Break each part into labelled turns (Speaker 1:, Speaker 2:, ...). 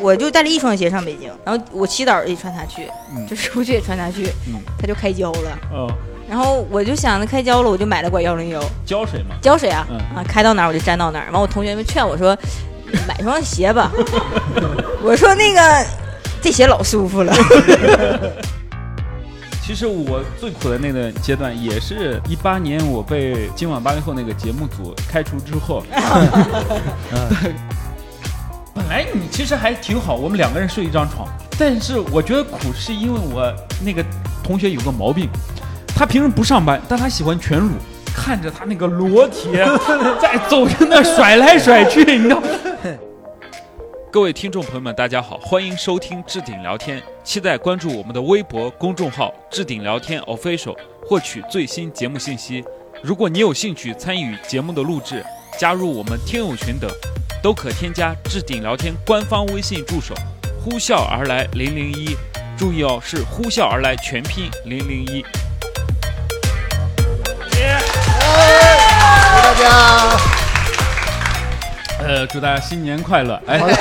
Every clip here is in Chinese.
Speaker 1: 我就带着一双鞋上北京，然后我洗澡也穿它去，
Speaker 2: 嗯
Speaker 1: 就是出去也穿它去，
Speaker 2: 嗯
Speaker 1: 它就开胶了。
Speaker 2: 嗯，
Speaker 1: 然后我就想着开胶了，我就买了管幺零幺，
Speaker 2: 胶水嘛，
Speaker 1: 胶水啊、
Speaker 2: 嗯
Speaker 1: 啊，开到哪儿我就粘到哪儿。完，我同学们劝我说，买双鞋 吧，我说那个这鞋老舒 服了。
Speaker 2: 其实我最苦的那个阶段，也是一八年我被《今晚八零后》那个节目组开除之后。对 本来你其实还挺好，我们两个人睡一张床，但是我觉得苦是因为我那个同学有个毛病，他平时不上班，但他喜欢全裸。看着他那个裸体 在走着那甩来甩去，你知道。各位听众朋友们，大家好，欢迎收听置顶聊天，期待关注我们的微博公众号“置顶聊天 official”，获取最新节目信息。如果你有兴趣参与节目的录制，加入我们听友群等，都可添加置顶聊天官方微信助手“呼啸而来零零一”，注意哦，是“呼啸而来”全拼零零一。
Speaker 3: 大家
Speaker 2: 呃，祝大家新年快乐！哎
Speaker 3: 好了，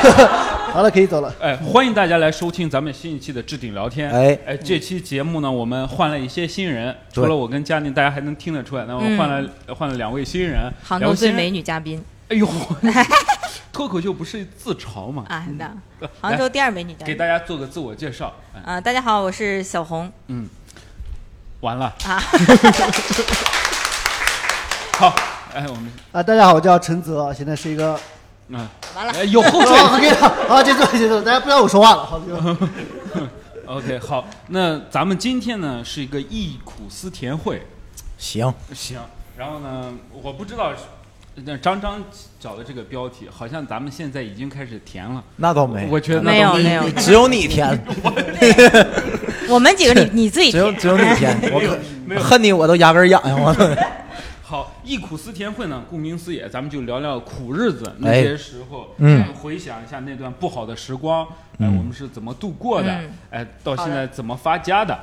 Speaker 3: 好了，可以走了。
Speaker 2: 哎，欢迎大家来收听咱们新一期的置顶聊天。
Speaker 3: 哎
Speaker 2: 哎，这期节目呢，我们换了一些新人，
Speaker 3: 对
Speaker 2: 除了我跟佳宁，大家还能听得出来。那我
Speaker 1: 嗯
Speaker 2: 换了、换了两位新人，
Speaker 1: 杭
Speaker 2: 两
Speaker 1: 州
Speaker 2: 位新
Speaker 1: 最
Speaker 2: 人
Speaker 1: 美。女嘉宾
Speaker 2: 哎呦， 脱口秀不是自嘲嘛？嗯
Speaker 1: 啊，那
Speaker 2: 来
Speaker 1: 杭州第二美女嘉
Speaker 2: 给
Speaker 1: 宾。
Speaker 2: 大家做个自我介绍。哎
Speaker 1: 啊、大家好，我是小红
Speaker 2: 完了，
Speaker 1: 啊，
Speaker 2: 好，哎，我们
Speaker 3: 啊，大家好，我叫陈泽啊，现在是一个。
Speaker 2: 嗯，
Speaker 1: 完了
Speaker 2: 哎，有后
Speaker 3: 好， 好，
Speaker 2: 缀。
Speaker 3: 可以了，好，结束了，结束了，大家不让我说话了，好，结束了
Speaker 2: OK，好，那咱们今天呢是一个忆苦思甜会。
Speaker 4: 行，
Speaker 2: 行，然后呢，我不知道是，那张张找的这个标题，好像咱们现在已经开始填了。
Speaker 4: 那倒没，
Speaker 2: 我觉得
Speaker 1: 没有没有，
Speaker 4: 只有你 填，
Speaker 1: 我们几个 你你自己
Speaker 4: 只有
Speaker 1: 填
Speaker 4: 只有你 填，我
Speaker 2: 有
Speaker 4: 可
Speaker 2: 没有
Speaker 4: 恨你我都牙根痒痒我都。
Speaker 2: 好，忆苦思甜会呢，顾名思义，咱们就聊聊苦日子那
Speaker 4: 哎
Speaker 2: 些时候，
Speaker 4: 嗯
Speaker 2: 咱们回想一下那段不好的时光，哎，
Speaker 4: 嗯
Speaker 2: 我们是怎么度过的
Speaker 1: 嗯？
Speaker 2: 哎，到现
Speaker 1: 好
Speaker 2: 在怎么发 家的？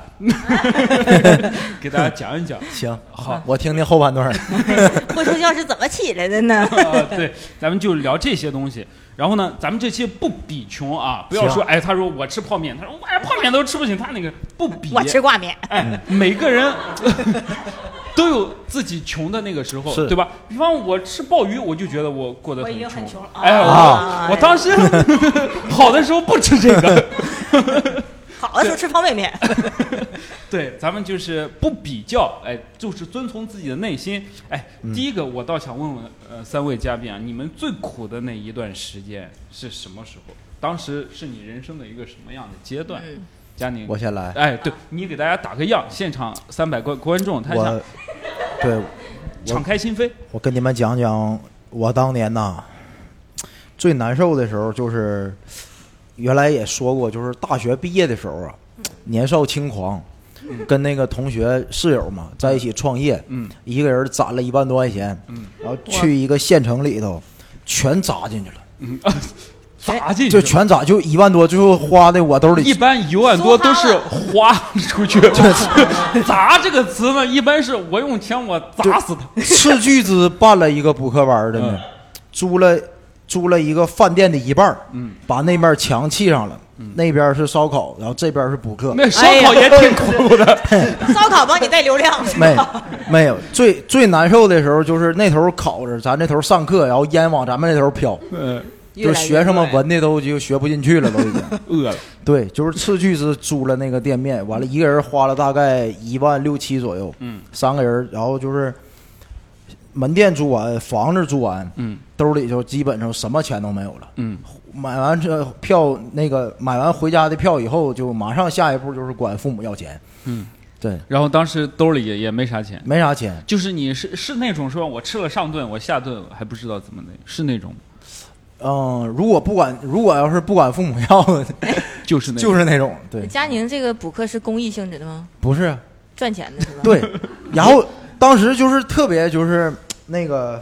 Speaker 2: 给大家讲一讲。
Speaker 4: 行，
Speaker 2: 好，
Speaker 4: 我听听后半 段儿。
Speaker 1: 会说笑是怎么起来的呢？
Speaker 2: 啊， 对，咱们就聊这些东西。然后呢，咱们这期不比穷啊，不要
Speaker 4: 行
Speaker 2: 说哎，他说我吃泡面，他说我连泡面都吃不行，他那个不比，
Speaker 1: 我吃挂面，
Speaker 2: 哎，每个人 都有自己穷的那个时候，
Speaker 4: 是
Speaker 2: 对吧？比方我吃鲍鱼，我就觉得我过得
Speaker 1: 我已经
Speaker 2: 很
Speaker 1: 很穷了
Speaker 2: 哎，我、
Speaker 1: 啊
Speaker 2: 我当时 好的时候不吃这个。
Speaker 1: 好的时候吃方便面。
Speaker 2: 对，咱们就是不比较，哎，就是遵从自己的内心。哎，第一个我倒想问问呃三位嘉宾啊，你们最苦的那一段时间是什么时候？当时是你人生的一个什么样的阶段？
Speaker 1: 嗯
Speaker 2: 佳宁，
Speaker 4: 我先来，
Speaker 2: 哎，对你给大家打个样，现场三百观观众，他想
Speaker 4: 我对
Speaker 2: 敞开心扉。
Speaker 4: 我跟你们讲讲我当年呐、最难受的时候就是，原来也说过，就是大学毕业的时候啊，年少轻狂，嗯跟那个同学室友嘛在一起创业，
Speaker 2: 嗯
Speaker 4: 一个人攒了一万多块钱，
Speaker 2: 嗯
Speaker 4: 然后去一个县城里头，全砸进去了，
Speaker 2: 嗯啊，砸进去
Speaker 4: 就全砸，就一万多，最后花的我兜
Speaker 2: 一
Speaker 4: 里。
Speaker 2: 般一万多都是花出去， 砸这个词呢，一般是我用钱我砸死他。
Speaker 4: 斥巨资办了一个补课班儿，真的
Speaker 2: 嗯，
Speaker 4: 租了租了一个饭店的一半儿
Speaker 2: 嗯，
Speaker 4: 把那面墙砌上了，那边是烧烤，然后这边是补课，哎
Speaker 2: 那烧烤也挺苦的，
Speaker 1: 哎烧烤帮你带流量，
Speaker 4: 没 没有最最难受的时候就是那头烤着，咱这头上课，然后烟往咱们那头飘，
Speaker 2: 嗯，
Speaker 1: 越
Speaker 4: 就
Speaker 1: 来越
Speaker 4: 学生们
Speaker 1: 热呀
Speaker 4: 闻的都就学不进去了，都已经。
Speaker 2: 饿了。
Speaker 4: 对，就是斥巨资租了那个店面，完了一个人花了大概一万六七左右，
Speaker 2: 嗯
Speaker 4: 三个人，然后就是门店租完，房子租完，
Speaker 2: 嗯
Speaker 4: 兜里就基本上什么钱都没有了。
Speaker 2: 嗯
Speaker 4: 买完这票，那个买完回家的票以后，就马上下一步就是管父母要钱，
Speaker 2: 嗯，
Speaker 4: 对，
Speaker 2: 然后当时兜里也也没啥钱，
Speaker 4: 没啥钱，
Speaker 2: 就是你是是那种说我吃了上顿，我下顿还不知道怎么的，是那种，
Speaker 4: 嗯，如果不管，如果要是不管父母要，
Speaker 2: 就是那种，
Speaker 4: 就是那种，对，
Speaker 1: 佳宁这个补课是公益性质的吗？
Speaker 4: 不
Speaker 2: 啊
Speaker 4: 是，
Speaker 1: 赚钱的 是吧？
Speaker 4: 对，然后当时就是特别就是那个，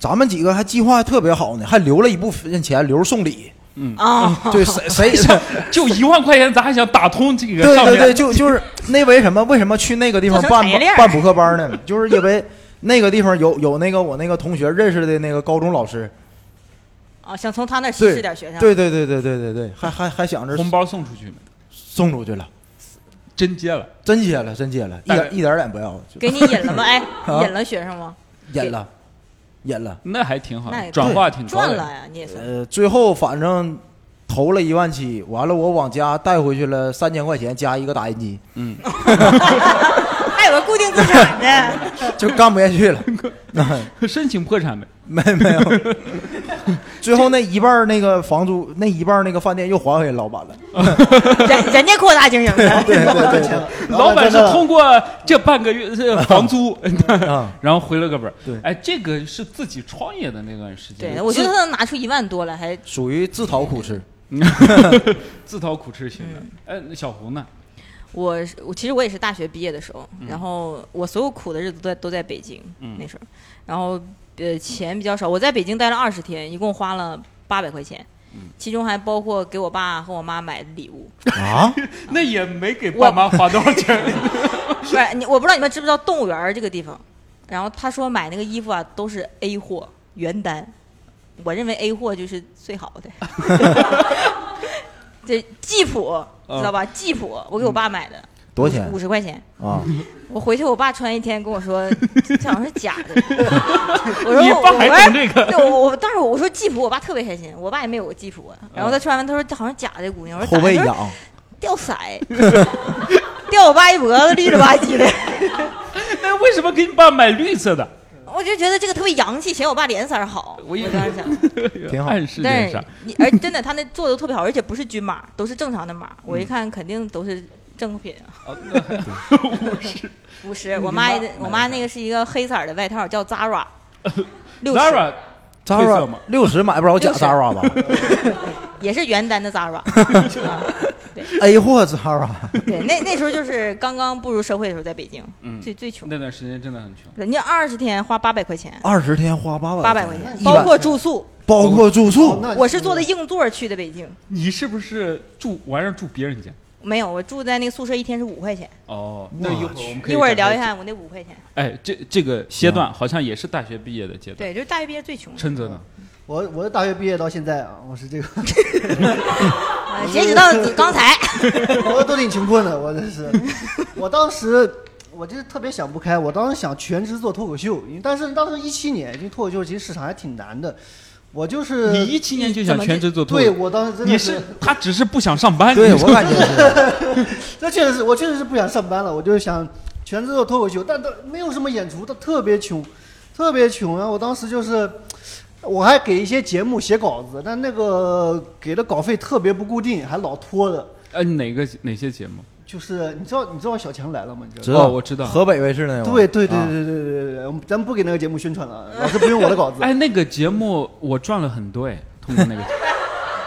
Speaker 4: 咱们几个还计划特别好呢，还留了一部分钱留着送礼，
Speaker 2: 嗯，
Speaker 1: 啊，
Speaker 4: 对，谁 谁
Speaker 2: 就一万块钱，咱还想打通这个
Speaker 4: 对
Speaker 2: 上
Speaker 4: 对
Speaker 2: 面，
Speaker 4: 对，就就是那为什么为什么去那个地方
Speaker 1: 做成
Speaker 4: 办
Speaker 1: 产业链儿
Speaker 4: 办补课班呢？就是因为那个地方有有那个我那个同学认识的那个高中老师，
Speaker 1: 啊，想从他那儿稀
Speaker 4: 对，
Speaker 1: 释点学生。
Speaker 4: 对对对对对对对，还还还想着
Speaker 2: 红包送出去没？
Speaker 4: 送出去了，
Speaker 2: 真接了，
Speaker 4: 真接了，真接了，一
Speaker 2: 大概
Speaker 4: 点一点儿也不要，就
Speaker 1: 给你引了吗？哎，
Speaker 4: 啊
Speaker 1: 引了学生吗？
Speaker 4: 忍了，忍了。
Speaker 2: 那还挺好
Speaker 1: 那也，
Speaker 2: 转化挺高
Speaker 1: 赚
Speaker 2: 的。
Speaker 1: 了呀，你也算。
Speaker 4: 呃，最后反正投了一万七，完了我往家带回去了三千块钱加一个打印机，
Speaker 2: 嗯，
Speaker 1: 还有个固定资产呢。
Speaker 4: 就干不下去 了。那
Speaker 2: 申请破产呗。
Speaker 4: 没没有， 最后那一半儿那个房租，那一半儿那个饭店又还给老板了。
Speaker 1: 人人家扩大经营了，
Speaker 4: 对对对对，
Speaker 2: 老板是通过这半个月 这房租，
Speaker 4: 啊，
Speaker 2: 然后回了个本儿。
Speaker 4: 对
Speaker 2: 哎，这个是自己创业的那段时间，
Speaker 1: 对我觉得他能拿出一万多来，还
Speaker 4: 属于自讨苦吃。
Speaker 2: 自讨苦吃型
Speaker 1: 嗯
Speaker 2: 的。哎，小胡呢？
Speaker 1: 我是我其实我也是大学毕业的时候，然后我所有苦的日子都在都在北京、
Speaker 2: 嗯
Speaker 1: 那时候，然后呃钱比较少，我在北京待了二十天，一共花了八百块钱。
Speaker 2: 嗯
Speaker 1: 其中还包括给我爸和我妈买的礼物，
Speaker 4: 啊，
Speaker 2: 那也没给爸妈花多少钱。
Speaker 1: 不是你，我不知道你们知不知道动物园儿这个地方。然后他说买那个衣服啊都是 A 货原单，我认为 A 货就是最好的。这吉普知道吧？吉普我给我爸买的，
Speaker 4: 多少钱
Speaker 1: 五十块钱。
Speaker 4: 啊？
Speaker 1: 我回去，我爸穿一天跟我说，这好像是假的。我说
Speaker 2: 你
Speaker 1: 我
Speaker 2: 爸
Speaker 1: 我
Speaker 2: 还
Speaker 1: 玩
Speaker 2: 懂这个
Speaker 1: 对，我我当时我说吉普，我爸特别开心，我爸也没有过吉普。啊然后他穿完，他说这好像假的姑娘，我说
Speaker 4: 后
Speaker 1: 咋的
Speaker 4: 背
Speaker 1: 他说
Speaker 4: 痒，
Speaker 1: 掉色， 掉我爸一脖子，绿了吧唧的。
Speaker 2: 那为什么给你爸买绿色的？
Speaker 1: 我就觉得这个特别洋气，显我爸脸色儿好。我
Speaker 2: 也
Speaker 1: 当时 想，
Speaker 4: 挺好
Speaker 2: 暗示
Speaker 1: 但
Speaker 2: 点
Speaker 1: 是
Speaker 2: 啥？
Speaker 1: 你而真的他那做的特别好，而且不是均码，都是正常的码。我一看肯定都是正品啊。 五十，我妈也得我妈那个是一个黑色儿的外套，叫 Zara，六十
Speaker 2: Zara 褪色吗
Speaker 4: 六十买不着假
Speaker 1: 60
Speaker 4: Zara 吧
Speaker 1: 也是原单的 Zara 啊。对
Speaker 4: ？A 货 Zara
Speaker 1: 对，那那时候就是刚刚步入社会的时候，在北京，
Speaker 2: 嗯
Speaker 1: 最最穷，
Speaker 2: 那段时间真的很穷。
Speaker 1: 人家二十天花八百块钱，
Speaker 4: 二十天花八百
Speaker 1: 八百块钱
Speaker 4: 一
Speaker 1: 包
Speaker 4: 百
Speaker 1: 括住宿，
Speaker 4: 包括住
Speaker 3: 哦
Speaker 4: 宿，
Speaker 3: 那
Speaker 1: 我是坐的硬座去的北京，
Speaker 2: 你是不是住晚上住别人家？
Speaker 1: 没有，我住在那个宿舍一天是五块钱。
Speaker 2: 哦，
Speaker 4: 我
Speaker 2: 那一会儿我们可以
Speaker 1: 一会儿
Speaker 2: 展
Speaker 1: 聊
Speaker 2: 开
Speaker 1: 一。下我那五块钱。
Speaker 2: 哎，这这个阶段好像也是大学毕业的阶段。
Speaker 1: 对，就是大学毕业最穷的，嗯
Speaker 2: 陈泽呢？
Speaker 3: 我我大学毕业到现在啊，我是这个，
Speaker 1: 呃截止到刚才。
Speaker 3: 我都挺穷困的，我真是。我当时我就是特别想不开，我当时想全职做脱口秀，因为但是当时一七年，因为脱口秀其实市场还挺难的，我就是
Speaker 2: 你一七年就想全职做脱口
Speaker 3: 对
Speaker 2: 秀，
Speaker 3: 我当时真
Speaker 2: 你
Speaker 3: 的
Speaker 2: 是他只是不想上班。
Speaker 4: 对
Speaker 2: 你
Speaker 4: 我
Speaker 2: 说
Speaker 4: 感觉 是，
Speaker 3: 这确实是我确实是不想上班了，我就是想全职做脱口秀，但都没有什么演出，他特别穷，特别穷啊！我当时就是，我还给一些节目写稿子，但那个给的稿费特别不固定，还老拖的。
Speaker 2: 呃哪个哪些节目？
Speaker 3: 就是你知道你知道小强来了吗？你知
Speaker 4: 知
Speaker 3: 道吗？
Speaker 4: 道
Speaker 2: 哦我知道
Speaker 4: 河北卫视那个，
Speaker 3: 对对对
Speaker 4: 啊，
Speaker 3: 对对对对对，我们咱们不给那个节目宣传了啊，老师不用 我的稿子。
Speaker 2: 哎，那个节目我赚了很多哎，通过那个节目。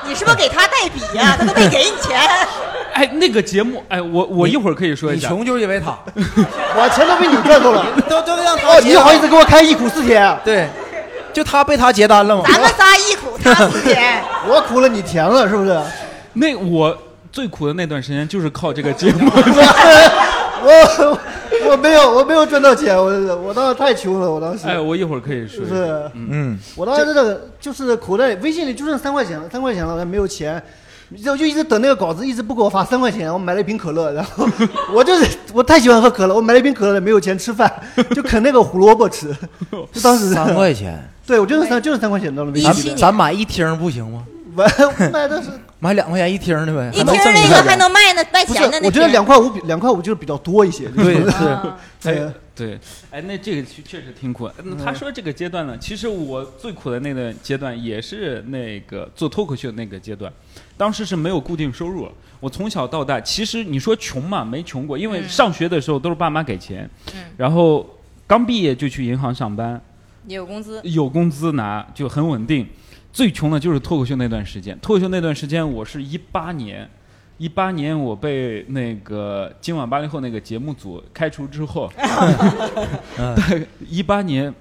Speaker 1: 你是不是给他代笔呀、他都没给你钱。
Speaker 2: 哎，那个节目，哎，我我一会儿可以说一
Speaker 4: 你
Speaker 2: 下。
Speaker 4: 穷就是因为 他，
Speaker 3: 我钱 都被你赚够了，
Speaker 4: 都都让他，
Speaker 3: 哦你就好意思给我啊开忆苦四天？
Speaker 4: 对，就他被他结单了嘛。
Speaker 1: 咱们仨一苦，他四甜。
Speaker 3: 我苦了，你甜了，是不是？
Speaker 2: 那我最苦的那段时间就是靠这个节 目。
Speaker 3: 我我我没有我没有赚到钱，我我当时太穷了，我当时
Speaker 2: 哎，我一会儿可以说
Speaker 3: 就
Speaker 2: 一下。
Speaker 3: 是
Speaker 4: 嗯，
Speaker 3: 我当时真的就是口袋微信里就剩三块钱了，三块钱了，我也没有钱。就就一直等那个稿子，一直不给我发三块钱，我买了一瓶可乐，然后我就是我太喜欢喝可乐，我买了一瓶可乐，没有钱吃饭，就啃那个胡萝卜吃。就当时
Speaker 4: 三，块钱，
Speaker 3: 对我就是三就是三块钱到了微信
Speaker 4: 咱
Speaker 1: 一七
Speaker 3: 里
Speaker 1: 年
Speaker 4: 咱买一听不行吗？
Speaker 3: 买买的是
Speaker 4: 买两块钱一听的呗，
Speaker 1: 一听
Speaker 4: 能挣
Speaker 1: 那
Speaker 4: 一
Speaker 1: 个
Speaker 4: 块
Speaker 1: 还
Speaker 4: 钱。
Speaker 1: 能卖呢，卖
Speaker 3: 不是
Speaker 1: 钱呢？？那
Speaker 3: 我觉得
Speaker 1: 天
Speaker 3: 两块五比两块五就是比较多一些。就是
Speaker 4: 对是，
Speaker 1: 啊
Speaker 2: 哎
Speaker 3: 对，
Speaker 2: 对，哎，那这个确确实挺苦。嗯他说这个阶段呢，其实我最苦的那个阶段也是那个做脱口秀的那个阶段，当时是没有固定收入。我从小到大，其实你说穷嘛，没穷过，因为
Speaker 1: 嗯
Speaker 2: 上学的时候都是爸妈给钱，
Speaker 1: 嗯
Speaker 2: 然后刚毕业就去银行上班，
Speaker 1: 也有工资，
Speaker 2: 有工资拿，就很稳定。最穷的就是脱口秀那段时间，脱口秀那段时间我是一八年，一八年我被那个今晚八零后那个节目组开除之后，
Speaker 4: 嗯
Speaker 2: 一八年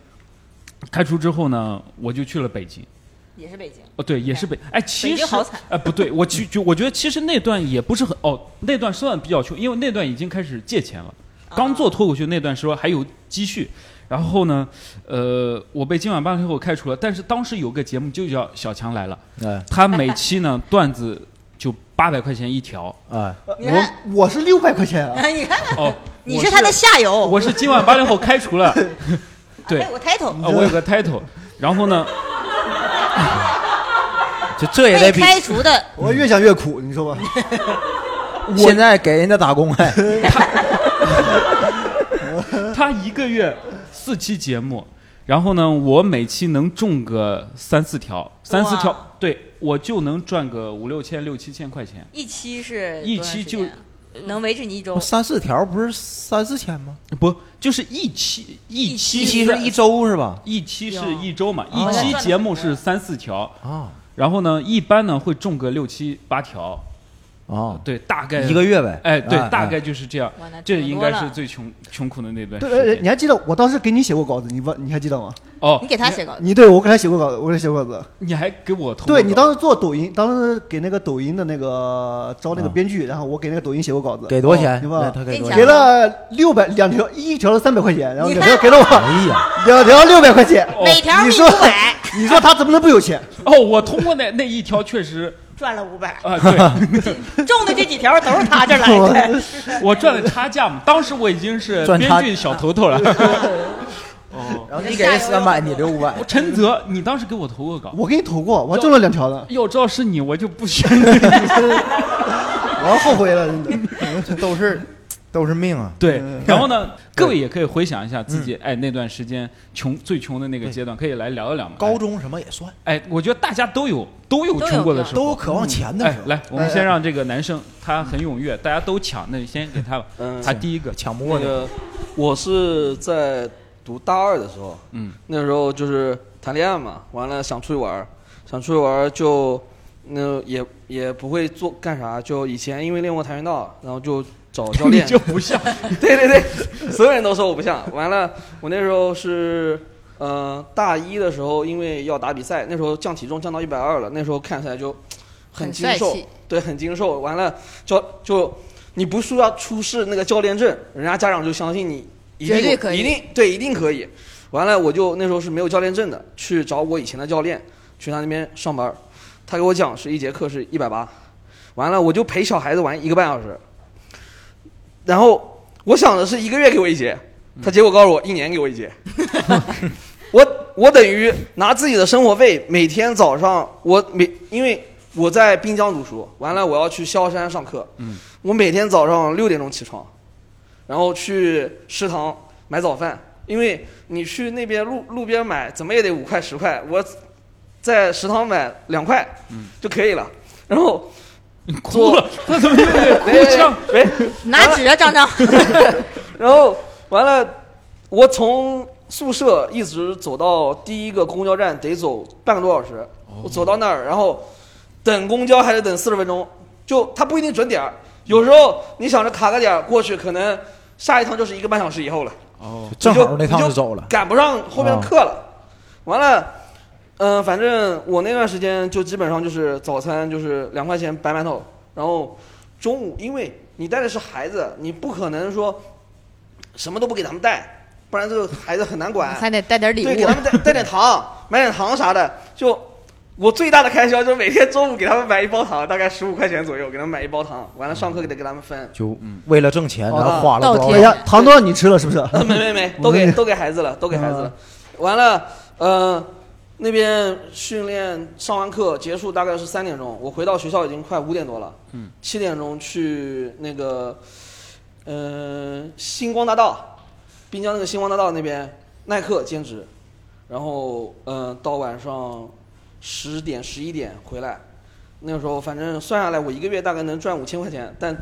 Speaker 2: 开除之后呢，我就去了北京。
Speaker 1: 也是北京。
Speaker 2: 哦，对，也是北，哎，其
Speaker 1: 北
Speaker 2: 实
Speaker 1: 京好惨
Speaker 2: 哎，不对，我其就我觉得其实那段也不是很哦，那
Speaker 1: 啊
Speaker 2: 段算比较穷，因为那段已经开始借钱了，刚做脱口秀那段时候还有积蓄，然后呢，呃，我被今晚八零后开除了，但是当时有个节目就叫《小强来了》，
Speaker 4: 哎
Speaker 2: 他每期呢段子就八百块钱一条。
Speaker 4: 哎，
Speaker 1: 你看，
Speaker 3: 我我是六百块钱 啊，
Speaker 1: 你看，
Speaker 2: 哦，
Speaker 1: 你
Speaker 2: 我
Speaker 1: 是他的下游。
Speaker 2: 我是今晚八零后开除了， 啊、对呃
Speaker 1: 哎，我 title
Speaker 2: 哦我有个 title，然后呢，
Speaker 4: 这这也
Speaker 1: 被
Speaker 4: 得比
Speaker 1: 开除的，
Speaker 3: 我越想越苦，你说吧？
Speaker 4: 现在给人家打工 哎，
Speaker 2: 他一个月四期节目，然后呢，我每期能中个三四条，三四
Speaker 1: 哇
Speaker 2: 条，对我就能赚个五六千、六七千块钱。
Speaker 1: 一期是
Speaker 2: 一
Speaker 1: 多长
Speaker 2: 期
Speaker 1: 时
Speaker 2: 就
Speaker 1: 间啊能维持你一周
Speaker 4: 不。三四条不是三四千吗？
Speaker 2: 不，就是一期一期
Speaker 4: 一期是一周是吧？
Speaker 2: 一期是
Speaker 1: 哟
Speaker 2: 一周嘛，
Speaker 1: 哦
Speaker 2: 一期节目是三四条，
Speaker 4: 啊
Speaker 2: 然后呢，一般呢会中个六七八条，
Speaker 4: 啊，
Speaker 2: 对，大概
Speaker 4: 一个。月呗。
Speaker 2: 哎，对，
Speaker 4: 哎
Speaker 2: 大概就是这样
Speaker 1: 哇那。
Speaker 2: 这
Speaker 1: 差不
Speaker 2: 应
Speaker 1: 多
Speaker 2: 该是
Speaker 1: 了
Speaker 2: 最穷穷苦的那段
Speaker 3: 对，
Speaker 2: 时
Speaker 3: 哎你
Speaker 2: 间。
Speaker 3: 还记得我当时给你写过稿子，你忘你还记得吗？
Speaker 2: 哦
Speaker 1: 你，给他写稿子，
Speaker 3: 你对我给他写过稿子，我给他写过稿子。
Speaker 2: 你还给我投过稿？
Speaker 3: 对你当时做抖音，当时给那个抖音的那个招那个编剧，然后我给那个抖音写过稿子，
Speaker 4: 嗯给多少钱？
Speaker 3: 对吧
Speaker 4: 那他给多少
Speaker 1: 给你
Speaker 4: 钱
Speaker 3: 给
Speaker 1: 讲？
Speaker 3: 了六百两条，一条是三百块钱，然后
Speaker 1: 你
Speaker 3: 两
Speaker 1: 看
Speaker 3: 条给了我，
Speaker 4: 哎呀，
Speaker 3: 两条六百块钱。
Speaker 2: 哦
Speaker 1: 每条
Speaker 3: 你
Speaker 1: 给
Speaker 3: 说
Speaker 1: 五百，
Speaker 3: 你说他怎么能不有钱？
Speaker 2: 哦，我通过那那一条确实
Speaker 1: 赚了五百，
Speaker 2: 啊，对，
Speaker 1: 中的这几条都是他这儿 来的。
Speaker 2: 我赚 的差价嘛，当时我已经是
Speaker 4: 赚差
Speaker 2: 编剧小头 头了。哦，
Speaker 4: 然后你给人三百，你留五百。
Speaker 2: 陈泽，你当时给我投过稿，
Speaker 3: 我给你投过，我中了两条的，
Speaker 2: 要知道是你，我就不选你。
Speaker 3: 我要后悔了，真的。
Speaker 4: 这 都是都是命啊！
Speaker 2: 对， 然后呢，
Speaker 4: 对嗯
Speaker 2: 各位也可以回想一下自己，哎，那段时间穷最穷的那个阶段，可以来聊一聊嘛。
Speaker 4: 高中什么也算，
Speaker 2: 哎，哎我觉得大家都有都有
Speaker 1: 都有
Speaker 2: 穷过的时
Speaker 4: 都
Speaker 2: 候。
Speaker 4: 有渴望钱的
Speaker 2: 哎
Speaker 4: 时，候，
Speaker 2: 来，我们先让这个男生，他很踊跃，大家都抢，那你先给他吧。
Speaker 5: 嗯
Speaker 2: 他第一个，
Speaker 4: 抢不
Speaker 5: 那
Speaker 4: 过的。
Speaker 5: 个，我是在读大二的时候，
Speaker 2: 嗯，
Speaker 5: 那时候就是谈恋爱嘛，完了想出去玩儿，想出去玩儿就那也也不会做干啥，就以前因为练过跆拳道，然后就找教 练，
Speaker 2: 就不像，
Speaker 5: 对对对，所有人都说我不像。完了，我那时候是，呃，大一的时候，因为要打比赛，那时候降体重降到一百二了，那时候看起来就
Speaker 1: 很
Speaker 5: 精
Speaker 1: 帅
Speaker 5: 瘦
Speaker 1: 气，
Speaker 5: 对，很精瘦。完了，教就你不需要出示那个教练证，人家家长就相信你一定
Speaker 1: 绝对可以
Speaker 5: 一定对，一定可以。完了，我就那时候是没有教练证的，去找我以前的教练，去他那边上班儿。他给我讲是一节课是一百八，完了我就陪小孩子玩一个半小时，然后我想的是一个月给我一节，他结果告诉我一年给 我一节，我我等于拿自己的生活费，每天早上我每因为我在滨江读书，完了我要去萧山上课，
Speaker 2: 嗯
Speaker 5: 我每天早上六点钟起床，然后去食堂买早饭，因为你去那边路路边买怎么也得五块十块，我在食堂买两块
Speaker 2: 嗯
Speaker 5: 就可以了，然后
Speaker 2: 你哭 了，他怎么又得哭腔？
Speaker 5: 喂。喂
Speaker 1: 拿纸啊，张张。
Speaker 5: 然后完了，我从宿舍一直走到第一个公交站，得走半个多小时。我走到那儿，然后等公交还得等四十分钟，就它不一定准点儿。有时候你想着卡个点儿过去，可能下一趟就是一个半小时以后了。
Speaker 2: 哦，
Speaker 4: 正
Speaker 5: 你就
Speaker 4: 好那趟就走了
Speaker 5: 你赶不上后面的课了。完了，嗯、反正我那段时间就基本上就是早餐就是两块钱白馒头，然后中午因为你带的是孩子，你不可能说什么都不给他们带，不然这个孩子很难管。
Speaker 1: 还得带点礼
Speaker 5: 对，给
Speaker 1: 物啊
Speaker 5: 他。们带带点 糖，买点糖啥的。就我最大的开销就是每天中午给他们买一包糖，大概十五块钱左右，给他们买一包糖。完了上课得给他们分。
Speaker 4: 就
Speaker 2: 嗯
Speaker 4: 为了挣钱，
Speaker 2: 哦
Speaker 3: 好
Speaker 4: 咱
Speaker 5: 的
Speaker 4: 花了
Speaker 1: 倒
Speaker 4: 多少
Speaker 1: 贴
Speaker 3: 哎
Speaker 4: 钱？
Speaker 3: 呀，糖都让你吃了是不是？
Speaker 5: 啊没没没，都给都给孩子了，都给孩子了。完了，呃，那边训练上完课结束大概是三点钟，我回到学校已经快五点多了。
Speaker 2: 嗯，
Speaker 5: 七点钟去那个，呃，星光大道，滨江那个星光大道那边耐克兼职，然后嗯、呃到晚上十点十一点回来。那个时候，反正算下来，我一个月大概能赚五千块钱，但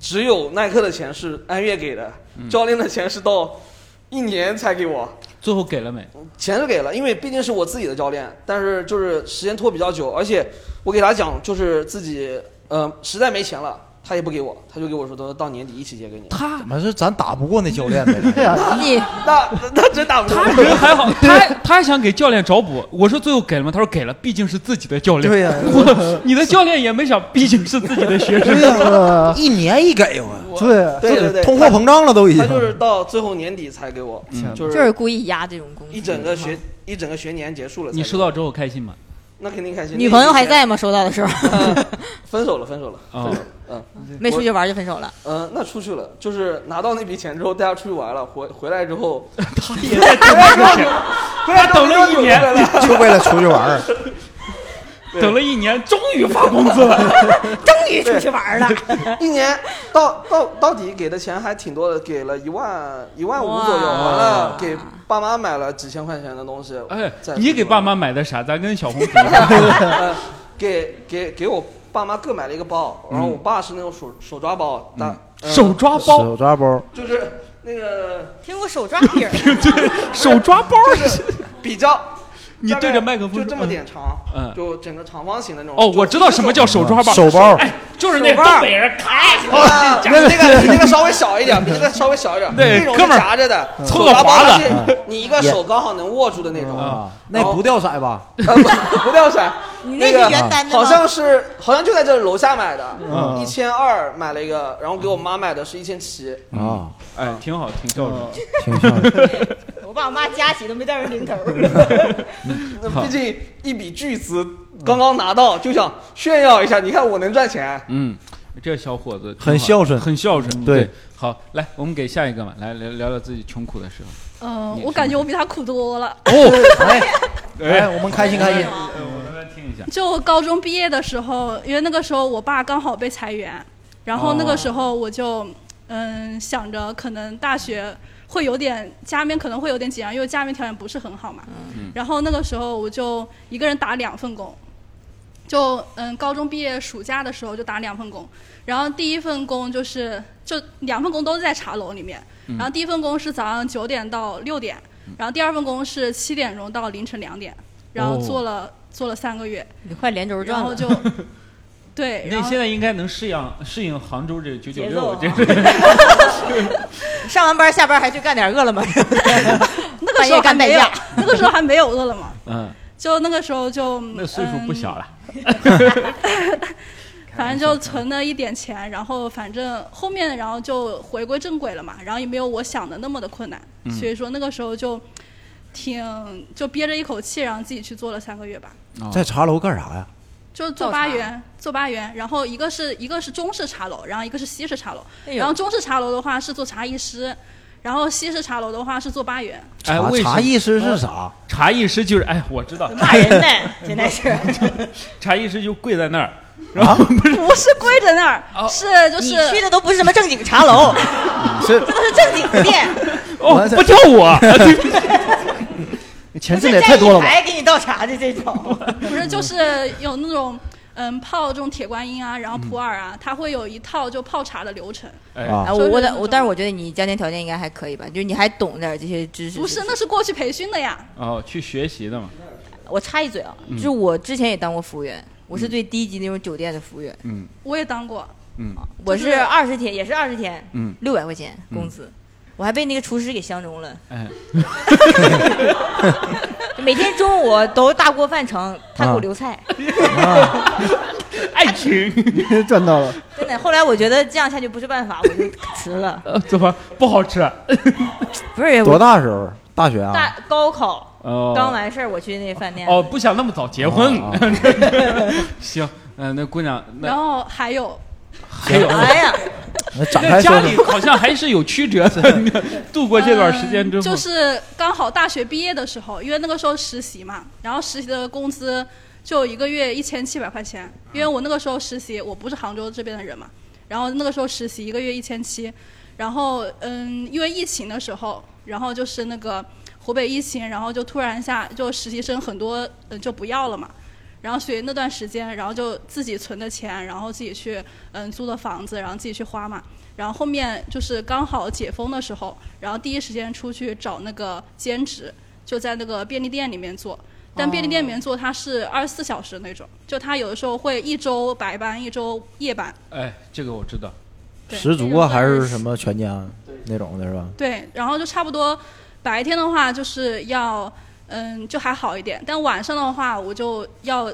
Speaker 5: 只有耐克的钱是按月给的，教练的钱是到一年才给我，
Speaker 2: 最后给了没？
Speaker 5: 钱是给了，因为毕竟是我自己的教练，但是就是时间拖比较久，而且我给他讲就是自己呃实在没钱了，他也不给我，他就给我说都到年底一起结给你。
Speaker 2: 他
Speaker 4: 完事咱打不过那教练呗。
Speaker 3: 对呀，
Speaker 1: 你
Speaker 5: 那那真打不过
Speaker 2: 他， 人还好，他他还想给教练找补。我说最后给了吗？他说给了，毕竟是自己的教练。
Speaker 4: 对呀
Speaker 2: 我你的教练也没想，毕竟是自己的学生。
Speaker 3: 呃
Speaker 4: 一年一给我，
Speaker 5: 我
Speaker 3: 对
Speaker 5: 对对对，
Speaker 4: 通货膨胀了都已
Speaker 5: 他
Speaker 4: 经。
Speaker 5: 就是到最后年底才给我，
Speaker 3: 嗯
Speaker 5: 就
Speaker 1: 就是
Speaker 5: 是
Speaker 1: 故意压这种工资。
Speaker 5: 一整个学一整个学年结束了才给我。
Speaker 2: 你收到之后开心吗？
Speaker 5: 那肯定开心。呃
Speaker 1: 女朋友还在吗？收到的时 候
Speaker 5: 分手了，分手了，
Speaker 2: 啊，
Speaker 5: 嗯。
Speaker 1: 没出去玩就分手了。
Speaker 5: 呃，那出去了，就是拿到那笔钱之后，带他出去玩了，回回来之后，
Speaker 2: 他也在等这个 钱，他等了一年，
Speaker 4: 就为了出去玩儿，
Speaker 2: 等了一年，终于发工 资了。
Speaker 1: 终于出去玩了，
Speaker 5: 一年到到到底给的钱还挺多的，给了一万一万五
Speaker 1: 哇
Speaker 5: 左右，完了给爸妈买了几千块钱的东西。
Speaker 2: 哎
Speaker 5: 再，
Speaker 2: 你给爸妈买的啥？咱跟小红比一 下。
Speaker 5: 呃给给给我爸妈各买了一个包，然后我爸是那种手手抓包，大、呃
Speaker 2: 手抓包，
Speaker 4: 手抓包，
Speaker 5: 就是那个
Speaker 1: 听过手抓饼儿？
Speaker 2: 手抓包，
Speaker 5: 比较。
Speaker 2: 你
Speaker 5: 大概
Speaker 2: 对着麦克风
Speaker 5: 就这么点长，
Speaker 2: 嗯
Speaker 5: 就整个长方形的那种。
Speaker 2: 哦，我知道什么叫手抓包，
Speaker 4: 手包
Speaker 2: 哎，就是那东北人咔
Speaker 5: 啊，那个比那个稍微小一点，比那个稍微小一点，
Speaker 2: 对
Speaker 5: 那种
Speaker 2: 哥
Speaker 5: 是
Speaker 2: 们儿
Speaker 5: 夹着的，
Speaker 2: 凑
Speaker 5: 手
Speaker 2: 个
Speaker 5: 抓包
Speaker 2: 华子
Speaker 5: 但是你一个手刚好能握住的那种，
Speaker 2: 啊
Speaker 4: 那不掉色吧？
Speaker 5: 呃 不不掉色。
Speaker 1: 你那
Speaker 5: 那
Speaker 1: 是
Speaker 5: 个
Speaker 1: 原单的吗
Speaker 5: 好像是好像就在这楼下买的，
Speaker 3: 嗯
Speaker 5: 一千二买了一个，然后给我妈买的是一千七，
Speaker 4: 啊，嗯
Speaker 2: 哎，挺好，挺孝顺。
Speaker 4: 挺像的。
Speaker 1: 我爸我妈加起都没带人零头。
Speaker 5: 那毕竟一笔巨资刚刚拿到，就想炫耀一下，你看我能赚钱。
Speaker 2: 嗯，这小伙子挺好
Speaker 4: 很孝顺
Speaker 2: 很孝顺。
Speaker 4: 对
Speaker 2: 对，好，来，我们给下一个嘛，来聊聊聊自己穷苦的时候。
Speaker 6: 嗯
Speaker 1: 呃
Speaker 2: 你，
Speaker 6: 我
Speaker 2: 是
Speaker 6: 感觉我比他苦多了。
Speaker 4: 哎哎，
Speaker 2: 哎，
Speaker 4: 我们开心开心。
Speaker 2: 我们来听一下。
Speaker 6: 就高中毕业的时候，因为那个时候我爸刚好被裁员，然后那个时候我就嗯想着可能大学会有点家里面可能会有点紧张，因为家里面条件不是很好嘛。然后那个时候我就一个人打两份工，就嗯高中毕业暑假的时候就打两份工，然后第一份工就是就两份工都是在茶楼里面，然后第一份工是早上九点到六点，然后第二份工是七点钟到凌晨两点，然后
Speaker 2: 哦
Speaker 6: 做了、做了三个月。
Speaker 1: 你快连轴
Speaker 6: 然
Speaker 1: 转
Speaker 6: 后
Speaker 1: 了，
Speaker 6: 就 对，
Speaker 2: 那
Speaker 6: 然后
Speaker 2: 现在应该能适应适应杭州这九九
Speaker 1: 节
Speaker 2: 六
Speaker 1: 奏
Speaker 2: 这
Speaker 1: 啊。 上完班下班还去干点饿了么？
Speaker 6: 那个时候还
Speaker 1: 半夜干半
Speaker 6: 没有
Speaker 1: 夜，
Speaker 6: 那 个时候还没有饿了么，
Speaker 2: 嗯，
Speaker 6: 就那个时候就
Speaker 2: 那岁数不小
Speaker 6: 嗯，
Speaker 2: 了。
Speaker 6: 反正就存了一点钱，然后反正后面然后就回归正轨了嘛，然后也没有我想的那么的困难，
Speaker 2: 嗯
Speaker 6: 所以说那个时候就挺就憋着一口气，然后自己去做了三个月吧。
Speaker 2: 哦
Speaker 4: 在茶楼干啥呀？
Speaker 6: 就是做
Speaker 1: 倒
Speaker 6: 八
Speaker 1: 茶
Speaker 6: 元，做八元，然后一个是一个是中式茶楼，然后一个是西式茶楼，
Speaker 1: 哎呦
Speaker 6: 然后中式茶楼的话是做茶艺师，然后西式茶楼的话是做八元，
Speaker 2: 哎，
Speaker 4: 茶
Speaker 2: 为什
Speaker 4: 茶艺师是啥？
Speaker 2: 茶艺师就是哎，我知道，
Speaker 1: 骂人 呢，现在是。
Speaker 2: 茶艺师就跪在那儿，
Speaker 4: 啊
Speaker 6: 不是跪在那儿，
Speaker 2: 哦
Speaker 6: 是就
Speaker 1: 你
Speaker 6: 是
Speaker 1: 去的都不是什么正经茶 楼，
Speaker 4: 是
Speaker 1: 这都是正经的店，
Speaker 2: 哦，不叫 我，
Speaker 3: 你钱
Speaker 1: 这
Speaker 3: 挣的也太多了吧？
Speaker 1: 还给你倒茶的这种，
Speaker 6: 不是就是有那种嗯泡这种铁观音啊，然后普洱啊，它会有一套就泡茶的流程，
Speaker 2: 哎
Speaker 4: 啊
Speaker 1: 哎，
Speaker 6: 就
Speaker 1: 我
Speaker 6: 是
Speaker 1: 我
Speaker 6: 那
Speaker 1: 的
Speaker 6: 种
Speaker 1: 我，但是我觉得你家庭条件应该还可以吧，就是你还懂点这些知识。
Speaker 6: 不是那是过去培训的呀，
Speaker 2: 哦，去学习的嘛，
Speaker 1: 我插一嘴啊，
Speaker 2: 嗯
Speaker 1: 就是我之前也当过服务员，我是最低级那种酒店的服务员，
Speaker 2: 嗯
Speaker 6: 我也当过，
Speaker 2: 嗯
Speaker 1: 我
Speaker 6: 就是
Speaker 1: 是二十天，也是二十天，
Speaker 2: 嗯，
Speaker 1: 六百块钱工资，我还被那个厨师给相中 了。
Speaker 2: 哎，
Speaker 1: 每天中午都大锅饭盛，他给
Speaker 2: 啊
Speaker 1: 我留菜，
Speaker 2: 爱情，
Speaker 3: 赚到了，哎
Speaker 1: 真的。后来我觉得这样下去不是办法，我就辞了。
Speaker 2: 呃怎么不好 吃？啊
Speaker 1: 不是
Speaker 4: 多
Speaker 1: 我
Speaker 4: 大时候？大学啊？
Speaker 1: 大高考
Speaker 2: 哦，
Speaker 1: 刚完事儿，我去那饭店，
Speaker 2: 哦，不想那么早结婚
Speaker 4: 啊。
Speaker 2: 行，嗯、那姑娘，
Speaker 6: 然
Speaker 2: 那
Speaker 6: 后还有
Speaker 2: 还有，
Speaker 1: 哎 呀，
Speaker 4: 那展
Speaker 2: 那
Speaker 4: 开
Speaker 2: 家
Speaker 4: 说
Speaker 2: 里
Speaker 4: 说。
Speaker 2: 好像还是有曲折的。 度过这段时间之后，
Speaker 6: 嗯就是刚好大学毕业的时候，因为那个时候实习嘛，然后实习的工资就一个月一千七百块钱，因为我那个时候实习，我不是杭州这边的人嘛，然后那个时候实习一个月一千七，然后嗯，因为疫情的时候，然后就是那个湖北疫情，然后就突然一下就实习生很多嗯就不要了嘛。然后所以那段时间，然后就自己存的钱，然后自己去嗯租的房子，然后自己去花嘛。然后后面就是刚好解封的时候，然后第一时间出去找那个兼职，就在那个便利店里面做。但便利店里面做它是二十四小时那种，就它有的时候会一周白班，一周夜班。
Speaker 2: 哎，这个我知道。
Speaker 6: 对
Speaker 4: 十足啊，还是什么全家那种的是吧？
Speaker 6: 对，然后就差不多白天的话就是要，嗯，就还好一点，但晚上的话我就要。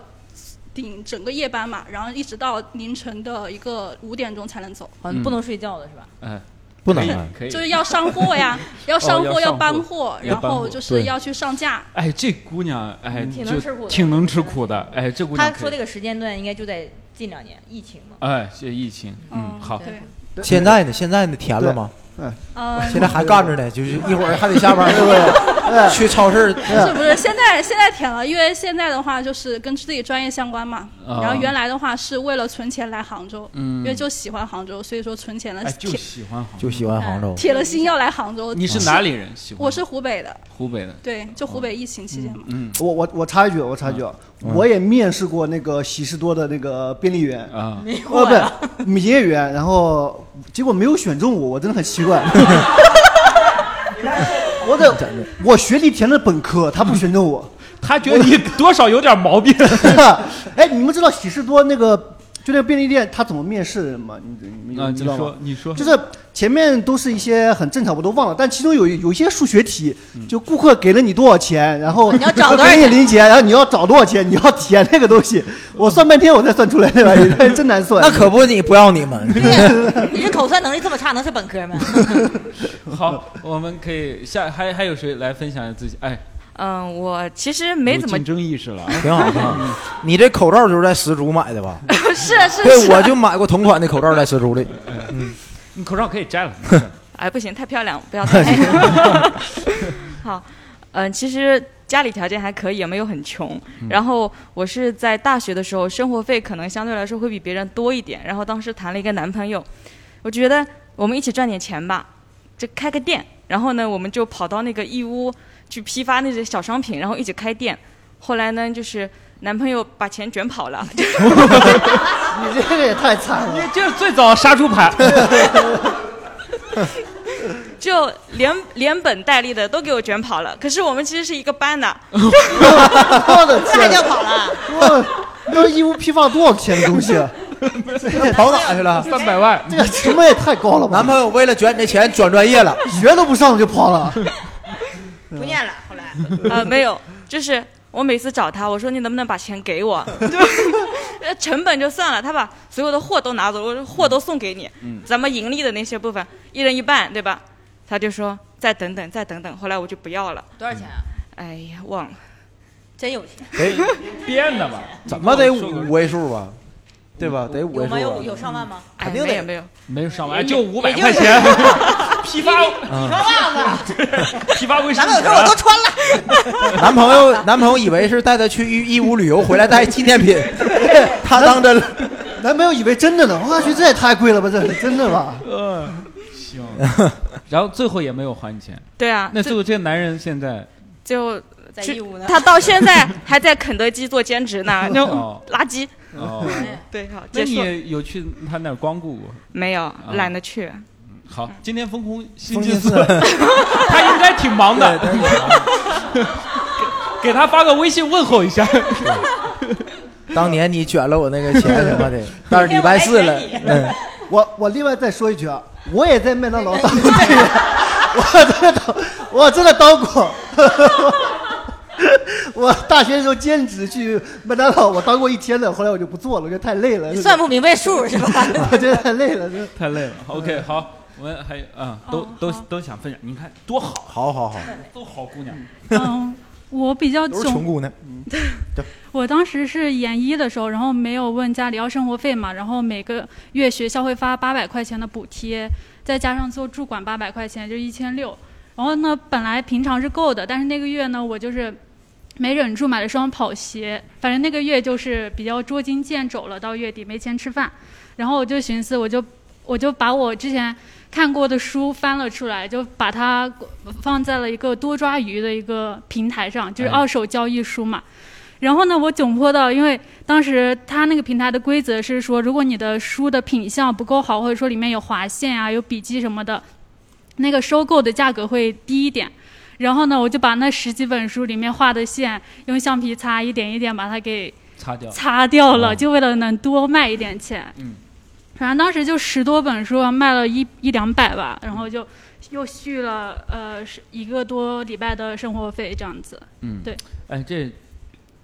Speaker 6: 顶整个夜班嘛，然后一直到凌晨的一个五点钟才能走。
Speaker 1: 好像不能睡觉的是吧？
Speaker 2: 哎，
Speaker 4: 不
Speaker 2: 可
Speaker 4: 能
Speaker 2: 以
Speaker 4: 啊。
Speaker 2: 可以，
Speaker 6: 就是要上货 呀，要上
Speaker 2: 哦要
Speaker 6: 货，
Speaker 2: 上货
Speaker 6: 搬货，
Speaker 2: 要
Speaker 6: 然
Speaker 2: 搬
Speaker 6: 后
Speaker 2: 货
Speaker 6: 就是
Speaker 4: 对
Speaker 6: 要去上架。
Speaker 2: 哎，这姑娘哎，
Speaker 1: 挺
Speaker 2: 就
Speaker 1: 能吃苦的
Speaker 2: 挺能吃苦的，哎，这姑娘
Speaker 1: 他
Speaker 2: 可以
Speaker 1: 说这个时间段应该就在近两年疫情嘛。
Speaker 2: 哎，谢疫情，嗯，好，
Speaker 6: 对，
Speaker 4: 现在呢？现在呢？填了吗？
Speaker 6: 嗯，
Speaker 4: 现在还干着呢，就是一会儿还得下班，对不对？去超市，
Speaker 6: 不哎是不是，现在现在填了，因为现在的话就是跟自己专业相关嘛。
Speaker 2: 啊
Speaker 6: 然后原来的话是为了存钱来杭州，
Speaker 2: 嗯
Speaker 6: 因为就喜欢杭州，所以说存钱了，
Speaker 2: 哎，就
Speaker 6: 铁
Speaker 2: 喜欢杭州。
Speaker 4: 就喜欢杭州。
Speaker 6: 铁了心要来杭州。
Speaker 2: 你是哪里人？喜欢
Speaker 6: 我是湖北的，
Speaker 2: 湖北的，
Speaker 6: 对，就湖北疫情期间嘛。
Speaker 2: 嗯
Speaker 3: 我我我插一句，我插一句，啊，我也面试过那个喜事多的那个便利员，
Speaker 2: 啊，
Speaker 3: 哦不，营业员，然后结果没有选中我，我真的很奇 怪。我的我学历填的本科，他不选中我。
Speaker 2: 他觉得你多少有点毛病。
Speaker 3: 哎，你们知道喜事多那个就那个便利店他怎么面试人吗？你你
Speaker 2: 啊，
Speaker 3: 们
Speaker 2: 你
Speaker 3: 知道吗
Speaker 2: 说？，你说，
Speaker 3: 就是前面都是一些很正常，我都忘了，但其中有有一些数学题，
Speaker 4: 嗯
Speaker 3: 就顾客给了你多少钱，然 后
Speaker 1: 你要找多少
Speaker 3: 给你
Speaker 1: 钱
Speaker 3: 零钱，然后你要找多少钱，你要填那个东西，我算半天我才算出来 的玩意儿，真难算。
Speaker 4: 嗯那可不，你不要你 们。
Speaker 1: 对呀，你这口算能力这么差，能是本科 吗？
Speaker 2: 好，我们可以下还还有谁来分享一下自己？哎，
Speaker 7: 嗯，我其实没
Speaker 2: 有
Speaker 7: 怎么
Speaker 2: 竞，争意识了啊。
Speaker 4: 挺好，挺
Speaker 3: 嗯
Speaker 4: 好。你这口罩就是在十足买的吧？
Speaker 7: 是是
Speaker 4: 对，
Speaker 7: 是，啊
Speaker 4: 我就买过同款的口罩在十足里。
Speaker 3: 嗯
Speaker 4: 嗯
Speaker 2: 你口罩可以 摘了。
Speaker 7: 哎，不行，太漂 亮，不要太。 好，嗯，其实家里条件还可以，也没有很穷。
Speaker 2: 嗯
Speaker 7: 然后我是在大学的时候，生活费可能相对来说会比别人多一点。然后当时谈了一个男朋友，我觉得我们一起赚点钱吧，就开个店。然后呢，我们就跑到那个义乌去批发那些小商品，然后一起开店。后来呢，就是男朋友把钱卷跑了，
Speaker 3: 你这个也太惨了。
Speaker 2: 这是最早杀猪盘，
Speaker 7: 就连连本带利的都给我卷跑了。可是我们其实是一个班的，
Speaker 3: 我 的
Speaker 1: 那
Speaker 3: 天
Speaker 1: 就，跑了。
Speaker 3: 我那义乌批发多少钱的 东西啊？
Speaker 4: 跑哪去了？
Speaker 2: 三百万。
Speaker 3: 这个成本也太高了吧
Speaker 4: 男？朋友为了卷你的钱转专业了，
Speaker 3: 学都不上就跑了，
Speaker 1: 不念了，后来
Speaker 7: 呃，没有，就是我每次找他，我说你能不能把钱给 我？呃，成本就算了，他把所有的货都拿走，我说货都送给你，咱们盈利的那些部分一人一半，对吧？他就说再等等，再等等。后来我就不要了，
Speaker 1: 多少钱啊？
Speaker 7: 哎呀，忘了，
Speaker 1: 真有钱，
Speaker 4: 得
Speaker 2: 编的吧？
Speaker 4: 怎么得五位数吧？对吧？得五
Speaker 1: 有
Speaker 4: 位
Speaker 1: 吗？
Speaker 4: 数
Speaker 1: 有
Speaker 4: 吧。
Speaker 1: 有上万吗？
Speaker 7: 哎，
Speaker 4: 肯定
Speaker 7: 没
Speaker 4: 得
Speaker 7: 有没有，
Speaker 2: 没有上万，就五百
Speaker 1: 也就
Speaker 2: 块钱。 批发
Speaker 1: 你说袜子，
Speaker 2: 批发 卫生
Speaker 1: 男朋友
Speaker 2: 纸
Speaker 1: 说我都
Speaker 2: 啊，
Speaker 1: 穿了，
Speaker 4: 男朋友男朋友以为是带他去义义乌旅游，回来带纪念品，他当真了。
Speaker 3: 男朋友以为真的呢，我去这也太贵了吧，这真的吧？
Speaker 2: 嗯，行。 然后最后也没有还你钱。
Speaker 7: 对啊，
Speaker 2: 那最
Speaker 7: 就
Speaker 2: 后这个男人现在
Speaker 7: 就
Speaker 1: 在
Speaker 7: 就
Speaker 1: 义乌呢
Speaker 7: 他到现在还在肯德基做兼职呢，啊 那
Speaker 2: 哦
Speaker 7: 种垃圾。
Speaker 2: 哦，
Speaker 7: 对，好，
Speaker 2: 那
Speaker 7: 结束。
Speaker 2: 你有去他那儿光顾过？啊嗯
Speaker 7: 没
Speaker 2: 哦
Speaker 7: 有，懒得去。
Speaker 2: 好，今天风空新
Speaker 4: 风
Speaker 2: 进
Speaker 4: 信
Speaker 2: 四
Speaker 4: 四，
Speaker 2: 他应该挺忙的， 给给他发个微信问候一下。
Speaker 4: 当年你卷了我那个钱什么的，但是礼
Speaker 1: 哎
Speaker 4: 拜四 了，嗯，
Speaker 3: 我我另外再说一句啊，我也在麦当劳 当过店员，我真的当， 我真的当过。 我大学的时候兼职去麦当劳，我当过一天的，后来我就不做了，我觉得太累了，
Speaker 1: 你算不明白数是吧？
Speaker 3: 我觉得太累了。 这
Speaker 2: 太累了。OK，好，我们还有啊，
Speaker 7: 哦
Speaker 2: 都都都想分享，你看多好，
Speaker 4: 好好好，
Speaker 2: 都好姑娘。
Speaker 8: 嗯，我比较
Speaker 4: 都是穷
Speaker 8: 囧。
Speaker 4: 姑娘，嗯
Speaker 8: 我当时是研一的时候，然后没有问家里要生活费嘛，然后每个月学校会发八百块钱的补贴，再加上做驻管八百块钱，就一千六。然后呢，本来平常是够的，但是那个月呢，我就是没忍住买了双跑鞋，反正那个月就是比较捉襟见肘了，到月底没钱吃饭，然后我就寻思，我就我就把我之前看过的书翻了出来，就把它放在了一个多抓鱼的一个平台上，就是
Speaker 2: 哎
Speaker 8: 二手交易书嘛。然后呢，我窘迫到，因为当时他那个平台的规则是说，如果你的书的品相不够好，或者说里面有划线啊、有笔记什么的，那个收购的价格会低一点。然后呢，我就把那十几本书里面画的线，用橡皮擦一点一点把它给
Speaker 2: 擦掉，
Speaker 8: 擦掉
Speaker 2: 哦
Speaker 8: 了，就为了能多卖一点钱。
Speaker 2: 嗯，
Speaker 8: 反正当时就十多本书，卖了一一两百吧，然后就又续了呃是一个多礼拜的生活费这样子。
Speaker 2: 嗯，
Speaker 8: 对，
Speaker 2: 哎，这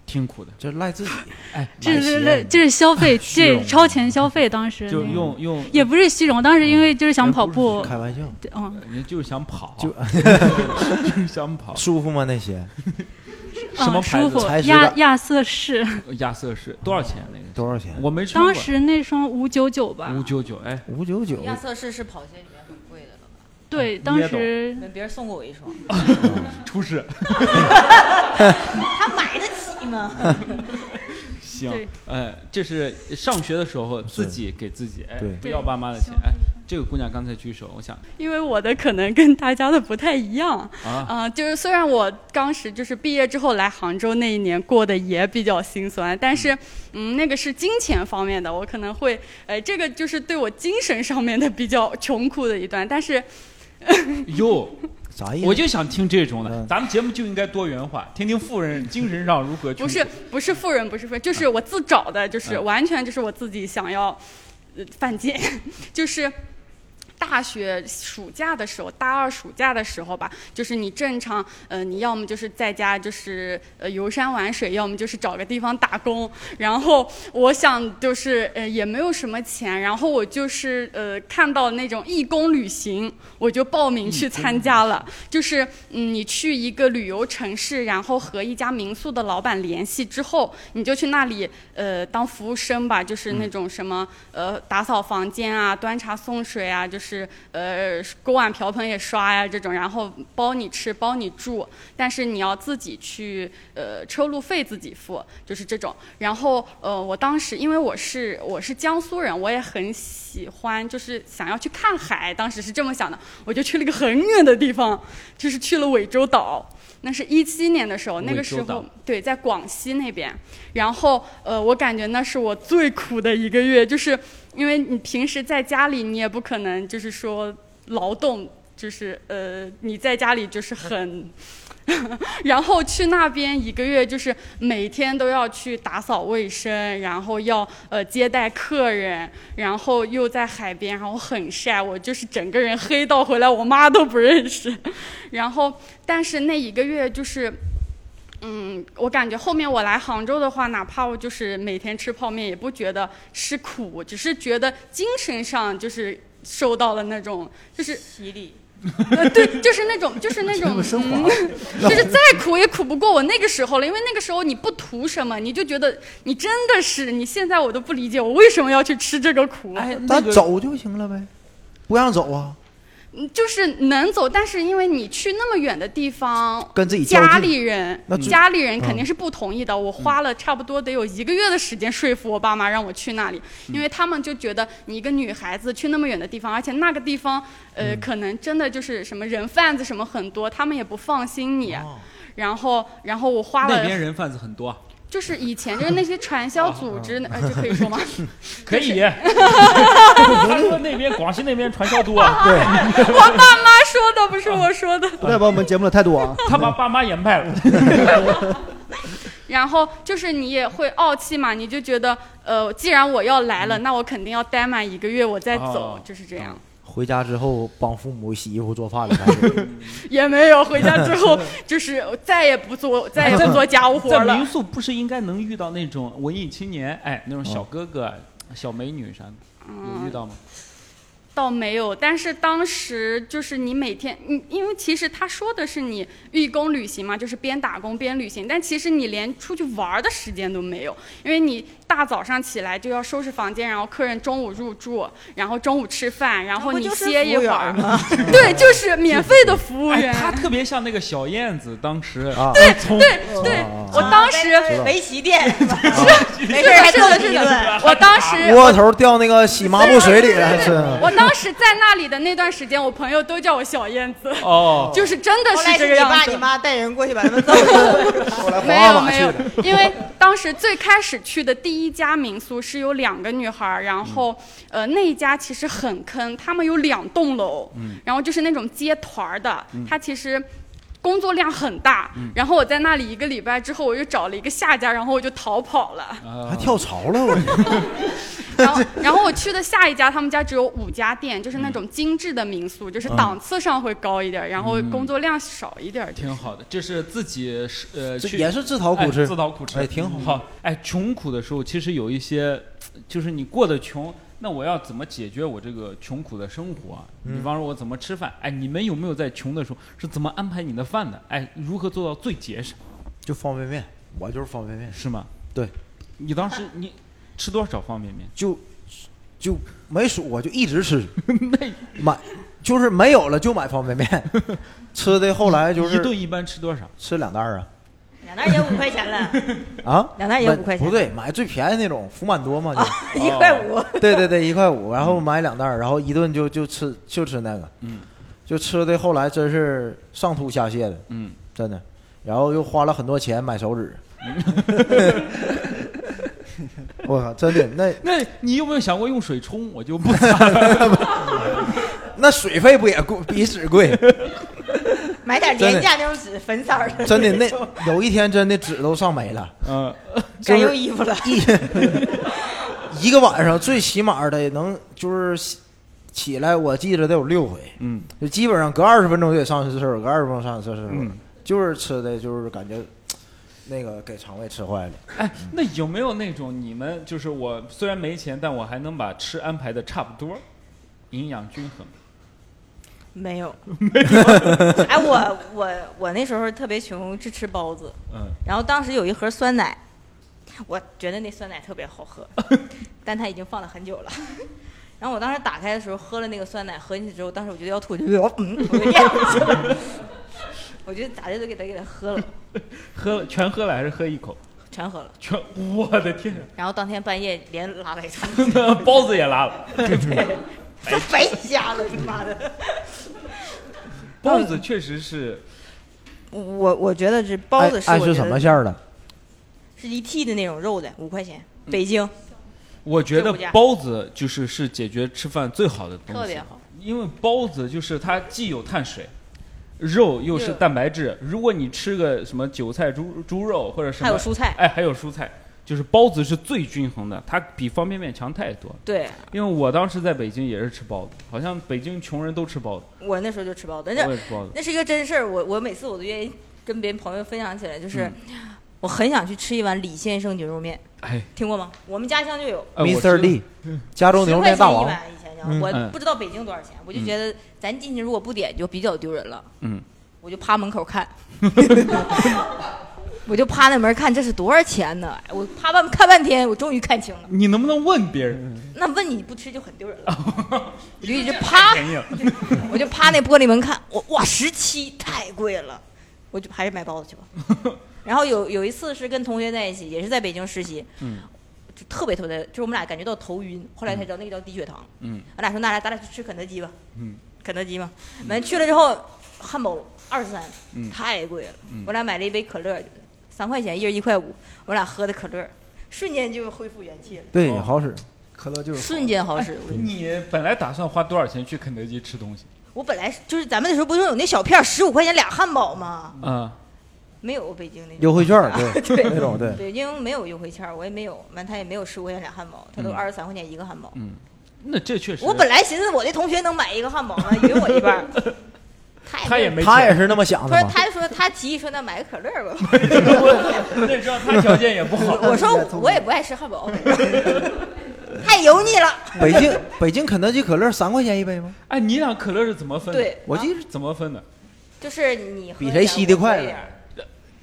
Speaker 2: 挺苦的。
Speaker 4: 这赖自己，
Speaker 2: 哎，
Speaker 8: 这
Speaker 4: 买
Speaker 8: 是
Speaker 4: 鞋
Speaker 8: 这这是消 费，
Speaker 2: 虚荣
Speaker 8: 这超前消费，当时
Speaker 2: 就
Speaker 8: 那个
Speaker 2: 用用，哎
Speaker 8: 也不是虚荣，当时因为就是想跑 步，
Speaker 4: 开玩笑，
Speaker 8: 嗯，
Speaker 2: 你就是想跑，
Speaker 4: 就
Speaker 2: 就是想跑。
Speaker 4: 舒服吗？那鞋
Speaker 2: 什么
Speaker 8: 嗯，
Speaker 2: 牌
Speaker 8: 舒
Speaker 2: 子
Speaker 8: 服
Speaker 4: 才，知
Speaker 8: 亚
Speaker 4: 道
Speaker 8: 亚瑟士，
Speaker 2: 亚瑟士多少钱那个？
Speaker 4: 多少钱？
Speaker 2: 我没穿过。
Speaker 8: 当时那双五九九吧
Speaker 2: 五，九九，哎，
Speaker 4: 五九九，
Speaker 1: 亚瑟士是跑鞋里面很贵的了吧？
Speaker 8: 对，当时
Speaker 1: 别人送过我一双，
Speaker 2: 出事。
Speaker 1: 他买得 起吗？
Speaker 2: 行
Speaker 8: 对，
Speaker 2: 哎，这是上学的时候自己给自己，哎
Speaker 4: 对，
Speaker 2: 不要爸妈的钱。哎，这个姑娘刚才举手，我想
Speaker 9: 因为我的可能跟大家的不太一样，
Speaker 2: 啊，
Speaker 9: 啊、就是虽然我当时就是毕业之后来杭州那一年过得也比较心酸，但是，嗯，那个是金钱方面的，我可能会，呃，这个就是对我精神上面的比较穷苦的一段，但是
Speaker 2: 哟，
Speaker 4: 啥意思？
Speaker 2: 我就想听这种的，
Speaker 4: 嗯
Speaker 2: 咱们节目就应该多元化，听听富人精神上如何去。
Speaker 9: 不是不是富人，不是富人，就是我自找的，就是
Speaker 2: 嗯
Speaker 9: 完全就是我自己想要呃犯贱， 就是。大学暑假的时候，大二暑假的时候吧，就是你正常，呃，你要么就是在家就是呃游山玩水，要么就是找个地方打工。然后我想就是呃也没有什么钱，然后我就是呃看到那种义工旅行，我就报名去参加了。就是嗯，你去一个旅游城市，然后和一家民宿的老板联系之后，你就去那里呃当服务生吧，就是
Speaker 2: 嗯
Speaker 9: 那种什么呃打扫房间啊、端茶送水啊，就是呃锅碗瓢盆也刷呀、这种，然后包你吃包你住，但是你要自己去呃车路费自己付，就是这种。然后呃我当时因为我是我是江苏人，我也很喜欢，就是想要去看海，当时是这么想的，我就去了一个很远的地方，就是去了涠洲岛。那是一七年的时候，那个时
Speaker 2: 涠洲岛
Speaker 9: 候对，在广西那边。然后呃，我感觉那是我最苦的一个月，就是因为你平时在家里，你也不可能就是说劳动，就是呃你在家里就是很。 然后去那边一个月，就是每天都要去打扫卫生，然后要呃接待客人，然后又在海边，然后很晒，我就是整个人黑到回来，我妈都不认识。然后，但是那一个月就是嗯，我感觉后面我来杭州的话，哪怕我就是每天吃泡面，也不觉得吃苦，只是觉得精神上就是受到了那种，就是
Speaker 1: 犀利，
Speaker 9: 呃，对，就是那种，就是那种，
Speaker 3: 升华
Speaker 9: 嗯，就是再苦也苦不过我那个时候了，因为那个时候你不图什么，你就觉得你真的是，你现在我都不理解我为什么要去吃这个苦，
Speaker 2: 哎，那
Speaker 4: 咱
Speaker 2: 个
Speaker 4: 走就行了呗，不让走啊，
Speaker 9: 嗯就是能走，但是因为你去那么远的地方，
Speaker 4: 跟自己较
Speaker 9: 家
Speaker 4: 劲。
Speaker 9: 里人嗯
Speaker 4: 那，嗯最
Speaker 9: 家里人肯定是不同意的。我花了差不多得有一个月的时间说服我爸妈让我去那里，
Speaker 4: 嗯
Speaker 9: 因为他们就觉得你一个女孩子去那么远的地方，而且那个地方，呃，
Speaker 4: 嗯
Speaker 9: 可能真的就是什么人贩子什么很多，他们也不放心你。
Speaker 4: 哦
Speaker 9: 然后，然后我花
Speaker 2: 那
Speaker 9: 了，
Speaker 2: 边人贩子很多啊，
Speaker 9: 就是以前就是那些传销
Speaker 4: 哦
Speaker 9: 组织，呃，这可 以说吗？
Speaker 2: 可以。他说那边广西那边传销多啊，
Speaker 4: 对，
Speaker 9: 我爸妈说的，不是我说的。
Speaker 3: 不代表我们节目的态 度啊。
Speaker 2: 他把爸妈也卖 了。
Speaker 9: 然后就是你也会傲气嘛，你就觉得，呃，既然我要来了，那我肯定要待满一个月，我再走，
Speaker 2: 哦
Speaker 9: 就是这样。
Speaker 4: 回家之后帮父母洗衣服做 饭了，开始
Speaker 9: 也没有回家之后，就是再也不做，再也不做家务活
Speaker 2: 在民
Speaker 9: 了。
Speaker 2: 宿不是应该能遇到那种文艺青年，哎，那种小
Speaker 4: 哦
Speaker 2: 哥哥、小美女啥的，有
Speaker 9: 嗯，
Speaker 2: 遇到吗？
Speaker 9: 倒没有，但是当时就是你每天，你因为其实他说的是你义工旅行嘛，就是边打工边旅行，但其实你连出去玩儿的时间都没有，因为你大早上起来就要收拾房间，然后客人中午入住，然后中午吃饭，然后
Speaker 1: 不
Speaker 9: 你
Speaker 1: 就是
Speaker 9: 歇
Speaker 1: 服
Speaker 9: 一
Speaker 1: 务
Speaker 9: 会
Speaker 1: 员
Speaker 9: 儿，
Speaker 1: 吗？
Speaker 9: 对，就是免费的服务
Speaker 2: 哎，
Speaker 9: 员。
Speaker 2: 他特别像那个小燕子，当时
Speaker 4: 啊
Speaker 2: 对对
Speaker 9: 对
Speaker 4: 啊
Speaker 9: 我当时，
Speaker 1: 围棋店是吧？没
Speaker 9: 是
Speaker 1: 事
Speaker 9: 的
Speaker 1: 还
Speaker 9: 是的
Speaker 1: 揍你
Speaker 9: 是
Speaker 1: 一
Speaker 9: 的
Speaker 1: 顿。
Speaker 9: 我当
Speaker 1: 哎
Speaker 9: 时，
Speaker 4: 窝头掉那个洗抹布水里了，是。
Speaker 9: 我当时在那里的那段时间，我朋友都叫我小燕子，
Speaker 2: 哦，
Speaker 9: 就是真的
Speaker 1: 后来
Speaker 9: 是这个
Speaker 1: 是你
Speaker 9: 样
Speaker 1: 爸
Speaker 9: 子
Speaker 1: 你。妈带人过去把他们揍了。
Speaker 4: 后来皇
Speaker 9: 没有
Speaker 4: 阿玛
Speaker 9: 没
Speaker 4: 去
Speaker 9: 有
Speaker 4: 的，，
Speaker 9: 因为当时最开始去的第一家民宿是有两个女孩儿，然后、
Speaker 4: 嗯
Speaker 9: 呃那一家其实很坑，他们有两栋楼，
Speaker 4: 嗯
Speaker 9: 然后就是那种接团儿的，他其实。工作量很大，
Speaker 4: 嗯
Speaker 9: 然后我在那里一个礼
Speaker 4: 嗯
Speaker 9: 拜之后，我又找了一个下家，然后我就逃跑了。
Speaker 2: 啊
Speaker 4: 还跳槽了，我
Speaker 9: 然后，然后我去的下一家，他们家只有五家店，就是那种精致的民宿，就是
Speaker 4: 嗯
Speaker 9: 档次上会高一点，然后工作量少一点。
Speaker 2: 挺好的，这是自己是呃
Speaker 4: 这
Speaker 2: 去
Speaker 4: 也是自讨苦吃
Speaker 2: 哎自讨苦吃，
Speaker 4: 哎挺好
Speaker 2: 好。哎，穷苦的时候，其实有一些，就是你过得穷，那我要怎么解决我这个穷苦的生活啊？
Speaker 4: 嗯
Speaker 2: 比方说，我怎么吃饭？哎，你们有没有在穷的时候是怎么安排你的饭的？哎，如何做到最节省？
Speaker 4: 就方便面，我就是方便面，
Speaker 2: 是吗？
Speaker 4: 对，
Speaker 2: 你当时你吃多少方便面？
Speaker 4: 就就没数，我就一直 吃，买就是没有了就买方便 面，吃的后来就
Speaker 2: 一
Speaker 4: 是
Speaker 2: 顿一般吃多少？
Speaker 4: 吃两袋儿啊
Speaker 1: 两袋也五块钱了，
Speaker 4: 啊，
Speaker 1: 两袋也
Speaker 4: 买
Speaker 1: 五块钱啊
Speaker 4: 不对，买最便宜那种，福满多嘛就。
Speaker 1: 一
Speaker 2: 哦
Speaker 1: 块五。
Speaker 4: 对对对，一块五，然后买两袋儿，然后一顿就就吃就吃那个，
Speaker 2: 嗯，
Speaker 4: 就吃的后来真是上吐下泻的，
Speaker 2: 嗯，
Speaker 4: 真的，然后又花了很多钱买手指， 我靠，真的那
Speaker 2: 那你有没有想过用水冲？我就不 擦了。
Speaker 4: 那水费不也贵比纸贵？
Speaker 1: 买点廉价那种纸，粉色 儿的，
Speaker 4: 真的那有一天真的纸都上没了，
Speaker 2: 嗯，
Speaker 1: 改用衣服了。
Speaker 4: 一 个晚上最起码得能就是起起来，我记着得有六回，
Speaker 2: 嗯，
Speaker 4: 就基本上隔二十分钟就得上一次厕所，隔二十分钟上一次厕所，
Speaker 2: 嗯
Speaker 4: 就是吃的，就是感觉那个给肠胃吃坏了。
Speaker 2: 哎，那有没有那种你们就是我虽然没钱，但我还能把吃安排的差不多，营养均衡？
Speaker 1: 没有，哎，我我我那时候特别穷，只吃包子。
Speaker 2: 嗯，
Speaker 1: 然后当时有一盒酸奶，我觉得那酸奶特别好喝，但它已经放了很久了。然后我当时打开的时候喝了那个酸奶，喝进去之后，当时我觉得要吐，我就嗯，我就咽下去了。 我觉得咋的都给它给它喝了，
Speaker 2: 喝了全喝了还是喝一口？
Speaker 1: 全喝了。
Speaker 2: 全，我的天啊，
Speaker 1: 然后当天半夜连拉带吐，
Speaker 2: 包子也拉 了。哎
Speaker 1: 这白瞎了，他妈的！
Speaker 2: 包子确实是，
Speaker 1: 我我觉得这包子是
Speaker 4: 爱
Speaker 1: 我
Speaker 4: 哎是
Speaker 1: 觉
Speaker 4: 什
Speaker 1: 得
Speaker 4: 么馅儿的？
Speaker 1: 是一屉的那种肉的，五块钱，北京
Speaker 2: 我觉
Speaker 1: 这
Speaker 2: 得
Speaker 1: 物价
Speaker 2: 包子就是是解决吃饭最好的东西，
Speaker 1: 特别好。
Speaker 2: 因为包子就是它既有碳水，肉又是蛋白质。如果你吃个什么韭菜猪猪肉或者什么，
Speaker 1: 还有蔬菜，
Speaker 2: 哎，还有蔬菜，就是包子是最均衡的，它比方便面强太多了。
Speaker 1: 对
Speaker 2: 因为我当时在北京也是吃包子，好像北京穷人都吃包子，
Speaker 1: 我那时候就吃包子，
Speaker 2: 我
Speaker 1: 那
Speaker 2: 也吃包子。
Speaker 1: 那是一个真事儿，我我每次我都愿意跟别人朋友分享起来，就是、
Speaker 2: 嗯
Speaker 1: 我很想去吃一碗李先生牛肉面，
Speaker 2: 哎，
Speaker 1: 听过吗？我们家乡就有，
Speaker 2: 哎
Speaker 4: Mr. Lee，加州
Speaker 1: 十
Speaker 4: 牛肉
Speaker 1: 块
Speaker 4: 面大
Speaker 1: 钱一
Speaker 4: 王，
Speaker 1: 碗以前叫，
Speaker 4: 嗯
Speaker 1: 我
Speaker 2: 嗯
Speaker 1: 不知道北京多少钱，我就觉得咱进去如果不点就比较丢人了，
Speaker 2: 嗯，
Speaker 1: 我就趴门口看。 我就趴那门看这是多少钱呢？哎我趴半看半天，我终于看清了。
Speaker 2: 你能不能问别人？
Speaker 1: 那问你不吃就很丢人了，我就一直趴
Speaker 2: 便宜了，
Speaker 1: 我就趴那玻璃门看，我哇，十七太贵了，我就还是买包子去吧。 然后有有一次是跟同学在一起，也是在北京实习，
Speaker 2: 嗯
Speaker 1: 就特别特别，就是我们俩感觉到头晕，后来才知道那个叫低血糖。
Speaker 2: 嗯
Speaker 1: 俺俩说那俩咱俩去吃肯德基吧，
Speaker 2: 嗯，
Speaker 1: 肯德基嘛，完去了之后，汉堡二三
Speaker 2: 嗯，
Speaker 1: 太贵了
Speaker 2: 嗯，
Speaker 1: 我俩买了一杯可乐，三块钱，一人一块五，我俩喝的可乐，瞬间就恢复元气了，
Speaker 4: 对，
Speaker 2: 哦
Speaker 4: 好使。
Speaker 3: 可乐就是
Speaker 1: 瞬间好使。我
Speaker 2: 哎你本来打算花多少钱去肯德基吃东西？
Speaker 1: 我本来是就是咱们那时候不是有那小片十五块钱俩汉堡吗？
Speaker 2: 啊、
Speaker 1: 没有北京那种
Speaker 4: 优惠券儿， 对那种对，
Speaker 1: 北京没有优惠券儿，我也没有，完他也没有十五块钱俩汉堡，他都
Speaker 2: 嗯
Speaker 1: 二十三块钱一个汉堡。
Speaker 2: 嗯，那这确实，
Speaker 1: 我本来寻思我的同学能买一个汉堡 呢，匀我一半儿，他也
Speaker 2: 他也没
Speaker 4: 他也
Speaker 2: 钱，
Speaker 4: 是那么想
Speaker 1: 他
Speaker 4: 的
Speaker 1: 说
Speaker 4: 嘛。
Speaker 1: 他说他提议说那买个可乐儿吧，
Speaker 2: 那知道他条件也不好。
Speaker 1: 我说我也不爱吃汉堡， 太油腻了。
Speaker 4: 北京北京肯德基可乐三块钱一杯吗？
Speaker 2: 哎，你俩可乐是怎么分的？
Speaker 1: 对，
Speaker 4: 我记
Speaker 1: 啊
Speaker 4: 得
Speaker 2: 怎么分的？
Speaker 1: 就是你喝
Speaker 4: 比谁吸得快
Speaker 1: 两口
Speaker 4: 呗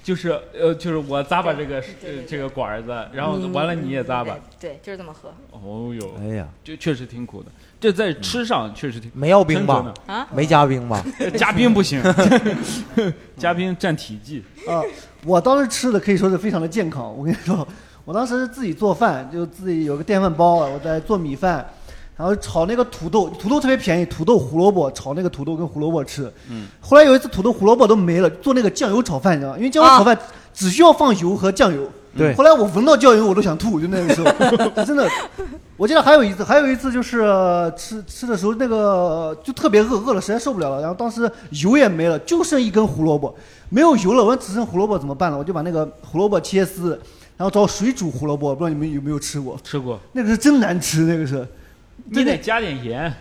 Speaker 2: 就是呃，就是我咂巴这个
Speaker 1: 对对对
Speaker 2: 呃
Speaker 1: 对
Speaker 2: 这个管儿子，
Speaker 1: 这
Speaker 2: 然后
Speaker 1: 样
Speaker 2: 完了你也咂巴，，
Speaker 1: 对，就是这么喝
Speaker 2: 哦哟，
Speaker 4: 哎呀，嗯
Speaker 2: 就确实挺苦的。这在吃上确实挺
Speaker 4: 没要
Speaker 2: 真
Speaker 4: 冰吧
Speaker 2: 的？，
Speaker 1: 啊。
Speaker 4: 没加冰 吧？
Speaker 2: 嘉宾不行，嘉宾占体积。
Speaker 3: 啊、我当时吃的可以说是非常的健康。我跟你说，我当时是自己做饭，就自己有个电饭煲啊，我在做米饭，然后炒那个土豆，土豆特别便宜，土豆胡萝卜炒那个土豆跟胡萝卜吃。
Speaker 2: 嗯。
Speaker 3: 后来有一次土豆胡萝卜都没了，做那个酱油炒饭，你知道吗？因为酱油炒饭只需要放油和酱油。
Speaker 4: 对
Speaker 3: 后来我闻到酱油我都想吐，就那个时候， 真的。我记得还有一次，还有一次就是呃吃吃的时候，那个就特别饿，饿了实在受不了了。然后当时油也没了，就剩一根胡萝卜，没有油了，我只剩胡萝卜怎么办了？我就把那个胡萝卜切丝，然然后找水煮胡萝卜，我不知道你们有没有吃过，
Speaker 2: 吃过，
Speaker 3: 那个是真难吃，那个是。
Speaker 2: 你得加点盐，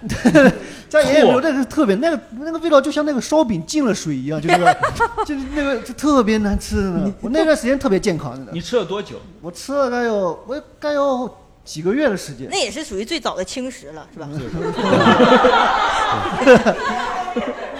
Speaker 3: 在盐油那个是特别，那个那个味道就像那个烧饼进了水一样，就那 个，就是那个就特别难吃的。我那段时间特别健康真的，
Speaker 2: 你吃了多久？
Speaker 3: 我吃了该有我该有几个月的时间
Speaker 1: 那。也是属于最早的轻食了，是吧？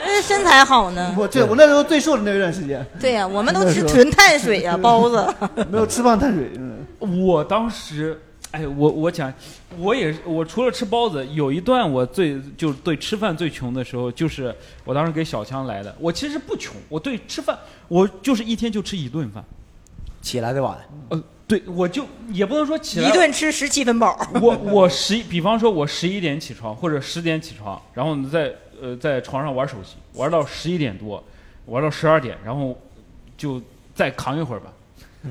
Speaker 1: 那身材好呢。
Speaker 3: 我对我那时候最瘦的那段时间，
Speaker 1: 对呀、我们都吃纯碳水呀、包子。
Speaker 3: 没有吃饭碳水。嗯
Speaker 2: 我当时，哎，我我讲，我也是我除了吃包子，有一段我最就是对吃饭最穷的时候，就是我当时给小强来的。我其实不穷，我对吃饭，我就是一天就吃一顿饭。
Speaker 4: 起来的晚，
Speaker 2: 呃，对，我就也不能说起来
Speaker 1: 一顿吃十七分饱，
Speaker 2: 我我十一，比方说我十一点起床或者十点起床，然后呢在呃在床上玩手机，玩到十一点多，玩到十二点，然后就再扛一会儿吧，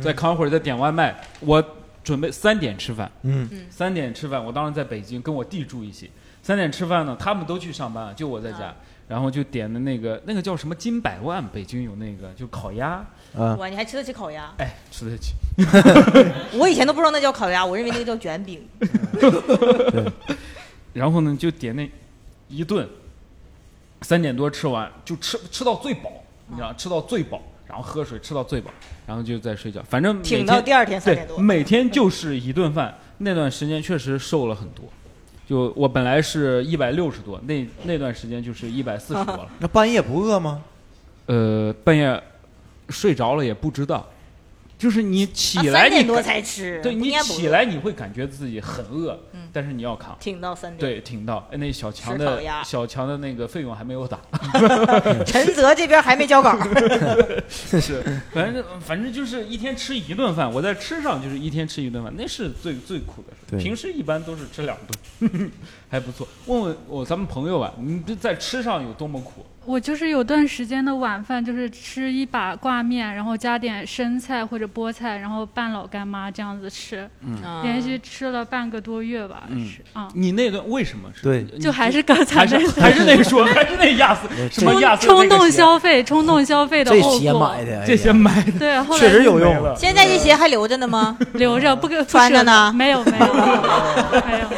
Speaker 2: 再扛一会儿再点外卖。我准备三点吃饭，
Speaker 4: 嗯
Speaker 2: 三点吃饭，我当时在北京跟我弟住一起。三点吃饭呢，他们都去上班，就我在
Speaker 1: 啊
Speaker 2: 家，然后就点的那个那个叫什么金百万，北京有那个就烤鸭，
Speaker 4: 啊，
Speaker 1: 哇，你还吃得起烤鸭？
Speaker 2: 哎，吃得起。
Speaker 1: 我以前都不知道那叫烤鸭，我认为那个叫卷饼。
Speaker 2: 然后呢，就点那一顿，三点多吃完，就吃吃到最饱，
Speaker 1: 嗯
Speaker 2: 你知道，吃到最饱，然后喝水吃到最饱，然后就再睡觉，反正每
Speaker 1: 挺
Speaker 2: 天
Speaker 1: 到第二天三
Speaker 2: 对
Speaker 1: 点多，
Speaker 2: 每天就是一顿饭。那段时间确实瘦了很多，就我本来是一百六十多，那那段时间就是一百四十多
Speaker 1: 啊
Speaker 2: 了。
Speaker 4: 那半夜不饿吗？
Speaker 2: 呃，半夜睡着了也不知道，就是你起
Speaker 1: 啊
Speaker 2: 来
Speaker 1: 三
Speaker 2: 你
Speaker 1: 点
Speaker 2: 感、
Speaker 1: 多才吃，
Speaker 2: 对
Speaker 1: 不
Speaker 2: 你
Speaker 1: 应该不饿
Speaker 2: 起来你会感觉自己很饿，
Speaker 1: 嗯
Speaker 2: 但是你要扛。
Speaker 1: 挺到三点。
Speaker 2: 啊对，挺到哎那小强
Speaker 1: 吃烤
Speaker 2: 的
Speaker 1: 鸭
Speaker 2: 小强的那个费用还没 有打，
Speaker 1: 陈泽这边还没交稿，
Speaker 2: 是，反正反正就是一天吃一顿饭，我在吃上就是一天吃一顿饭，那是最最苦的事。
Speaker 4: 对
Speaker 2: 平时一般都是吃两顿， 还不错。问问我咱们朋友吧，你这在吃上有多么苦？啊
Speaker 8: 我就是有段时间的晚饭就是吃一把挂面，然后加点生菜或者菠菜，然后拌老干妈这样子吃，连续吃了半个多月吧，
Speaker 2: 嗯
Speaker 8: 是啊，
Speaker 2: 你那顿为什么是？
Speaker 4: 对
Speaker 2: 你
Speaker 8: 就还是刚才
Speaker 2: 还是
Speaker 8: 那
Speaker 2: 还是那说，还是那亚瑟什么亚
Speaker 8: 冲
Speaker 2: 瑟
Speaker 8: 冲
Speaker 2: 那个
Speaker 8: 动
Speaker 2: 鞋，
Speaker 8: 消费，冲动消费的
Speaker 4: 这
Speaker 8: 后
Speaker 4: 鞋
Speaker 8: 果。
Speaker 4: 买的，哎呀
Speaker 2: 这些买的
Speaker 8: 对， 后来
Speaker 4: 确实有
Speaker 2: 没
Speaker 4: 用。
Speaker 2: 了。
Speaker 1: 现在这鞋还留着呢吗？
Speaker 8: 留着不给不
Speaker 1: 穿着
Speaker 8: 舍得
Speaker 1: 呢
Speaker 8: 没有没有没有，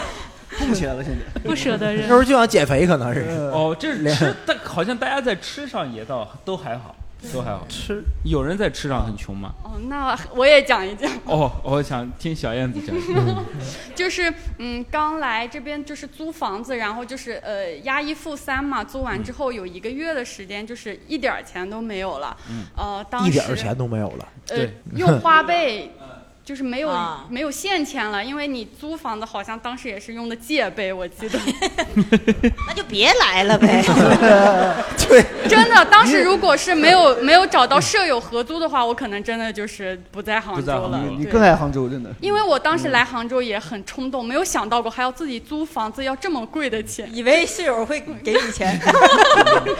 Speaker 3: 蹦起来了现在。
Speaker 8: 不舍得
Speaker 4: 那时候
Speaker 8: 扔。
Speaker 4: 就想减肥，可能是
Speaker 3: 呃
Speaker 2: 哦，这是吃，但好像大家在吃上也倒都还好，都还好。吃有人在吃上很穷吗？
Speaker 9: 哦，那我也讲一讲，
Speaker 2: 哦，我想听小燕子讲。
Speaker 9: 就是嗯，刚来这边就是租房子，然后就是呃押一付三嘛，租
Speaker 2: 嗯
Speaker 9: 完之后有一个月的时间，就是一点儿钱都没有了，
Speaker 2: 嗯
Speaker 9: 呃，当时
Speaker 4: 一点儿钱都没有了。
Speaker 9: 呃
Speaker 2: 对
Speaker 9: 用花呗。就是没有、
Speaker 1: 啊
Speaker 9: 没有现钱了，因为你租房子好像当时也是用的借呗，我记得
Speaker 1: 那就别来了呗。
Speaker 4: 对，
Speaker 9: 真的。当时如果是没有没有找到舍友合租的话，我可能真的就是不在杭
Speaker 2: 不
Speaker 9: 州
Speaker 2: 在杭州
Speaker 9: 了。
Speaker 2: 了
Speaker 9: 对
Speaker 3: 你更爱杭州，真的。
Speaker 9: 因为我当时来杭州也很冲动，没有想到过还要自己租房子要这么贵的钱。
Speaker 1: 以为室友会给你钱，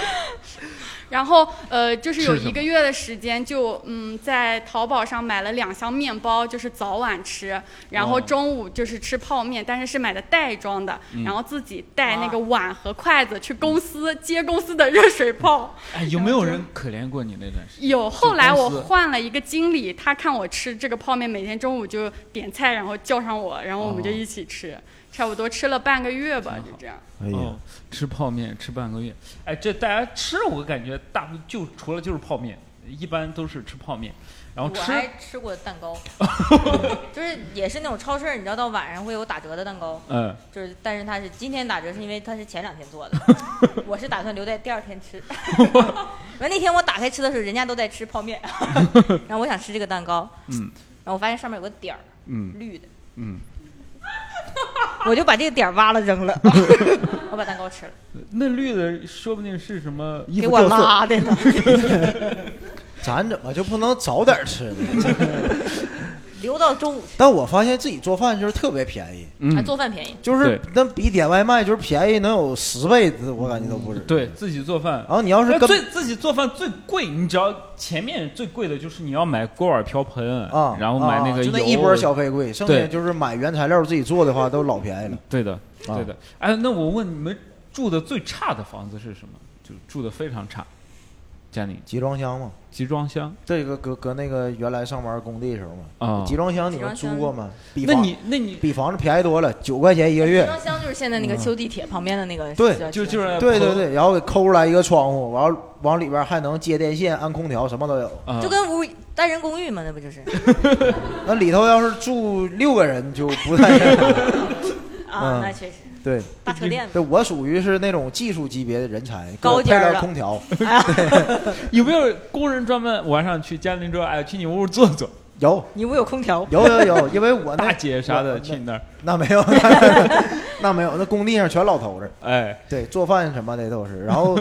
Speaker 9: 然后呃，就是有
Speaker 2: 吃什么
Speaker 9: 一个月的时间就，嗯，在淘宝上买了两箱面包，就是早晚吃，然后
Speaker 2: 哦
Speaker 9: 中午就是吃泡面，但是是买的袋装的，
Speaker 2: 嗯
Speaker 9: 然后自己带那个碗和筷子去公司接公司的热水泡。
Speaker 2: 哎，有没有人可怜过你那段时间？
Speaker 9: 有后来我
Speaker 2: 公司
Speaker 9: 换了一个经理，他看我吃这个泡面，每天中午就点菜，然后叫上我，然后我们就
Speaker 2: 哦
Speaker 9: 一起吃，差不多吃了半个月吧，
Speaker 2: 挺好
Speaker 9: 就这样。
Speaker 4: 哎呀
Speaker 2: 哦，，吃泡面吃半个月，哎，这大家吃我感觉大部就除了就是泡面，一般都是吃泡面， 然后
Speaker 1: 我
Speaker 2: 吃
Speaker 1: 还吃过蛋 糕，就是也是那种超市，你知道到晚上会有打折的蛋糕，
Speaker 2: 嗯，
Speaker 1: 就是但是它是今天打折，是因为它是前两天 做的，我是打算留在第二天吃。完那天我打开吃的时候，人家都在吃泡 面，然后我想吃这个蛋糕，
Speaker 2: 嗯，
Speaker 1: 然后我发现上面有个点儿，
Speaker 2: 嗯
Speaker 1: 绿的，
Speaker 2: 嗯，
Speaker 1: 我就把这个点儿挖了扔了，我把蛋糕吃了，
Speaker 2: 那绿的说不定是什么
Speaker 3: 衣
Speaker 1: 给
Speaker 3: 服
Speaker 1: 我
Speaker 3: 掉色，
Speaker 1: 妈的呢，
Speaker 4: 咱怎么就不能早点吃呢？
Speaker 1: 留到中午吃，
Speaker 4: 但我发现自己做饭就是特别便宜，
Speaker 1: 啊
Speaker 2: 嗯，
Speaker 1: 做饭便宜，
Speaker 4: 就是
Speaker 2: 对
Speaker 4: 那比点外卖就是便宜能有十倍，我感觉都不止。
Speaker 2: 对 自己做饭
Speaker 4: 然。后你要是
Speaker 2: 哎
Speaker 4: 跟
Speaker 2: 最自己做饭最贵，你只要前面最贵的就是你要买锅碗瓢盆
Speaker 4: 啊，
Speaker 2: 然后买
Speaker 4: 啊
Speaker 2: 那个
Speaker 4: 就
Speaker 2: 油，
Speaker 4: 那一波消费贵，剩下
Speaker 2: 对
Speaker 4: 就是买原材料自己做的话都老便宜了。
Speaker 2: 对的，
Speaker 4: 啊
Speaker 2: 对的。哎，那我问你们住的最差的房子是什么？就住的非常差，家里
Speaker 4: 集装箱嘛，
Speaker 2: 集装箱。
Speaker 4: 这个搁搁那个原来上班工地的时候嘛，
Speaker 2: 啊
Speaker 4: 集装箱你
Speaker 1: 集装
Speaker 4: 们
Speaker 1: 箱
Speaker 4: 租过吗？比
Speaker 2: 那
Speaker 4: 房
Speaker 2: 你那你
Speaker 4: 比房子便宜多了，九块钱一个
Speaker 1: 集
Speaker 4: 月。
Speaker 1: 装箱就是现在那个修地铁旁边的那个，
Speaker 4: 对
Speaker 2: 就就是是
Speaker 4: 对对
Speaker 2: 棚
Speaker 4: 对，然后给抠出来一个窗户，完了往里边还能接电线、安空调，什么都有。
Speaker 2: 啊，
Speaker 1: 就跟无单人公寓嘛，那不就是
Speaker 4: 那里头要是住六个人就不太一样。
Speaker 1: 啊？
Speaker 4: 嗯
Speaker 1: 那确实
Speaker 4: 对，
Speaker 1: 大车店嘛
Speaker 4: 对我属于是那种技术级别的人才，给
Speaker 1: 高
Speaker 4: 我
Speaker 1: 尖
Speaker 4: 配
Speaker 1: 儿啊哎
Speaker 4: 点
Speaker 1: 的
Speaker 4: 空 调。
Speaker 1: 嗯
Speaker 4: 呃
Speaker 2: 有没有工人专门晚上去家里之后，哎，去你屋坐坐，
Speaker 4: 有
Speaker 1: 你屋有空调，
Speaker 4: 有有有，因为我那
Speaker 2: 大姐啥
Speaker 4: 我
Speaker 2: 的
Speaker 4: 那
Speaker 2: 去你那儿，
Speaker 4: 那没有，那没有，那工地上全老头子，
Speaker 2: 哎，
Speaker 4: 对，做饭什么的都是。然后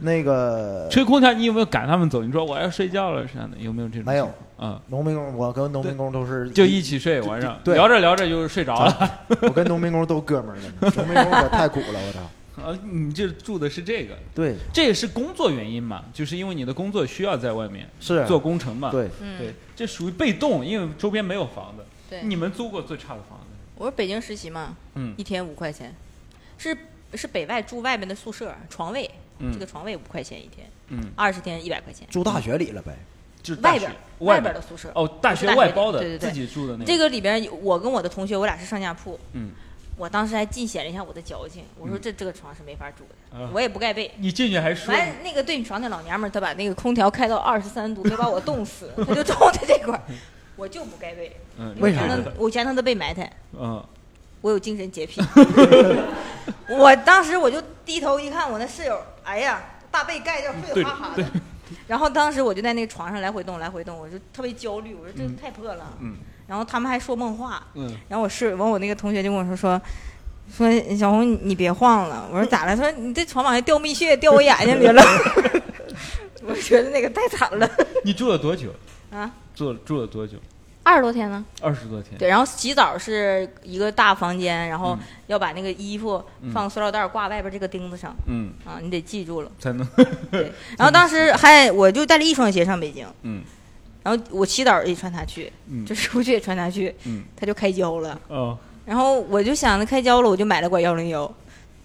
Speaker 4: 那 个
Speaker 2: 吹空调，你有没有赶他们走？你说我要睡觉了啥的，有没有这种？
Speaker 4: 没有，
Speaker 2: 嗯，
Speaker 4: 农民工，我跟农民工都是
Speaker 2: 就一起睡，晚上
Speaker 4: 对
Speaker 2: 聊着聊着就睡着了。
Speaker 4: 我跟农民工都哥们儿了，农民工可太苦了，我操！
Speaker 2: 啊，你这住的是这个，
Speaker 4: 对，
Speaker 2: 这也是工作原因嘛，就是因为你的工作需要在外面
Speaker 4: 是
Speaker 2: 做工程嘛。
Speaker 4: 对，
Speaker 2: 对
Speaker 1: 嗯，，
Speaker 2: 这属于被动，因为周边没有房子。
Speaker 1: 对
Speaker 2: 你们租过最差的房子？
Speaker 1: 我是北京实习嘛，
Speaker 2: 嗯
Speaker 1: 一天五块钱，是是北外住外面的宿舍床位，
Speaker 2: 嗯
Speaker 1: 这个床位五块钱一天，
Speaker 2: 嗯，
Speaker 1: 二十天一百块钱，
Speaker 4: 住大学里了呗。
Speaker 2: 就是大
Speaker 1: 外
Speaker 2: 学
Speaker 1: 边
Speaker 2: 外
Speaker 1: 边
Speaker 2: 边
Speaker 1: 的宿舍。
Speaker 2: 哦，大学
Speaker 1: 大学
Speaker 2: 外
Speaker 1: 里
Speaker 2: 包的，
Speaker 1: 对对对
Speaker 2: 自己住的那
Speaker 1: 这个里边有，我跟我的同学，我俩是上下铺。
Speaker 2: 嗯，
Speaker 1: 我当时还尽显了一下我的矫情，我说这、这个床是没法住的，
Speaker 2: 啊
Speaker 1: 我也不盖被。
Speaker 2: 你进去还说
Speaker 1: 完，那个对面床那老娘们儿，她把那个空调开到二十三度，没把我冻死，她就 冻在这块儿，我就不盖被。
Speaker 2: 嗯
Speaker 4: 为啥
Speaker 1: 全能，我全能的被埋汰，
Speaker 2: 嗯，
Speaker 1: 我有精神洁癖。我当时我就低头一看，我那室友，哎呀，大被盖掉，睡
Speaker 2: 嗯对
Speaker 1: 得哈哈的。然后当时我就在那个床上来回动，来回动，我就特别焦虑，我说这
Speaker 2: 嗯
Speaker 1: 太破了。
Speaker 2: 嗯
Speaker 1: 然后他们还说梦话，
Speaker 2: 嗯，
Speaker 1: 然后我室友完，我那个同学就跟我说说。说小红，你别晃了。我说咋了？说你这床往下掉蜜屑，掉我眼睛里了。 我觉得那个太惨了
Speaker 2: 你住了多久？
Speaker 1: 啊！
Speaker 2: 住了住了多久？
Speaker 1: 二十多天呢，
Speaker 2: 二十多天。
Speaker 1: 对，然后洗澡是一个大房间，然后
Speaker 2: 嗯
Speaker 1: 要把那个衣服放塑料袋儿挂外边这个钉子上
Speaker 2: 嗯，
Speaker 1: 啊，你得记住了。
Speaker 2: 才能
Speaker 1: 然后当时还我就带了一双鞋上北京，
Speaker 2: 嗯
Speaker 1: 然后我洗澡也穿它去，
Speaker 2: 嗯
Speaker 1: 就是出去也穿它去，
Speaker 2: 嗯
Speaker 1: 它就开胶了。
Speaker 2: 哦，
Speaker 1: 然后我就想着开胶了，我就买了管幺零幺，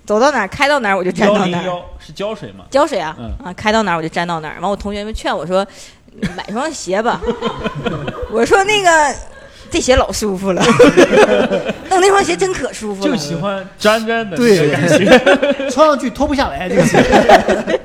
Speaker 1: 走到哪儿开到哪儿 我就粘
Speaker 2: 幺
Speaker 1: 到
Speaker 2: 零
Speaker 1: 哪儿。
Speaker 2: 幺是胶水嘛？
Speaker 1: 胶水啊，
Speaker 2: 嗯
Speaker 1: 啊，开到哪儿我就粘到哪儿。完，我同学们劝我说，你买双鞋吧。我说那个这鞋老舒服 了，弄那双鞋真可舒服了。
Speaker 2: 就喜欢粘粘的，
Speaker 3: 对
Speaker 2: 那个感 觉
Speaker 3: 穿上去脱不下来，这个鞋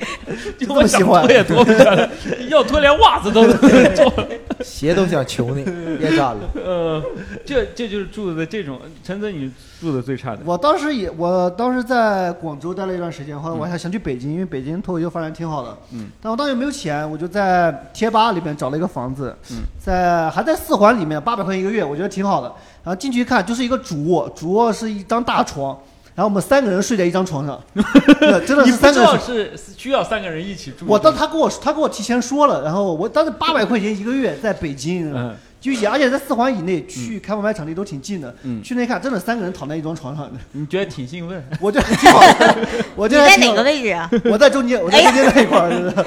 Speaker 2: 就
Speaker 3: 这
Speaker 2: 我
Speaker 3: 么
Speaker 2: 想
Speaker 3: 喜欢
Speaker 2: 脱也脱不下来，要脱连袜子都能脱。
Speaker 4: 鞋都想求 你，别干了。
Speaker 2: 呃， 这这就是住的这种，陈泽你住的最差 的，
Speaker 3: 我当时也，我当时在广州待了一段时间，后来我还想去北京，因为北京脱口秀发展挺好的。
Speaker 2: 嗯。
Speaker 3: 但我当时没有钱，我就在贴吧里面找了一个房子，
Speaker 1: 嗯
Speaker 3: 在还在四环里面，八百块钱一个月，我觉得挺好的。然后进去一看，就是一个主卧，主卧是一张大床，然后我们三个人睡在一张床上， 真的
Speaker 2: 你
Speaker 3: 是
Speaker 2: 不
Speaker 3: 三
Speaker 2: 知
Speaker 3: 个人
Speaker 2: 道
Speaker 3: 睡。
Speaker 2: 是需要三个人一起住的。
Speaker 3: 我当他跟我他跟我提前说了，然后我当时八百块钱一个月在北京，
Speaker 2: 嗯
Speaker 3: 就也而且在四环以内去开放麦场地都挺近的，
Speaker 2: 嗯
Speaker 3: 去那一看真的三个人躺在一张床上，
Speaker 2: 你觉得挺兴奋，
Speaker 3: 我 这挺好的，我
Speaker 1: 你
Speaker 3: 这
Speaker 1: 在
Speaker 3: 还挺
Speaker 1: 哪
Speaker 3: 好
Speaker 1: 个
Speaker 3: 的
Speaker 1: 位置啊？哎
Speaker 3: 我在中间，我在中间那一块儿，真的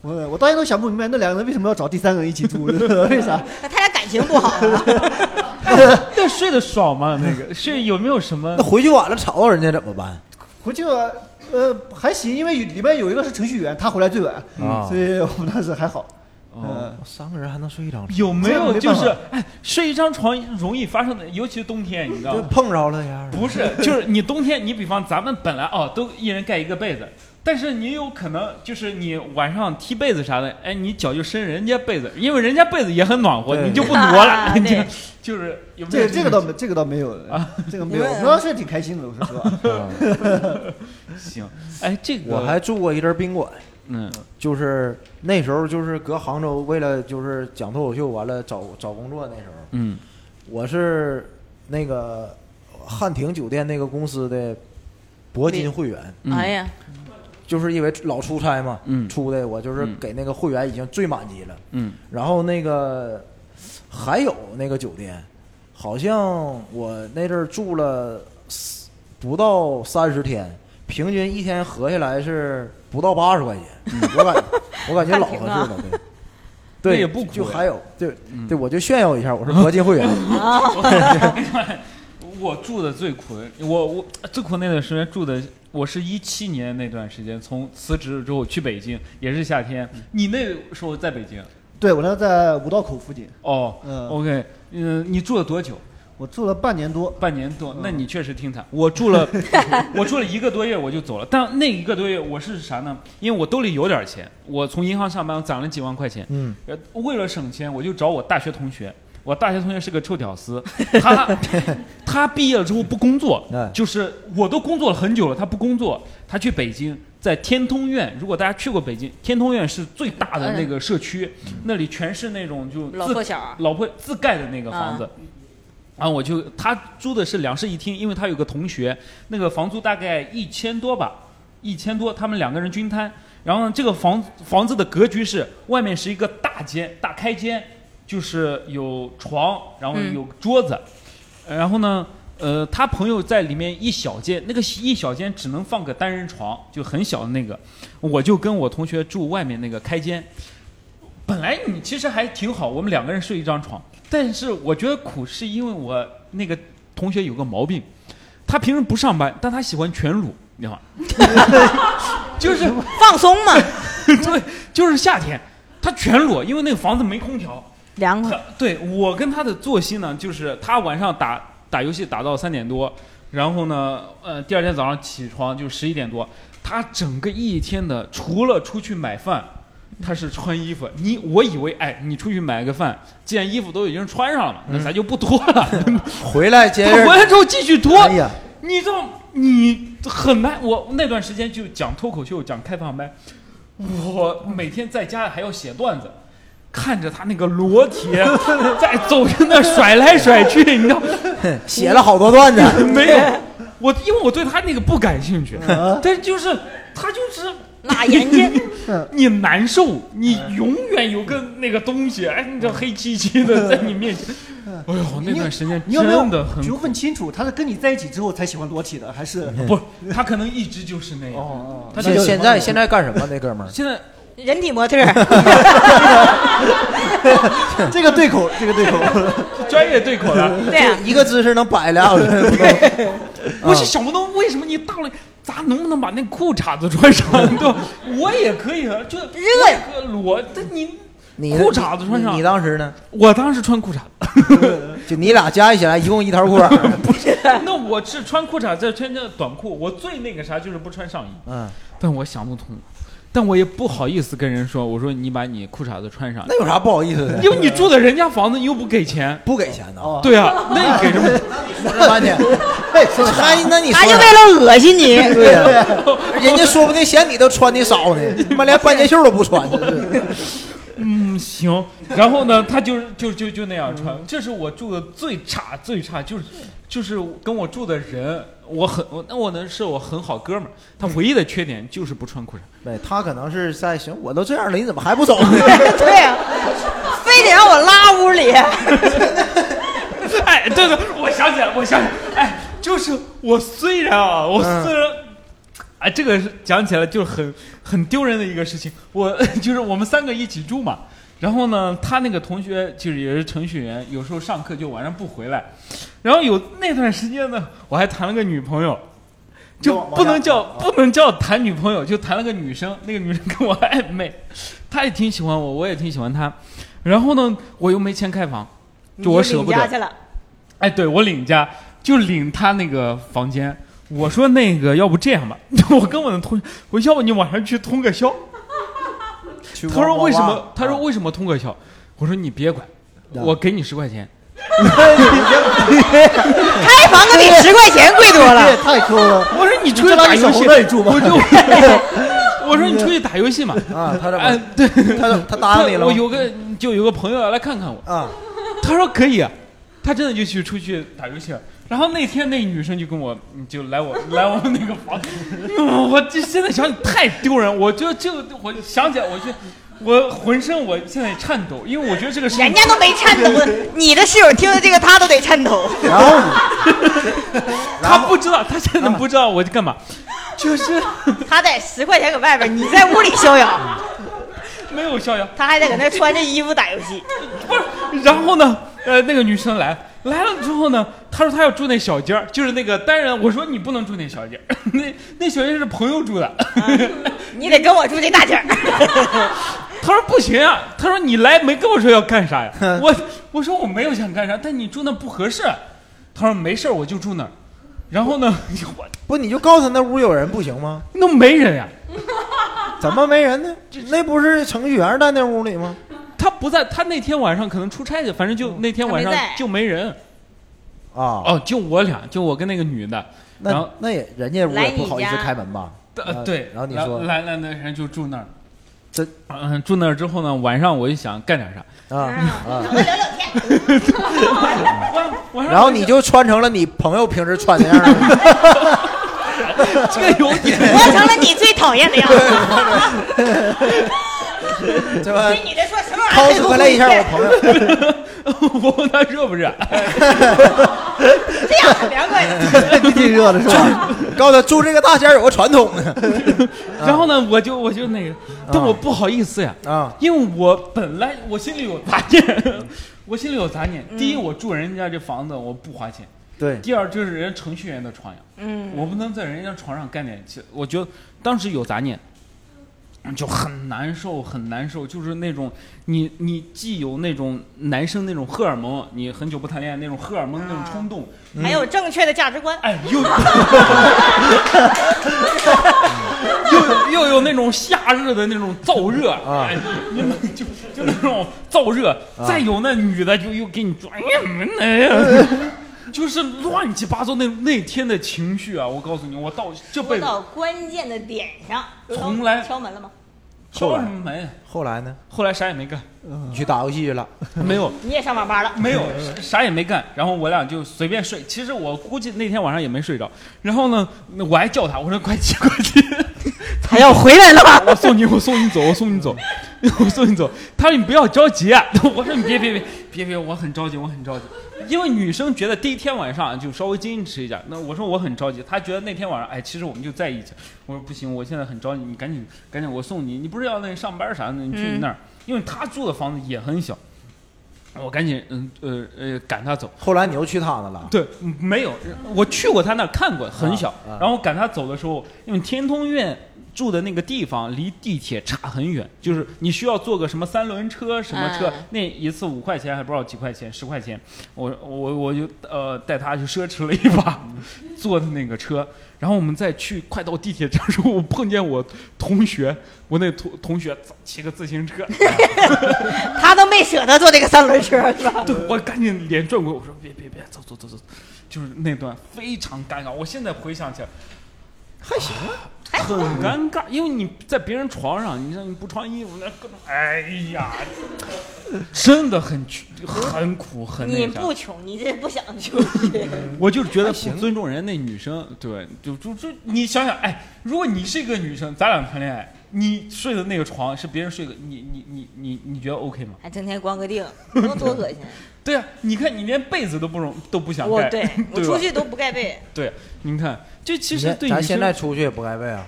Speaker 3: 我我到现在都想不明白那两个人为什么要找第三个人一起住，真的为啥？
Speaker 1: 那他俩感情不好啊？
Speaker 2: 那睡得爽吗？那个是有没有什么
Speaker 4: 那？回去晚了吵到人家怎么办？
Speaker 3: 回去吧，呃，还行，因为里面有一个是程序员，他回来最晚，
Speaker 4: 啊
Speaker 3: 所以我们当时还好。
Speaker 2: 哦
Speaker 3: 嗯，
Speaker 4: 三个人还能睡一张床，
Speaker 2: 有没有
Speaker 3: 这
Speaker 2: 就
Speaker 3: 样没办法
Speaker 2: 是哎，睡一张床容易发生的，尤其是冬天，你知道
Speaker 4: 就
Speaker 2: 吗？
Speaker 4: 碰着了呀？
Speaker 2: 不是，就是你冬天，你比方咱们本来哦都一人盖一个被子，但是你有可能就是你晚上踢被子啥的，哎，你脚就伸人家被子，因为人家被子也很暖和，
Speaker 4: 对
Speaker 2: 你就不挪 了，
Speaker 1: 啊
Speaker 2: 你就
Speaker 1: 对
Speaker 2: 就是有没
Speaker 3: 这
Speaker 2: 有
Speaker 3: 个这个倒没，这个倒没有
Speaker 4: 啊
Speaker 3: 这个没有。
Speaker 1: 你
Speaker 3: 我
Speaker 1: 们
Speaker 3: 们当时也挺开心的，我说实话。
Speaker 2: 行？ 哎，这个
Speaker 4: 嗯我还住过一阵儿宾馆，
Speaker 2: 嗯
Speaker 4: 就是那时候就是搁杭州，为了就是讲脱口秀，完了找找工作那时候，
Speaker 2: 嗯
Speaker 4: 我是那个汉庭酒店那个公司的铂金会员，
Speaker 2: 嗯
Speaker 1: 哎呀，
Speaker 4: 就是因为老出差嘛，
Speaker 2: 嗯
Speaker 4: 出的我就是
Speaker 2: 嗯
Speaker 4: 给那个会员已经最满级了。
Speaker 2: 嗯
Speaker 4: 然后那个还有那个酒店，好像我那阵儿住了四不到三十天，平均一天合下来是不到八十块钱，我感觉我感觉老合适了，对。对，
Speaker 2: 那也不苦
Speaker 4: 嗯
Speaker 2: 啊
Speaker 4: 就
Speaker 2: 呀嗯哦
Speaker 4: 还有，对对，我就炫耀一下，我是铂金会员，
Speaker 2: 我住的最苦的，我我最苦那段时间住的，我是一七年那段时间从辞职了之后去北京，也是夏天。你那时候在北京？
Speaker 3: 对，我那在五道口附近，
Speaker 2: 哦、
Speaker 3: 嗯
Speaker 2: o k 嗯，你住了多久？
Speaker 3: 我住了半年多。
Speaker 2: 半年
Speaker 4: 嗯
Speaker 2: 多，那你确实挺惨。我住了， 我住了一个多月我就走了。但那一个多月我是啥呢？因为我兜里有点钱，我从银行上班我攒了几万块钱，
Speaker 4: 嗯，
Speaker 2: 呃，为了省钱，我就找我大学同学。我大学同学是个臭屌丝，他 他毕业了之后不工作
Speaker 4: 哎，
Speaker 2: 就是我都工作了很久了，他不工作，他去北京，在天通苑。如果大家去过北京，天通苑是最大的那个社区，
Speaker 4: 嗯
Speaker 2: 那里全是那种就
Speaker 1: 嗯老
Speaker 2: 自
Speaker 1: 破小啊儿
Speaker 2: 老破自盖的那个房子。然啊后我就他租的是两室一厅，因为他有个同学，那个房租大概一千多吧，一千多，他们两个人均摊。然后呢，这个房房子的格局是外面是一个大间大开间，就是有床，然后
Speaker 7: 嗯
Speaker 2: 有桌子，呃然后呢，呃，他朋友在里面一小间，那个一小间只能放个单人床，就很小的那个。我就跟我同学住外面那个开间，本来你其实还挺好，我们两个人睡一张床，但是我觉得苦是因为我那个同学有个毛病，他平时不上班，但他喜欢全裸，你知道吗？就是
Speaker 1: 放松嘛，
Speaker 2: 对，就是夏天，他全裸，因为那个房子没空调。
Speaker 1: 凉快
Speaker 2: 他。对我跟他的作息呢，就是他晚上打打游戏打到三点多，然后呢，呃，第二天早上起床就十一点多。他整个一天的，除了出去买饭，他是穿衣服。你我以为，哎，你出去买个饭，既然衣服都已经穿上了嘛，那咱就不脱了。
Speaker 4: 回来接
Speaker 2: 他
Speaker 4: 着
Speaker 2: 回，来之后继续脱，
Speaker 4: 哎呀，
Speaker 2: 你知道你很难。我那段时间就讲脱口秀，讲开放麦，我每天在家还要写段子。看着他那个裸 体在走在那甩来甩去，你知道
Speaker 3: 嗯
Speaker 4: 写了好多段子，
Speaker 2: 没 有？我因为我对他那个不感兴趣，
Speaker 4: 嗯
Speaker 2: 但就是他就是
Speaker 1: 辣眼睛，
Speaker 2: 你难受，你永远有个那个东西，哎，你这黑漆漆的在你 面前，哎呦，那段时间
Speaker 3: 你有没
Speaker 2: 真的
Speaker 3: 有
Speaker 2: 很
Speaker 3: 就问清楚，他是跟你在一起之后才喜欢裸体的，还是？
Speaker 2: 不，他可能一直就是那样。
Speaker 3: 哦
Speaker 2: 他
Speaker 4: 现
Speaker 2: 就
Speaker 4: 现在现在干什么？ 那哥们儿
Speaker 2: 现在
Speaker 1: 人体模特儿，
Speaker 3: 哦，这个对口，这个对口。
Speaker 2: 专业对口了，
Speaker 1: 对啊，
Speaker 4: 一个姿势能摆俩小时不动。
Speaker 2: 我是
Speaker 4: 哦
Speaker 2: 想不通为什么你到了，咱能不能把那裤衩子穿上？对吧，我也可以啊，就
Speaker 1: 热呀
Speaker 2: 呀，裸，但你
Speaker 4: 你
Speaker 2: 裤衩子穿上
Speaker 4: 你你当时呢？
Speaker 2: 我当时穿裤衩，
Speaker 4: 就你俩加一起来一共一条裤 衩。
Speaker 2: 那我是穿裤衩再穿这短裤，我最那个啥就是不穿上衣，
Speaker 4: 嗯，
Speaker 2: 但我想不通，但我也不好意思跟人说，我说你把你裤衩子穿上，
Speaker 4: 那有啥不好意思的？
Speaker 2: 因为你住的人家房子，你又不给钱，
Speaker 4: 不给钱呢？
Speaker 2: 对啊， 那你给 什么？
Speaker 4: 说了半天，
Speaker 3: 哎，说的
Speaker 4: 还那你
Speaker 1: 他
Speaker 4: 说
Speaker 1: 就
Speaker 4: 啥
Speaker 1: 为了恶心你，
Speaker 4: 对 呀、人家说不定嫌你都穿的少呢，他妈连半截袖都不穿，这是。
Speaker 2: 嗯，行。然后呢，他就是就就就那样穿，这是我住的最差最差，就是就是跟我住的人，我很我那我能是我很好哥们儿，他唯一的缺点就是不穿裤衩。
Speaker 4: 对他可能是在行，我都这样了，你怎么还不走呢？
Speaker 1: 对呀、非得让我拉屋里，
Speaker 2: 哎，对对，我想起来，我想起来，哎，就是我虽然啊，我
Speaker 4: 嗯
Speaker 2: 虽然。哎，这个是讲起来就是很很丢人的一个事情。我 就是我们三个一起住嘛，然后呢，他那个同学就是也是程序员，有时候上课就晚上不回来，然后有那段时间呢，我还谈了个女朋友，就
Speaker 3: 往
Speaker 2: 不能
Speaker 3: 往下
Speaker 2: 叫不能叫谈女朋友，就谈了个女生，那个女生跟我暧昧，她也挺喜欢我，我也挺喜欢她，然后呢，我又没钱开房，就我舍
Speaker 1: 你
Speaker 2: 不
Speaker 1: 家
Speaker 2: 得
Speaker 1: 去，了，
Speaker 2: 哎，对我领家就领他那个房间。我说那个，要不这样吧， 我跟我的同学，我要不你晚上去通个宵。他说为什么？他说为什么通个宵？我说你别管，我给你十块钱。
Speaker 1: 开房可比十块钱贵多
Speaker 3: 这也
Speaker 1: 了，
Speaker 3: 太抠了。
Speaker 2: 我说你出去
Speaker 3: 这拉
Speaker 2: 打
Speaker 3: 你小
Speaker 2: 游
Speaker 3: 红
Speaker 2: 戏，
Speaker 3: 灯也住吧
Speaker 2: 我就 我说你出去打游戏嘛。
Speaker 4: 啊，他这
Speaker 2: 哎
Speaker 4: 么，
Speaker 2: 对，
Speaker 4: 他怎么他答应你了
Speaker 2: 我
Speaker 4: 吗？
Speaker 2: 有个就有个朋友要来看看我，
Speaker 4: 啊，
Speaker 2: 他说可以、啊，他真的就去出去打游戏了。然后那天那女生就跟我，嗯就来我来我们那个房， 嗯我这现在想想太丢人，我就就我想起来我就我浑身我现在颤抖，因为我觉得这个事情
Speaker 1: 人家都没颤抖， 你的室友听了这个他都得颤抖，
Speaker 4: 然后呢
Speaker 2: 他不知道，他现在不知道我在干嘛， 就是
Speaker 1: 他在十块钱搁外边，你在屋里逍遥，
Speaker 2: 没有逍遥。
Speaker 1: 他还得搁那穿着衣服打游戏，
Speaker 2: 不是，然后呢，呃，那个女生来了来了之后呢，他说他要住那小间儿，就是那个单人。我说你不能住那小间儿， 那那小间儿是朋友住的。
Speaker 1: 你得跟我住这大间儿。
Speaker 2: 他说不行啊，他说你来没跟我说要干啥呀？我我说我没有想干啥，但你住那不合适。他说没事儿，我就住那儿。然后呢， 我
Speaker 4: 不， 你就告诉他那屋有人不行吗？
Speaker 2: 那没人呀、
Speaker 4: 怎么没人呢？那不是程序员在那屋里吗？
Speaker 2: 他不在，他那天晚上可能出差去，反正就那天晚上
Speaker 1: 嗯他没在
Speaker 2: 就没人。
Speaker 4: 啊，
Speaker 2: 哦，就我俩，就我跟那个女的。然
Speaker 4: 那
Speaker 2: 后
Speaker 4: 那也人家屋
Speaker 1: 来
Speaker 4: 也
Speaker 1: 你
Speaker 4: 不好意思
Speaker 1: 家
Speaker 4: 开门吧？
Speaker 2: 呃，
Speaker 4: 呃
Speaker 2: 对，
Speaker 4: 然后你说
Speaker 2: 来来那人就住那儿，
Speaker 4: 这
Speaker 2: 嗯住那儿之后呢，晚上我就想干点啥，
Speaker 4: 啊，
Speaker 1: 我们聊聊 天。
Speaker 2: 晚上
Speaker 4: 然后你就穿成了你朋友平时穿那 样的，
Speaker 2: 这个有 点，
Speaker 1: 我成了你最讨厌的样子。
Speaker 4: 对吧
Speaker 1: 女的说什么玩意儿？
Speaker 4: ？cosplay 一下我朋友，
Speaker 2: 我问他热不
Speaker 4: 啊
Speaker 2: 热，
Speaker 1: 这样很凉快的。
Speaker 3: 挺热的是吧？
Speaker 4: 告诉他住这个大仙儿有个传统
Speaker 2: 然后呢，我就我就那个，但我不好意思呀，
Speaker 4: 啊，嗯
Speaker 2: 因为我本来我心里有杂念， 我心里有杂
Speaker 1: 嗯
Speaker 2: 念。第一，我住人家这房子我不花钱；
Speaker 4: 对，
Speaker 2: 第二，就是人家程序员的床呀，
Speaker 1: 嗯，
Speaker 2: 我不能在人家床上干点，其我觉得当时有杂念，就很难受，很难受，就是那种你你既有那种男生那种荷尔蒙，你很久不谈恋爱那种荷尔蒙那种冲动，
Speaker 1: 啊还有正确的价值观。
Speaker 2: 哎，又又又有那种夏日的那种燥热，
Speaker 4: 啊
Speaker 2: 哎，你们就就那种燥热，再有那女的就又给你装，哎呀哎呀，就是乱七八糟那那天的情绪啊！我告诉你，我到这
Speaker 1: 说
Speaker 2: 辈子
Speaker 1: 到关键的点上，
Speaker 2: 从来
Speaker 1: 敲门了吗？
Speaker 2: 敲什么门？
Speaker 4: 后来呢？
Speaker 2: 后来啥也没干，
Speaker 4: 你去打游戏去了，
Speaker 2: 没有
Speaker 1: 你也上网吧了？
Speaker 2: 没有，啥也没干。然后我俩就随便睡。其实我估计那天晚上也没睡着。然后呢，那我还叫他，我说快起快起，
Speaker 1: 他要回来了吧？
Speaker 2: 我送你，我送你走，我送你走， 我送你走。他说你不要着急、啊， 我说你别别别别别，我很着急，我很着急。因为女生觉得第一天晚上就稍微矜持一下，那我说我很着急，她觉得那天晚上哎，其实我们就在一起。我说不行，我现在很着急，你赶紧赶紧，我送你，你不是要那上班啥的，你去你那儿，因为她住的房子也很小。我赶紧嗯呃呃赶她走，
Speaker 4: 后来你又去他那了，
Speaker 2: 对，嗯没有，我去过他那儿看过，很小。
Speaker 4: 啊啊
Speaker 2: 然后赶他走的时候，因为天通苑住的那个地方离地铁差很远，就是你需要坐个什么三轮车什么车，
Speaker 1: 嗯
Speaker 2: 那一次五块钱还不知道几块钱，十块钱。我我我就呃带他去奢侈了一把，坐的那个车。然后我们再去快到地铁站的时候，我碰见我同学，我那同同学骑个自行车，
Speaker 1: 他都没舍得坐这个三轮车是吧？
Speaker 2: 对，我赶紧脸转过，我说别别别，走走走走，就是那段非常尴尬。我现在回想起来，还行啊，很尴尬，因为你在别人床上，你让你不穿衣服，那各种，哎呀，真的很屈很苦很
Speaker 1: 你
Speaker 2: 那啥。
Speaker 1: 不穷，你这不想穷。
Speaker 2: 我就是觉得不尊重人那女生，对，就就就你想想，哎，如果你是一个女生，咱俩谈恋爱，你睡的那个床是别人睡的，你你你你你觉得 OK 吗？
Speaker 1: 还整天光个腚，能多恶心！
Speaker 2: 对啊，你看你连被子都不容都 不想
Speaker 1: 我
Speaker 2: 盖，
Speaker 1: 对我
Speaker 2: 吧
Speaker 1: 出去都不盖被。
Speaker 2: 对，您看，这其实
Speaker 4: 你
Speaker 2: 对
Speaker 4: 咱
Speaker 2: 女
Speaker 4: 现
Speaker 2: 生
Speaker 4: 在出去也不盖被啊，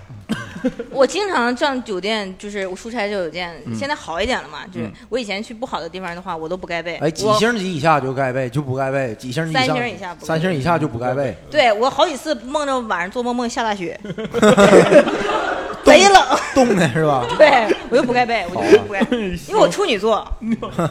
Speaker 1: 我经常上酒店，就是我出差就酒店，现在好一点了嘛。就是
Speaker 2: 嗯
Speaker 1: 我以前去不好的地方的话，我都不盖被。
Speaker 4: 哎，几
Speaker 1: 我
Speaker 4: 星级以下就盖被，就不盖被，几星级
Speaker 1: 三
Speaker 4: 上
Speaker 1: 星以下不
Speaker 4: 三星以下就不盖被，
Speaker 1: 对我好几次梦着晚上做梦梦下大 雪，贼冷。
Speaker 4: 冻的是吧？
Speaker 1: 对我就不盖被，我
Speaker 2: 啊
Speaker 1: 就不盖，因为我处女 座。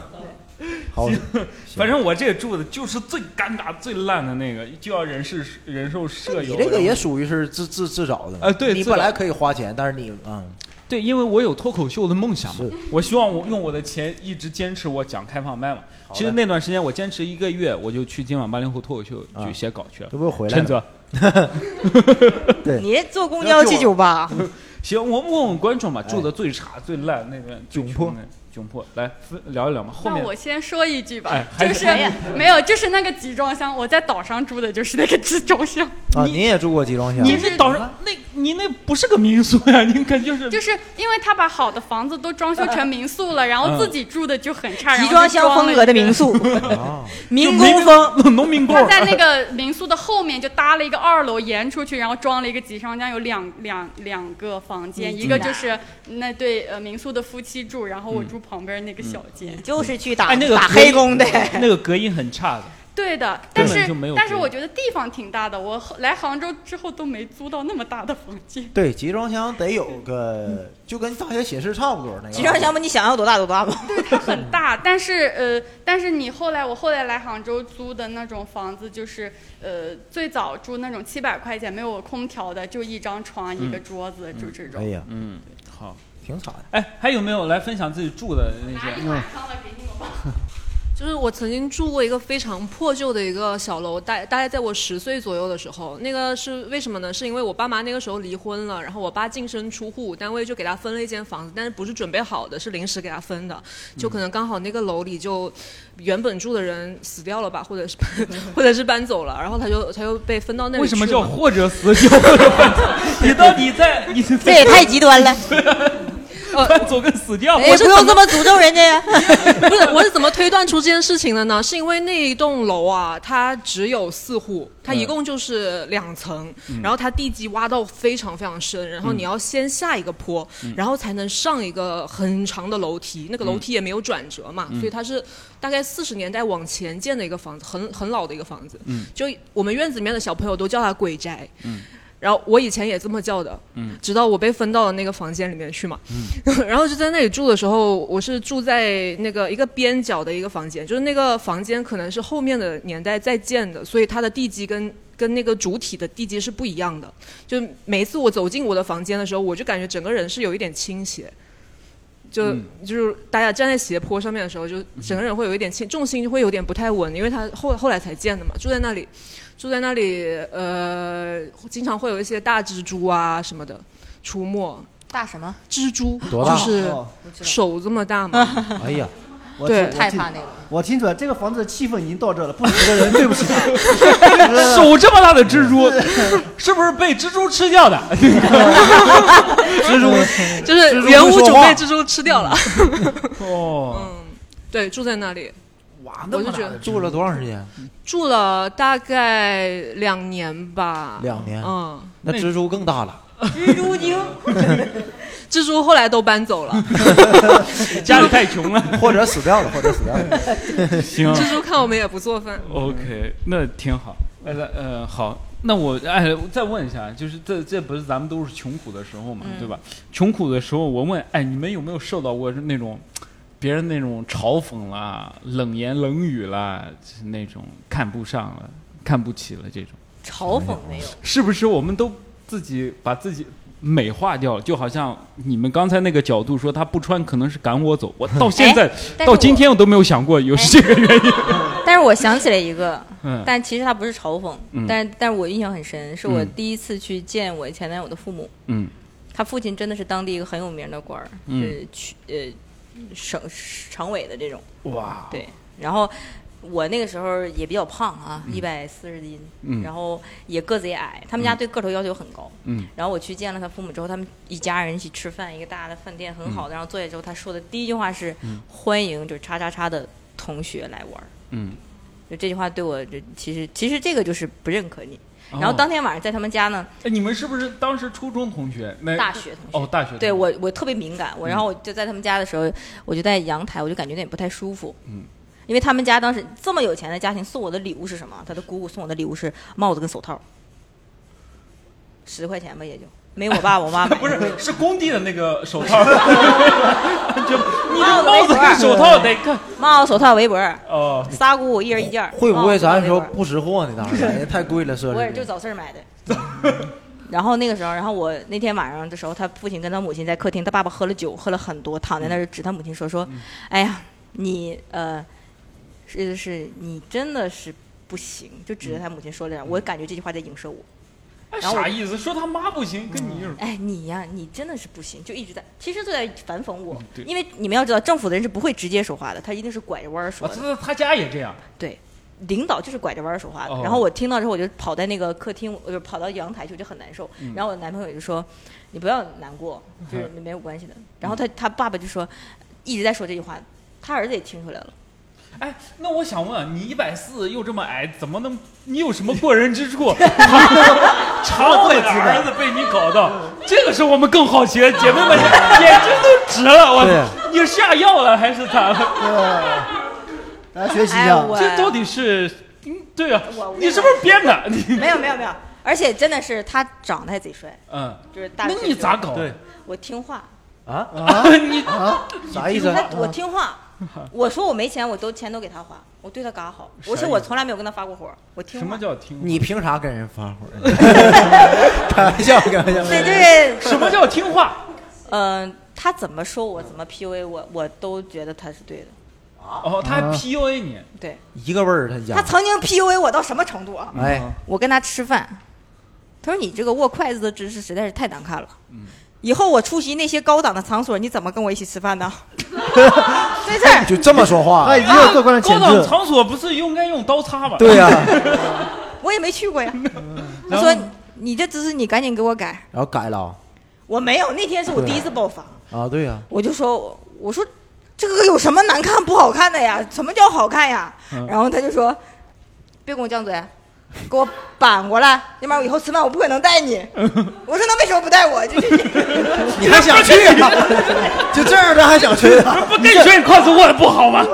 Speaker 4: 好，
Speaker 2: 反正我这住的就是最尴尬、最烂的那个，就要忍受忍受舍友。
Speaker 4: 你这个也属于是自自啊自找的
Speaker 2: 呃对
Speaker 4: 你
Speaker 2: 自
Speaker 4: 本
Speaker 2: 找
Speaker 4: 来可以花钱，但是你嗯，
Speaker 2: 对，因为我有脱口秀的梦想嘛
Speaker 4: 是，
Speaker 2: 我希望我用我的钱一直坚持我讲开放麦嘛。
Speaker 4: 好的
Speaker 2: 其实那段时间我坚持一个月，我就去今晚八零后脱口秀去写稿去了。
Speaker 4: 啊这不回来
Speaker 2: 陈
Speaker 4: 了？
Speaker 2: 泽，
Speaker 1: 你这坐公交去酒吧，
Speaker 2: 行，我们问问观众吧，住的最差、最烂那边最
Speaker 4: 哎窘
Speaker 2: 穷
Speaker 4: 迫
Speaker 2: 的窘迫，来分聊一聊嘛。后
Speaker 9: 那
Speaker 2: 面
Speaker 9: 我先说一句吧，
Speaker 2: 哎还
Speaker 9: 就是
Speaker 1: 哎呀
Speaker 9: 没有，就是那个集装箱，我在岛上住的就是那个集装箱，
Speaker 4: 啊，你也住过集装箱？
Speaker 2: 哎你那岛上那，你那不是个民宿呀，你感觉是
Speaker 9: 就是因为他把好的房子都装修成民宿了，然后
Speaker 2: 嗯
Speaker 9: 自己住的就很差，
Speaker 1: 集装箱风格的民
Speaker 9: 宿。
Speaker 1: 宿，
Speaker 4: 啊，
Speaker 1: 民工风。
Speaker 2: 哦农农民工
Speaker 9: 他
Speaker 2: 儿。
Speaker 9: 在那个民宿的后面就搭了一个二楼延出去，然后装了一个集装箱，有两两两个房间，
Speaker 1: 你
Speaker 9: 一个
Speaker 1: 住
Speaker 9: 就
Speaker 1: 哪
Speaker 9: 是那对呃民宿的夫妻
Speaker 2: 嗯
Speaker 9: 住，然后我住旁边那个小间。
Speaker 1: 就是去打、
Speaker 2: 哎那个
Speaker 1: 打
Speaker 2: 隔
Speaker 1: 黑工的，
Speaker 2: 那个隔音很差的。
Speaker 9: 对的，但
Speaker 2: 根本
Speaker 9: 是
Speaker 2: 就没有
Speaker 9: 但是
Speaker 2: 别
Speaker 9: 我
Speaker 2: 的
Speaker 9: 觉得地方挺大的，我后来杭州之后都没租到那么大的房间。
Speaker 4: 对，集装箱得有个，就跟大学写字差不多那个。
Speaker 1: 集装箱不，你想要多大多大吧。
Speaker 9: 对，它很大，但是呃，但是你后来我后来来杭州租的那种房子，就是呃，最早住那种七百块钱没有空调的，就一张床一个桌子，就这种。
Speaker 4: 哎呀，
Speaker 2: 嗯，好。
Speaker 4: 挺惨。
Speaker 2: 哎，还有没有来分享自己住的那些？
Speaker 9: 晚上了，给你们吧。
Speaker 10: 就是我曾经住过一个非常破旧的一个小楼，大大概在我十岁左右的时候，那个是为什么呢？是因为我爸妈那个时候离婚了，然后我爸净身出户，单位就给他分了一间房子，但是不是准备好的，是临时给他分的，就可能刚好那个楼里就原本住的人死掉了吧，或者是 或者是搬走了，然后他就他就被分到那里
Speaker 2: 嗯为什么
Speaker 10: 去
Speaker 2: 叫
Speaker 10: 了
Speaker 2: 或者死 就或者搬走？你到底在你
Speaker 1: 这也太极端了， 哎
Speaker 2: 搬走跟死掉？
Speaker 1: 也不用这么诅咒人家 呀。
Speaker 10: 不是，我是怎么推断出这件事情的呢？是因为那一栋楼啊，它只有四户，它一共就是两层，
Speaker 2: 嗯
Speaker 10: 然后它地基挖到非常非常深，然后你要先下一个坡，
Speaker 2: 嗯
Speaker 10: 然后才能上一个很长的楼梯，那个楼梯也没有转折嘛，
Speaker 2: 嗯
Speaker 10: 所以它是大概四十年代往前建的一个房子，很很老的一个房子，
Speaker 2: 嗯
Speaker 10: 就我们院子里面的小朋友都叫它鬼宅。 然后我以前也这么叫的，直到我被分到了那个房间里面去嘛， 然后就在那里住的时候，我是住在那个一个边角的一个房间，就是那个房间可能是后面的年代再建的，所以它的地基跟跟那个主体的地基是不一样的。就每一次我走进我的房间的时候，我就感觉整个人是有一点倾斜，就、
Speaker 2: 嗯
Speaker 10: 就是大家站在斜坡上面的时候，就整个人会有一点倾，重心就会有点不太稳，因为它后后来才建的嘛，住在那里，住在那里，呃，经常会有一些大蜘蛛啊什么的出没，
Speaker 1: 大什么？
Speaker 10: 蜘蛛
Speaker 4: 多大
Speaker 10: 就是。
Speaker 3: 哦
Speaker 10: 手这么大吗？
Speaker 4: 哎呀，
Speaker 3: 我
Speaker 10: 对
Speaker 3: 听
Speaker 1: 害怕那个。
Speaker 3: 我听出来，这个房子的气氛已经到这了，不死的人对不起他。
Speaker 2: 手这么大的蜘蛛， 是不是被蜘蛛吃掉的？
Speaker 4: 蜘蛛
Speaker 10: 就是
Speaker 4: 蜘蛛
Speaker 10: 原
Speaker 4: 会
Speaker 10: 屋
Speaker 4: 说
Speaker 10: 主
Speaker 4: 话
Speaker 10: 被
Speaker 4: 嗯
Speaker 10: 蜘蛛吃掉了。
Speaker 2: 哦，
Speaker 1: 嗯
Speaker 10: 对，住在那里
Speaker 4: 哇，那
Speaker 10: 我
Speaker 4: 么
Speaker 10: 就觉得
Speaker 4: 大呃住了多长时间？
Speaker 10: 住了大概两年吧。
Speaker 4: 两年
Speaker 10: 嗯，
Speaker 4: 那蜘蛛更大 了。
Speaker 10: 蜘蛛后来都搬走了。
Speaker 2: 家里太穷了。
Speaker 4: 或者死掉了，或者死掉了。
Speaker 2: 行
Speaker 10: 蜘蛛看我们也不做
Speaker 1: 嗯
Speaker 10: 饭。
Speaker 2: ，OK，那挺好。呃呃，好，那我哎，我再问一下，就是这这不是咱们都是穷苦的时候
Speaker 1: 嗯
Speaker 2: 嘛，对吧？穷苦的时候，我问，哎，你们有没有受到过是那种别人那种嘲讽啦、冷言冷语啦，就是那种看不上了、看不起了这种？
Speaker 1: 嘲讽没有，
Speaker 2: 是不是我们都自己把自己美化掉？就好像你们刚才那个角度说他不穿可能是赶我走，我到现在、
Speaker 1: 哎但是
Speaker 2: 到
Speaker 1: 我哎
Speaker 2: 今天我都没有想过有这个原因。
Speaker 1: 但是我想起来一个，
Speaker 2: 嗯
Speaker 1: 但其实他不是嘲讽，
Speaker 2: 嗯
Speaker 1: 但但是我印象很深，是我
Speaker 2: 嗯
Speaker 1: 第一次去见我前男友的父母，
Speaker 2: 嗯
Speaker 1: 他父亲真的是当地一个很有名的官儿，
Speaker 2: 嗯
Speaker 1: 是区呃省常委的这种，
Speaker 2: 哇，
Speaker 1: 对，然后。我那个时候也比较胖啊，一百四十斤，
Speaker 2: 嗯
Speaker 1: 然后也个子也矮。他们家对个头要求很高，
Speaker 2: 嗯
Speaker 1: 然后我去见了他父母之后，他们一家人一起吃饭，一个大的饭店很
Speaker 2: 嗯
Speaker 1: 好的，然后坐下之后，他说的第一句话是、欢迎就是叉叉叉的同学来玩儿。
Speaker 2: 嗯，
Speaker 1: 就这句话对我就其实其实这个就是不认可你。然后当天晚上在他们家呢，
Speaker 2: 哦哎你们是不是当时初中同学？那
Speaker 1: 大学同学。
Speaker 2: 哦，大学同学
Speaker 1: 对我，我特别敏感。我然后我就在他们家的时候，我就在阳台，我就感觉有点不太舒服。
Speaker 2: 嗯，
Speaker 1: 因为他们家当时这么有钱的家庭送我的礼物是什么？他的姑姑送我的礼物是帽子跟手套，十块钱吧，也就啊没我爸我妈买。
Speaker 2: 啊 不是是工地的那个手套， 就你的帽
Speaker 1: 帽
Speaker 2: 子
Speaker 1: 子
Speaker 2: 跟手套得看
Speaker 1: 帽子、手套、围脖，
Speaker 2: 哦。
Speaker 1: 仨姑姑一人一件儿。
Speaker 4: 会不会咱说
Speaker 1: 说？
Speaker 4: 不识货呢？当 时人家太贵了，设
Speaker 1: 我也就
Speaker 4: 置。
Speaker 1: 早市儿买的。然后那个时候，然后我那天晚上的时候，他父亲跟他母亲在客厅，他爸爸喝了酒，喝了很多，躺在那儿指他母亲说
Speaker 2: 嗯
Speaker 1: 说，哎呀，你呃，是是，你真的是不行，就指着他母亲说了点。我感觉这句话在影射我，
Speaker 2: 嗯哎
Speaker 1: 然后我
Speaker 2: 啥意思？说他妈不行，跟你有什么？
Speaker 1: 哎，你呀，你真的是不行，就一直在，其实就在反讽我
Speaker 2: 嗯，对
Speaker 1: 因为你们要知道，政府的人是不会直接说话的，他一定是拐着弯儿说
Speaker 2: 啊
Speaker 1: 的。
Speaker 2: 他他家也这样，
Speaker 1: 对，领导就是拐着弯儿说话的。
Speaker 2: 哦
Speaker 1: 然后我听到之后，我就跑在那个客厅，我就跑到阳台去，我就很难受。
Speaker 2: 嗯
Speaker 1: 然后我男朋友就说：“你不要难过，就是没有关系的。”然后他他爸爸就说，一直在说这句话，他儿子也听出来了。
Speaker 2: 哎，那我想问，你一百四又这么矮，怎么能？你有什么过人 之处？常常委的儿子被你搞到，这个是我们更好奇的。姐妹 们眼睛都直了，我
Speaker 4: 对
Speaker 2: 你下药了还是咋了？
Speaker 3: 对，来学习一
Speaker 1: 哎
Speaker 3: 下
Speaker 1: 我。
Speaker 2: 这到底是应对啊
Speaker 1: 我我，
Speaker 2: 你是不是编的？ 你
Speaker 1: 没有没有没有，而且真的是他长得还贼帅，
Speaker 2: 嗯，
Speaker 1: 就是大
Speaker 2: 那
Speaker 1: 学
Speaker 2: 你
Speaker 1: 时
Speaker 2: 咋
Speaker 1: 候？
Speaker 2: 搞？
Speaker 4: 对
Speaker 1: 我听话，
Speaker 5: 啊，
Speaker 2: 啊， 你
Speaker 3: 啊，
Speaker 4: 啥意思？
Speaker 1: 他我听 话，我说我没钱，我都钱都给他花，我对他嘎好，而且我从来没有跟他发过火，我听
Speaker 2: 什么
Speaker 1: 话。
Speaker 2: 叫听话？
Speaker 4: 你凭啥跟人发 火？开玩笑，开玩笑。
Speaker 1: 对对，
Speaker 2: 什么叫听话？
Speaker 1: 嗯、他怎么说我，怎么 PUA 我，我都觉得他是对的。
Speaker 2: 哦，他还 PUA 你，
Speaker 1: 对
Speaker 4: 啊一个味儿，他家。
Speaker 1: 他曾经 PUA 我到什么程度啊？
Speaker 4: 哎，
Speaker 1: 我跟他吃饭，他说你这个握筷子的姿势实在是太难看了。以后我出席那些高档的场所，你怎么跟我一起吃饭呢？在这 儿，啊
Speaker 4: 就这么说 话
Speaker 3: 他。已经有客观的
Speaker 2: 哎 高
Speaker 3: 潜
Speaker 2: 档
Speaker 3: 质。
Speaker 2: 场所不是应该用刀叉吗？嗯
Speaker 4: 对呀、
Speaker 1: 我也没去过呀。他
Speaker 2: 然后
Speaker 1: 说你这姿势你赶紧给我改。
Speaker 4: 然后改了
Speaker 1: 我没有，那天是我第一次爆发，
Speaker 4: 啊，对呀、
Speaker 1: 我就说我我说这个有什么难看不好看的呀？什么叫好看呀？然后他就说别跟我犟嘴。给我扳过来，要不然我以后吃饭我不可能带你。我说那为什么不带我？ 就是
Speaker 4: 你还想去啊？就这样的还想去啊？
Speaker 2: 不跟你说你筷子握的不好吗？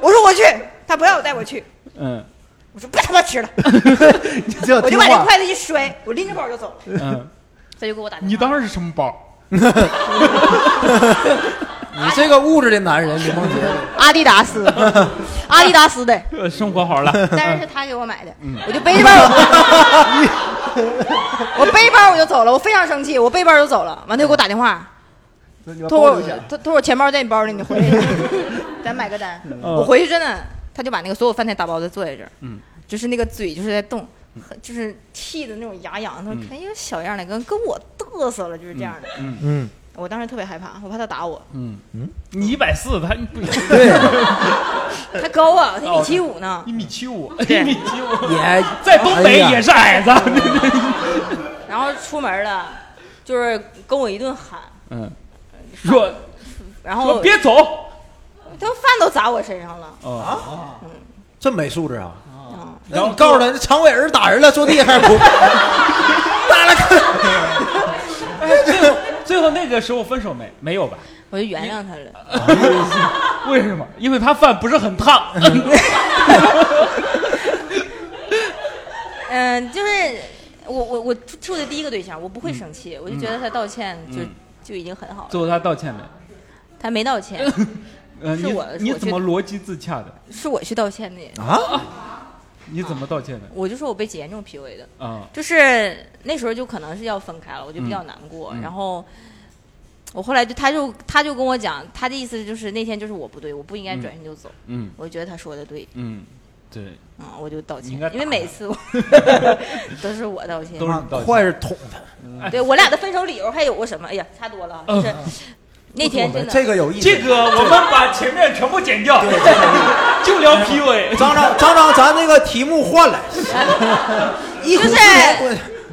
Speaker 1: 我说我去，他不让我带我去，
Speaker 2: 嗯
Speaker 1: 我说不他妈吃了，
Speaker 3: 你只要
Speaker 1: 我就
Speaker 3: 听
Speaker 1: 把这
Speaker 3: 话。
Speaker 1: 筷子一摔，我拎着包就走了。
Speaker 2: 嗯，
Speaker 1: 他就给我打电话，
Speaker 2: 你当时是什么 包？
Speaker 4: 你这个物质的男人，李梦洁，
Speaker 1: 阿迪达斯， 阿迪达斯的，
Speaker 2: 呃 生活好了，
Speaker 1: 但是是他给我买的，我就背着包我，我背包我就走了，我非常生气，我背包就走了。完他就给我打电话，
Speaker 3: 他
Speaker 1: 他说我他他说我钱包在你包里，你回来一下，咱买个单。
Speaker 2: 哦
Speaker 1: 我回去真的，他就把那个所有饭菜打包都坐在这儿，
Speaker 2: 嗯
Speaker 1: 就是那个嘴就是在动。很就是气的那种牙痒，他说
Speaker 2: 嗯：“
Speaker 1: 哎呀，小样儿的，跟跟我嘚瑟了，就是这样的。
Speaker 2: 嗯
Speaker 4: 嗯，
Speaker 1: 我当时特别害怕，我怕他打我。
Speaker 2: 嗯嗯，你一百四，他不
Speaker 4: 对，
Speaker 1: 他高啊，他一米七五呢。
Speaker 2: 哦一米七五，一米七五，
Speaker 4: 也
Speaker 2: 在东
Speaker 1: 哎
Speaker 2: 北也
Speaker 4: 是、
Speaker 2: 是矮子。
Speaker 1: 然后出门了，就是跟我一顿喊，
Speaker 2: 嗯，说
Speaker 1: 然
Speaker 2: 说
Speaker 1: 后
Speaker 2: 别走。
Speaker 1: 他饭都砸我身上了。
Speaker 2: 啊，
Speaker 4: 这嗯没素质啊！
Speaker 1: 嗯，
Speaker 4: 然后你告诉他，常委儿打人了，坐地下开始哭，打了，
Speaker 2: 哎最后最后那个时候分手没？没有吧？
Speaker 1: 我就原谅他了。
Speaker 2: 为什么？因为他饭不是很烫。
Speaker 1: 嗯，就是我我我处的第一个对象，我不会生气，我就觉得他道歉就、
Speaker 2: 嗯
Speaker 1: 就已经很好了。
Speaker 2: 最后他道歉没？
Speaker 1: 他没道 歉，
Speaker 2: 嗯，
Speaker 1: 是
Speaker 2: 你
Speaker 1: 我
Speaker 2: 你
Speaker 1: 我
Speaker 2: 怎
Speaker 1: 去
Speaker 2: 么啊逻辑自洽的？
Speaker 1: 是我去道歉的。
Speaker 2: 你怎么道歉的？
Speaker 1: 啊我就说我被严重 PUA 的，
Speaker 2: 啊，
Speaker 1: 就是那时候就可能是要分开了，我就比较难过。
Speaker 2: 嗯嗯
Speaker 1: 然后我后来就他就他就跟我讲，他的意思就是那天就是我不对，我不应该转身就走。
Speaker 2: 嗯
Speaker 1: 我觉得他说的对，
Speaker 2: 嗯，对，
Speaker 1: 嗯，我就道歉
Speaker 2: 你应该，打
Speaker 1: 因为每次 我都是我道歉啊
Speaker 2: 都。是你道
Speaker 4: 快是
Speaker 2: 歉。嗯
Speaker 4: 捅他。
Speaker 1: 对我俩的分手理由还有过什么？哎呀，差多了，就是 那天真的，
Speaker 4: 这个有意思。
Speaker 2: 这个我们把前面全部剪掉，就聊 PUA。
Speaker 4: 张张张张，咱那个题目换了， 一
Speaker 1: 啊就是
Speaker 4: 是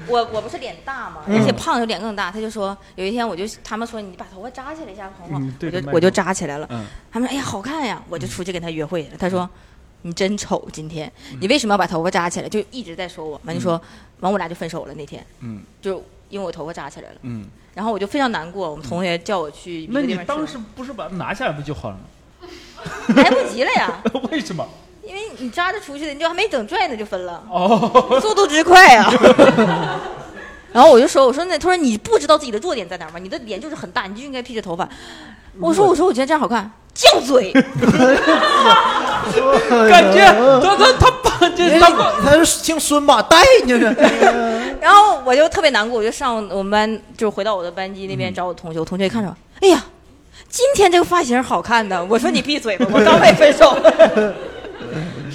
Speaker 1: 我我不是脸大嘛，而且
Speaker 2: 嗯
Speaker 1: 胖就脸更大。他就说有一天我就他们说你把头发扎起来一下，红
Speaker 2: 嗯
Speaker 1: 红，
Speaker 2: 对
Speaker 1: 我
Speaker 2: 嗯着
Speaker 1: 就
Speaker 2: 麦
Speaker 1: 我就
Speaker 2: 克
Speaker 1: 扎起来了。
Speaker 2: 嗯，
Speaker 1: 他们说哎呀好看呀，我就出去跟他约会了。他说你真丑，今天
Speaker 2: 嗯
Speaker 1: 你为什么要把头发扎起来？就一直在说我。完就说完我俩就分手了那天，
Speaker 2: 嗯
Speaker 1: 就因为我头发扎起来了，
Speaker 2: 嗯，
Speaker 1: 然后我就非常难过。我们同学叫我去一
Speaker 2: 那
Speaker 1: 个地
Speaker 2: 你
Speaker 1: 方吃
Speaker 2: 当
Speaker 1: 饭
Speaker 2: 时不是把它拿下来不就好了吗？
Speaker 1: 来不及了呀。
Speaker 2: 为什么？
Speaker 1: 因为你扎着出去的，你就还没等拽呢就分了，
Speaker 2: 哦，
Speaker 1: 速度之快 啊！然后我就说，我说那他说你不知道自己的弱点在哪儿吗？你的脸就是很大，你就应该披着头发。我说我说我觉得这样好看，犟嘴，
Speaker 2: 感觉他他他把这他把
Speaker 4: 嗯他是姓孙吧？带你这是，
Speaker 1: 然后我就特别难过，我就上我们班，就是回到我的班级那边
Speaker 2: 嗯
Speaker 1: 找我同学，我同学一看着，哎呀，今天这个发型好看的，我说你闭嘴吧， 我刚被分手。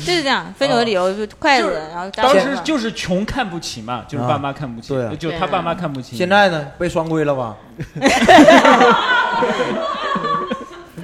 Speaker 1: 就是这样，分手的理由就是筷子，然后扎头发
Speaker 2: 当时就是穷看不起嘛，就是
Speaker 4: 啊
Speaker 2: 爸妈看不起，
Speaker 4: 对啊
Speaker 2: 就他爸妈看不起。哎
Speaker 4: 现在呢被双规了 吧？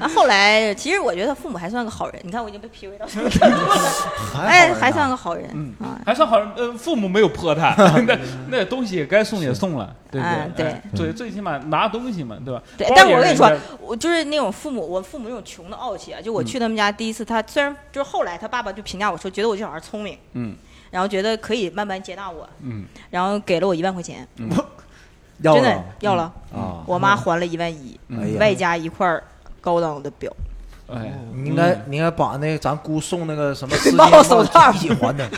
Speaker 1: 啊，后来其实我觉得父母还算个好人，你看我已经被 PUA 到什么程度了， 哎，
Speaker 4: 啊
Speaker 1: 还算个好人，
Speaker 4: 嗯
Speaker 1: 啊，
Speaker 2: 嗯还算好，呃，父母没有 泼他，那那东西该送也送了，对不
Speaker 1: 啊
Speaker 2: 对？
Speaker 1: 对
Speaker 2: 哎对，
Speaker 4: 嗯
Speaker 2: 最起码拿东西嘛，对吧？
Speaker 1: 对
Speaker 2: 包。
Speaker 1: 但我
Speaker 2: 也
Speaker 1: 跟你
Speaker 2: 是
Speaker 1: 说
Speaker 2: 人家，
Speaker 1: 我就是那种父母，我父母那种穷的傲气啊，就
Speaker 4: 嗯
Speaker 1: 我去他们家第一次，他虽然就是后来他爸爸就评价我说，觉得我这小孩聪明，
Speaker 2: 嗯
Speaker 1: 然后觉得可以慢慢接纳我，
Speaker 2: 嗯，
Speaker 1: 然后给了我一万块钱，
Speaker 4: 嗯 要
Speaker 1: 真
Speaker 4: 了
Speaker 1: 的要了，
Speaker 4: 啊！
Speaker 1: 我妈还了一万一
Speaker 4: 哎，呀
Speaker 1: 外加一块儿高档的表，
Speaker 2: 哎，
Speaker 4: 你嗯应该你应该把那个咱姑送那个什 么丝巾
Speaker 3: 把我手
Speaker 4: 袜子一起还他。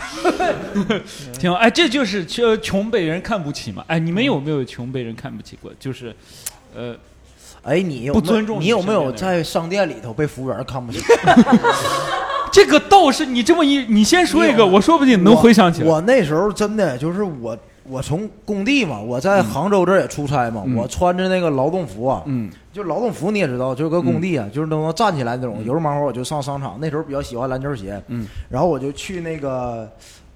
Speaker 2: 挺好。哎，这就是穷穷被人看不起嘛。哎，你们有没有穷被人看不起过？就是，呃，
Speaker 4: 哎，你有
Speaker 2: 不
Speaker 4: 没
Speaker 2: 尊重
Speaker 4: 你
Speaker 2: 你
Speaker 4: 有没
Speaker 2: 身边
Speaker 4: 有
Speaker 2: 的人
Speaker 4: 在商店里头被服务员看不起？
Speaker 2: 这个倒是你这么一，你先说一个，我说不定能回想起来。
Speaker 4: 我。我那时候真的就是我，我从工地嘛，我在杭州这儿也出差嘛，
Speaker 2: 嗯
Speaker 4: 我穿着那个劳动服啊，
Speaker 2: 嗯
Speaker 4: 就劳动服你也知道，就是搁工地啊，就是都能站起来那种。有时候忙活我就上商场，那时候比较喜欢篮球鞋，
Speaker 2: 嗯
Speaker 4: 然后我就去那个，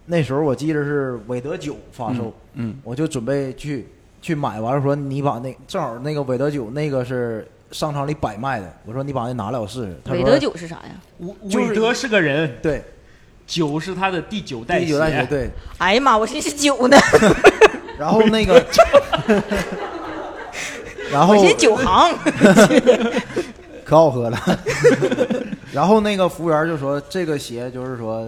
Speaker 4: 那时候我记得是韦德九发售，
Speaker 2: 嗯
Speaker 4: 我就准备去去买，完了说你把那正好那个韦德九那个是商场里摆卖的，我说你把那拿来我试试。他说
Speaker 1: 韦德九是啥呀？
Speaker 2: 嗯，
Speaker 4: 就是
Speaker 2: 韦德是个人，
Speaker 4: 对，
Speaker 2: 九是他的第九代
Speaker 4: 第九代鞋
Speaker 2: 鞋，
Speaker 4: 对，
Speaker 1: 哎呀妈，我寻思是酒呢，
Speaker 4: 然后那 个，然后
Speaker 1: 我寻思酒行。
Speaker 4: 可好喝了。 然后那个服务员就说：“这个鞋就是说，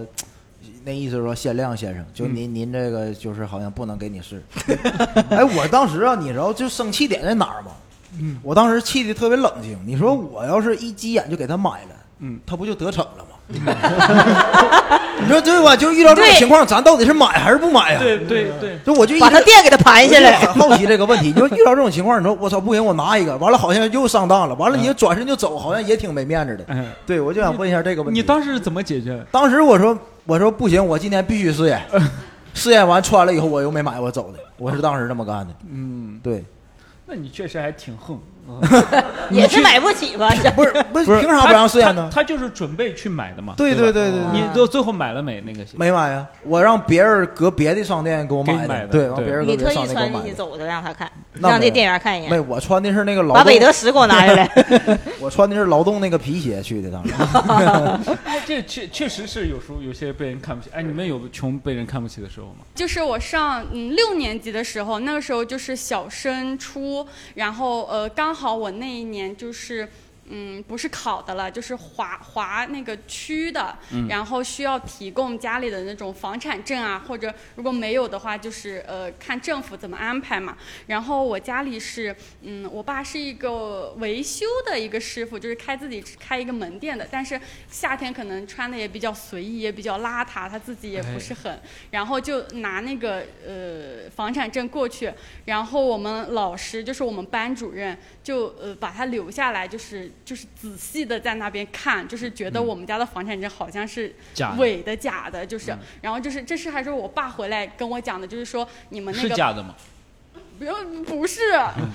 Speaker 4: 那意思说限量，先生，就
Speaker 1: 嗯
Speaker 4: 您、您这个就是好像不能给你试。” 哎，我当时啊，你知道就生气点在哪儿吗？嗯，我当时气的特别冷静。你说我要是一急眼就给他买了，
Speaker 2: 嗯，
Speaker 4: 他不就得逞了吗？ 你说对吧？就遇到这种情况，咱到底是买还是不买哎呀、
Speaker 2: 对对对，
Speaker 4: 就我就一
Speaker 1: 把
Speaker 4: 直
Speaker 1: 他店给他盘下来。
Speaker 4: 很好奇这个问题，你说遇到这种情况，你说我操，不行，我拿一个，完了好像又上当了，完了你就转身就走，好像也挺没面子的。
Speaker 2: 嗯，
Speaker 4: 对，我就想问一下这个问题。
Speaker 2: 你当时是怎么解决嗯的？
Speaker 4: 当时我说我说不行，我今天必须试验，试验完穿了以后我又没买，我走的，我是当时这么干的。
Speaker 2: 嗯，
Speaker 4: 对，
Speaker 2: 那你确实还挺 横。嗯
Speaker 1: 也是买不起吧？这
Speaker 4: 不是不是，凭啥不让试验呢
Speaker 2: 他？？他就是准备去买的嘛。
Speaker 4: 对
Speaker 2: 对吧
Speaker 4: 对对对
Speaker 1: 对
Speaker 2: 你都最后买了没那个鞋？
Speaker 4: 没买呀，我让别人搁别的商店给我
Speaker 2: 给
Speaker 4: 买
Speaker 2: 你买的
Speaker 4: 对，让
Speaker 2: 对
Speaker 4: 别人搁
Speaker 1: 你
Speaker 4: 别的
Speaker 1: 特
Speaker 4: 商
Speaker 1: 意
Speaker 4: 店给我
Speaker 1: 穿进
Speaker 4: 买
Speaker 1: 去
Speaker 4: 的。
Speaker 1: 走着，让他看，
Speaker 4: 那
Speaker 1: 让
Speaker 4: 没
Speaker 1: 这
Speaker 4: 有
Speaker 1: 店员看一
Speaker 4: 没，
Speaker 1: 眼，
Speaker 4: 我穿的是那个劳
Speaker 1: 把
Speaker 4: 动
Speaker 1: 韦，德十给我拿下来。
Speaker 4: 我穿的是劳动那个皮鞋去的，当时。
Speaker 2: 哎， 这确确实是有时候有些被人看不起。哎，你们有穷被人看不起的时候吗？
Speaker 9: 就是我上嗯六年级的时候，那个时候就是小升初，然后呃刚好我那一年就是。嗯，不是考的了，就是划划那个区的，然后需要提供家里的那种房产证啊，或者如果没有的话，就是呃看政府怎么安排嘛。然后我家里是，嗯，我爸是一个维修的一个师傅，就是开自己开一个门店的，但是夏天可能穿的也比较随意，也比较邋遢，他自己也不是很然后就拿那个呃房产证过去，然后我们老师就是我们班主任就呃把他留下来，就是就是仔细的在那边看，就是觉得我们家的房产证好像是
Speaker 2: 嗯假的嗯
Speaker 9: 伪的假的，就是，然后就是这是还是我爸回来跟我讲的，就是说你们那
Speaker 2: 是
Speaker 9: 个
Speaker 2: 假 的吗？
Speaker 9: 不用，不是，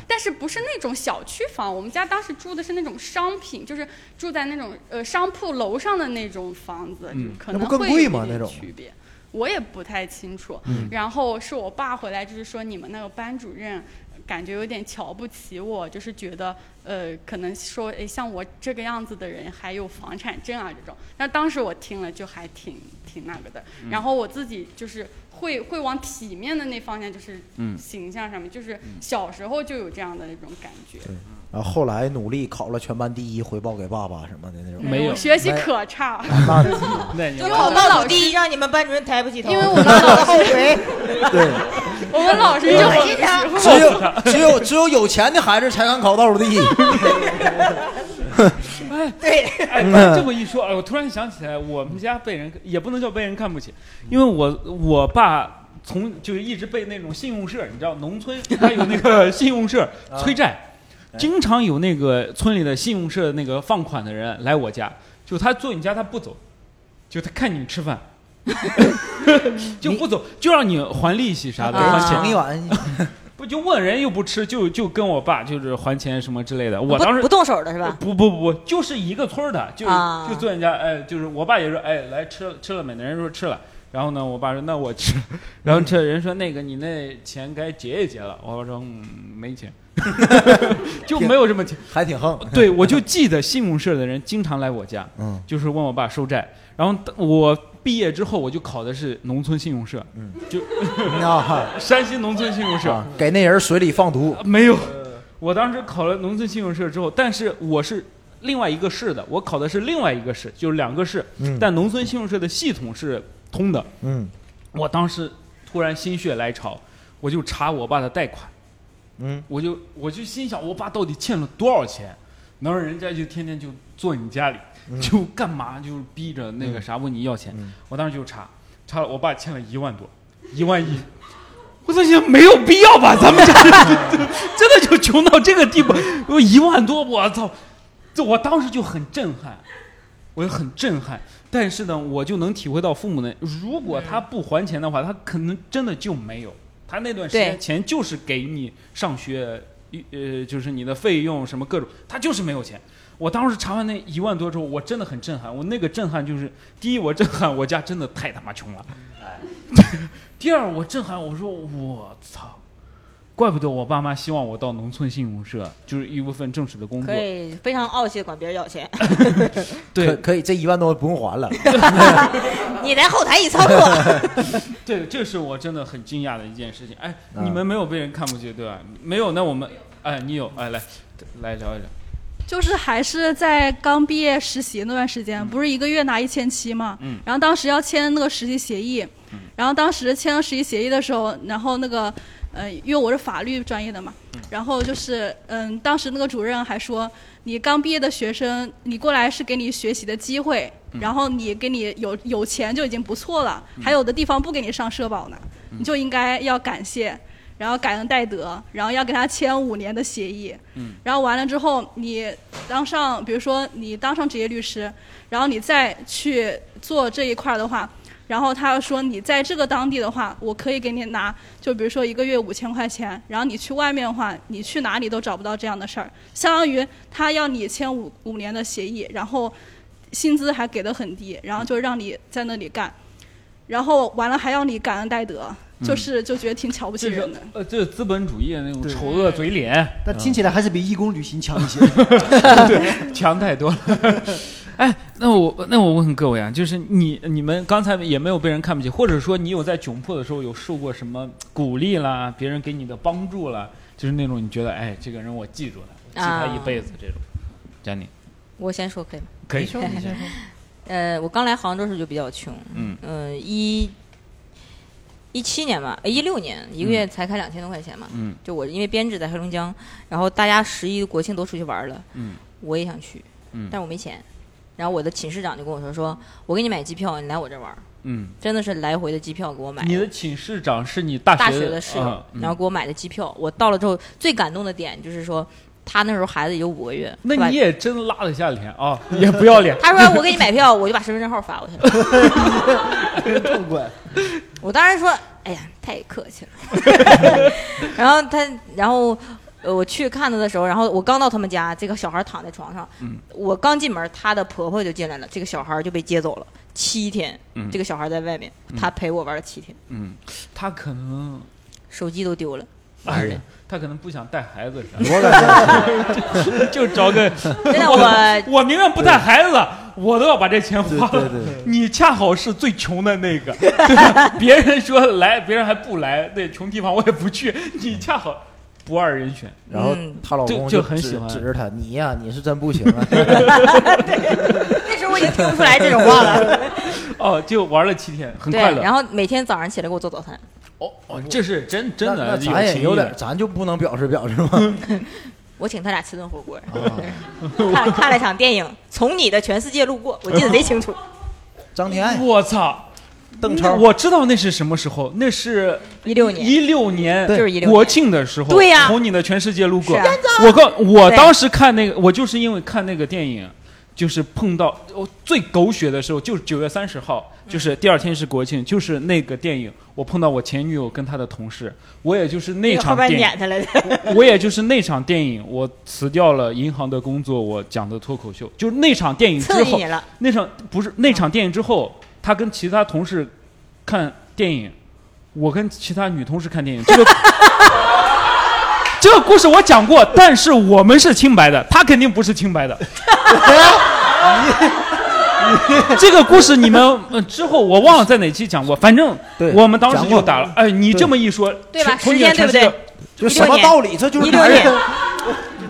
Speaker 9: 但是不是那种小区房，我们家当时住的是那种商品，就是住在那种呃商铺楼上的那种房子，
Speaker 2: 嗯
Speaker 9: 就可
Speaker 4: 那
Speaker 9: 能
Speaker 4: 不更
Speaker 9: 会
Speaker 4: 贵
Speaker 9: 有一
Speaker 4: 吗那
Speaker 9: 点
Speaker 4: 种嗯
Speaker 9: 区别。我也不太清楚，然后是我爸回来，就是说你们那个班主任，感觉有点瞧不起我，就是觉得呃，可能说哎，像我这个样子的人还有房产证啊这种。那当时我听了就还挺挺那个的，
Speaker 4: 嗯
Speaker 9: 然后我自己就是会会往体面的那方向，就是
Speaker 2: 嗯
Speaker 9: 形象上面，就是小时候就有这样的那种感觉。
Speaker 4: 然后后来努力考了全班第一，回报给爸爸什么的那种。
Speaker 2: 没有
Speaker 9: 我学习
Speaker 4: 没
Speaker 9: 可差，
Speaker 4: 那
Speaker 2: 那你
Speaker 9: 因为我
Speaker 1: 考
Speaker 9: 们
Speaker 1: 到
Speaker 9: 老
Speaker 1: 鲁
Speaker 9: 师，
Speaker 1: 第一，让你们班主任抬不起头，
Speaker 9: 因为我
Speaker 1: 们 老哎后悔。
Speaker 4: 对，
Speaker 9: 我们老师就
Speaker 1: 我
Speaker 9: 很
Speaker 1: 是他
Speaker 4: 只有只有只有有钱的孩子才敢考倒数第 一。
Speaker 2: 哎，
Speaker 4: 嗯
Speaker 2: 这么一说，哎，我突然想起来，我们家被人也不能叫被人看不起，因为我我爸从就是一直被那种信用社，你知道，农村他有那个信用社催债，经常有那个村里的信用社那个放款的人来我家，就他坐你家他不走，就他看你吃饭。 就不走，就让你还利息啥的，
Speaker 1: 啊
Speaker 2: 还
Speaker 4: 给
Speaker 2: 钱
Speaker 4: 抢一碗，
Speaker 2: 不就问人又不吃，就就跟我爸就是还钱什么之类的。我
Speaker 1: 不
Speaker 2: 当时
Speaker 1: 不动手的是吧？
Speaker 2: 不不不不，就是一个村儿的，就、
Speaker 1: 啊
Speaker 2: 就坐人家，哎，就是我爸也说，哎，来吃了吃了没？人家说吃了，然后呢，我爸说那我吃， 然后这人说那个你那钱该结一结了，我爸说嗯没钱， 就没有这么钱。
Speaker 4: 还挺横。
Speaker 2: 对，我就记得信用社的人经常来我家，
Speaker 4: 嗯，
Speaker 2: 就是问我爸收债，然后我毕业之后我就考的是农村信用社，
Speaker 4: 嗯
Speaker 2: 就
Speaker 4: 啊，
Speaker 2: 山西农村信用社。
Speaker 4: 啊给那人水里放毒，
Speaker 2: 没有，我当时考了农村信用社之后，但是我是另外一个市的，我考的是另外一个市，就是两个市，
Speaker 4: 嗯
Speaker 2: 但农村信用社的系统是通的。
Speaker 4: 嗯
Speaker 2: 我当时突然心血来潮，我就查我爸的贷款，
Speaker 4: 嗯，
Speaker 2: 我就我就心想，我爸到底欠了多少钱，能让人家就天天就坐你家里，就干嘛就是逼着那个啥问你要钱，我当时就查，查了我爸欠了一万多，一万一。 我在想没有必要吧，咱们家人 真的就穷到这个地步，我一万多，我操！这我当时就很震撼，我就很震撼。但是呢，我就能体会到父母的，如果
Speaker 1: 嗯
Speaker 2: 他不还钱的话，他可能真的就没有。他那段时
Speaker 1: 对
Speaker 2: 间钱就是给你上学，呃，就是你的费用什么各种，他就是没有钱。我当时查完那一万多之后，我真的很震撼。我那个震撼就是，第一，我震撼我家真的太他妈穷了；
Speaker 1: 嗯
Speaker 2: 第二，我震撼我说我操，怪不得我爸妈希望我到农村信用社，就是一部分正式的工作
Speaker 1: 可。以非常傲气的管别人要钱，
Speaker 4: 可
Speaker 2: 对
Speaker 4: 可以，这一万多不用还 了。
Speaker 1: 你来后台一操作，
Speaker 2: 对，这是我真的很惊讶的一件事情。哎，
Speaker 4: 嗯
Speaker 2: 你们没有被人看不起对吧？没有，那我们哎，你有哎，来来聊一聊。
Speaker 6: 就是还是在刚毕业实习那段时间，不是一个月拿一千七嘛，
Speaker 2: 嗯
Speaker 6: 然后当时要签那个实习协议，然后当时签了实习协议的时候，然后那个，呃，因为我是法律专业的嘛，然后就是，嗯，当时那个主任还说，你刚毕业的学生，你过来是给你学习的机会，然后你给你有有钱就已经不错了，还有的地方不给你上社保呢，你就应该要感谢。然后感恩戴德，然后要给他签五年的协议，
Speaker 2: 嗯
Speaker 8: 嗯
Speaker 6: 然后完了之后，你当上，比如说你当上职业律师，然后你再去做这一块儿的话，然后他说你在这个当地的话，我可以给你拿，就比如说一个月五千块钱，然后你去外面的话，你去哪里都找不到这样的事儿，相当于他要你签五五年的协议，然后薪资还给的很低，然后就让你在那里干，然后完了还要你感恩戴德，就是就觉得挺瞧不起
Speaker 2: 这
Speaker 6: 人
Speaker 1: 嗯
Speaker 2: 是
Speaker 6: 的。
Speaker 2: 呃，这是资本主义的那种
Speaker 3: 对嗯
Speaker 2: 丑恶嘴脸，
Speaker 3: 但听起 来还是比义工旅行强一些。
Speaker 2: 强太多了。 哎，那我那我问各位啊，就是你你们刚才也没有被人看不起，或者说你有在窘迫的时候有受过什么鼓励啦，别人给你的帮助啦，就是那种你觉得哎，这个人我记住了，记
Speaker 1: 啊
Speaker 2: 他一辈子这种。詹妮，
Speaker 1: 我先说可以吗？
Speaker 2: 可以
Speaker 1: 你说你先 呃，我刚来杭州的时候就比较穷，
Speaker 2: 嗯
Speaker 1: 呃，一一七年吧，呃一六年一个月才开两千多块钱嘛，
Speaker 2: 嗯
Speaker 1: 就我因为编制在黑龙江，然后大家十一国庆都出去玩了，
Speaker 2: 嗯
Speaker 1: 我也想去，
Speaker 2: 嗯
Speaker 1: 但我没钱，然后我的寝室长就跟我说说，我给你买机票，你来我这玩儿，
Speaker 2: 嗯，
Speaker 1: 真的是来回的机票给我买的
Speaker 2: 你的寝室长是你大学
Speaker 1: 大学的室友，
Speaker 2: 啊嗯
Speaker 1: 然后给我买的机票。我到了之后，最感动的点就是说，他那时候孩子也就五个月，
Speaker 2: 那
Speaker 1: 是吧。
Speaker 2: 你也真拉得下脸啊，也 不要脸
Speaker 1: 他说 我给你买票，我就把身份证号发过去了。
Speaker 3: 痛快，
Speaker 1: 我当时说，哎呀，太客气 了。然后他，然后。呃，我去看他的时候，然后我刚到他们家，这个小孩躺在床上，
Speaker 2: 嗯
Speaker 1: 我刚进门，他的婆婆就进来了，这个小孩就被接走了，七天，
Speaker 2: 嗯
Speaker 1: 这个小孩在外面，他陪我玩了七天，
Speaker 2: 嗯，他可能
Speaker 1: 手机都丢了，
Speaker 2: 玩 的，他可能不想带孩子啥的，
Speaker 4: 我感觉
Speaker 2: 就找个
Speaker 1: 真的我
Speaker 2: 我宁愿不带孩子，我都要把这钱花
Speaker 4: 对
Speaker 2: 了。
Speaker 4: 对对，
Speaker 2: 你恰好是最穷的那个，对吧别人说来，别人还不来，那穷地方我也不去，你恰好不二人选。
Speaker 4: 然后
Speaker 1: 嗯
Speaker 4: 她老公
Speaker 2: 就就很
Speaker 4: 指
Speaker 2: 喜欢
Speaker 4: 指着她，你呀，你是真不行啊。
Speaker 1: 那时候我已经听不出来这种话了。
Speaker 2: 哦，就玩了七天，很
Speaker 1: 对
Speaker 2: 快，乐。
Speaker 1: 然后每天早上起来给我做早餐，
Speaker 2: 哦 哦，这是真真
Speaker 4: 那那
Speaker 2: 的，
Speaker 4: 咱也
Speaker 2: 情
Speaker 4: 有
Speaker 2: 谊的
Speaker 4: 点，咱就不能表示表示 吗？
Speaker 1: 我请他俩吃顿火锅，
Speaker 2: 哦
Speaker 4: 啊
Speaker 1: 看看了场电影《从你的全世界路过》，我记得贼 清楚。
Speaker 4: 张天爱、
Speaker 2: 我操！
Speaker 4: 邓超，
Speaker 2: 我知道那是什么时候，那是
Speaker 1: 一六年，
Speaker 2: 一六年，
Speaker 1: 对就是16年
Speaker 2: 国庆的时候，
Speaker 1: 对呀
Speaker 2: 从你的全世界路过。
Speaker 1: 是啊
Speaker 2: 我告我
Speaker 1: 对
Speaker 2: 当时看那个，我就是因为看那个电影，就是碰到我最狗血的时候，就是九月三十号，就是第二天是国庆，就是那个电影，我碰到我前女友跟她的同事，我也就是那
Speaker 1: 后
Speaker 2: 场
Speaker 1: 边
Speaker 2: 电影
Speaker 1: 撵，他来的。
Speaker 2: 我也就是那场电影，我辞掉了银行的工作，我讲的脱口秀，就是那场电影之
Speaker 1: 刺激
Speaker 2: 后
Speaker 1: 你，了，
Speaker 2: 那场不是那场电影之后，他跟其他同事看电影，我跟其他女同事看电影，这个 这个故事我讲过，但是我们是清白的，他肯定不是清 白的。这个故事你们、呃之后我忘了在哪期讲过，反正
Speaker 4: 对
Speaker 2: 我们当时
Speaker 4: 讲
Speaker 2: 就
Speaker 4: 过
Speaker 2: 打了。哎，你这么一说，
Speaker 1: 对吧
Speaker 2: 全从
Speaker 1: 时
Speaker 2: 你
Speaker 1: 间
Speaker 2: 的
Speaker 1: 对不
Speaker 2: 全世界
Speaker 4: 就
Speaker 1: 对？
Speaker 4: 什么道理？这就是
Speaker 1: 一六
Speaker 4: 男
Speaker 1: 年
Speaker 4: 人，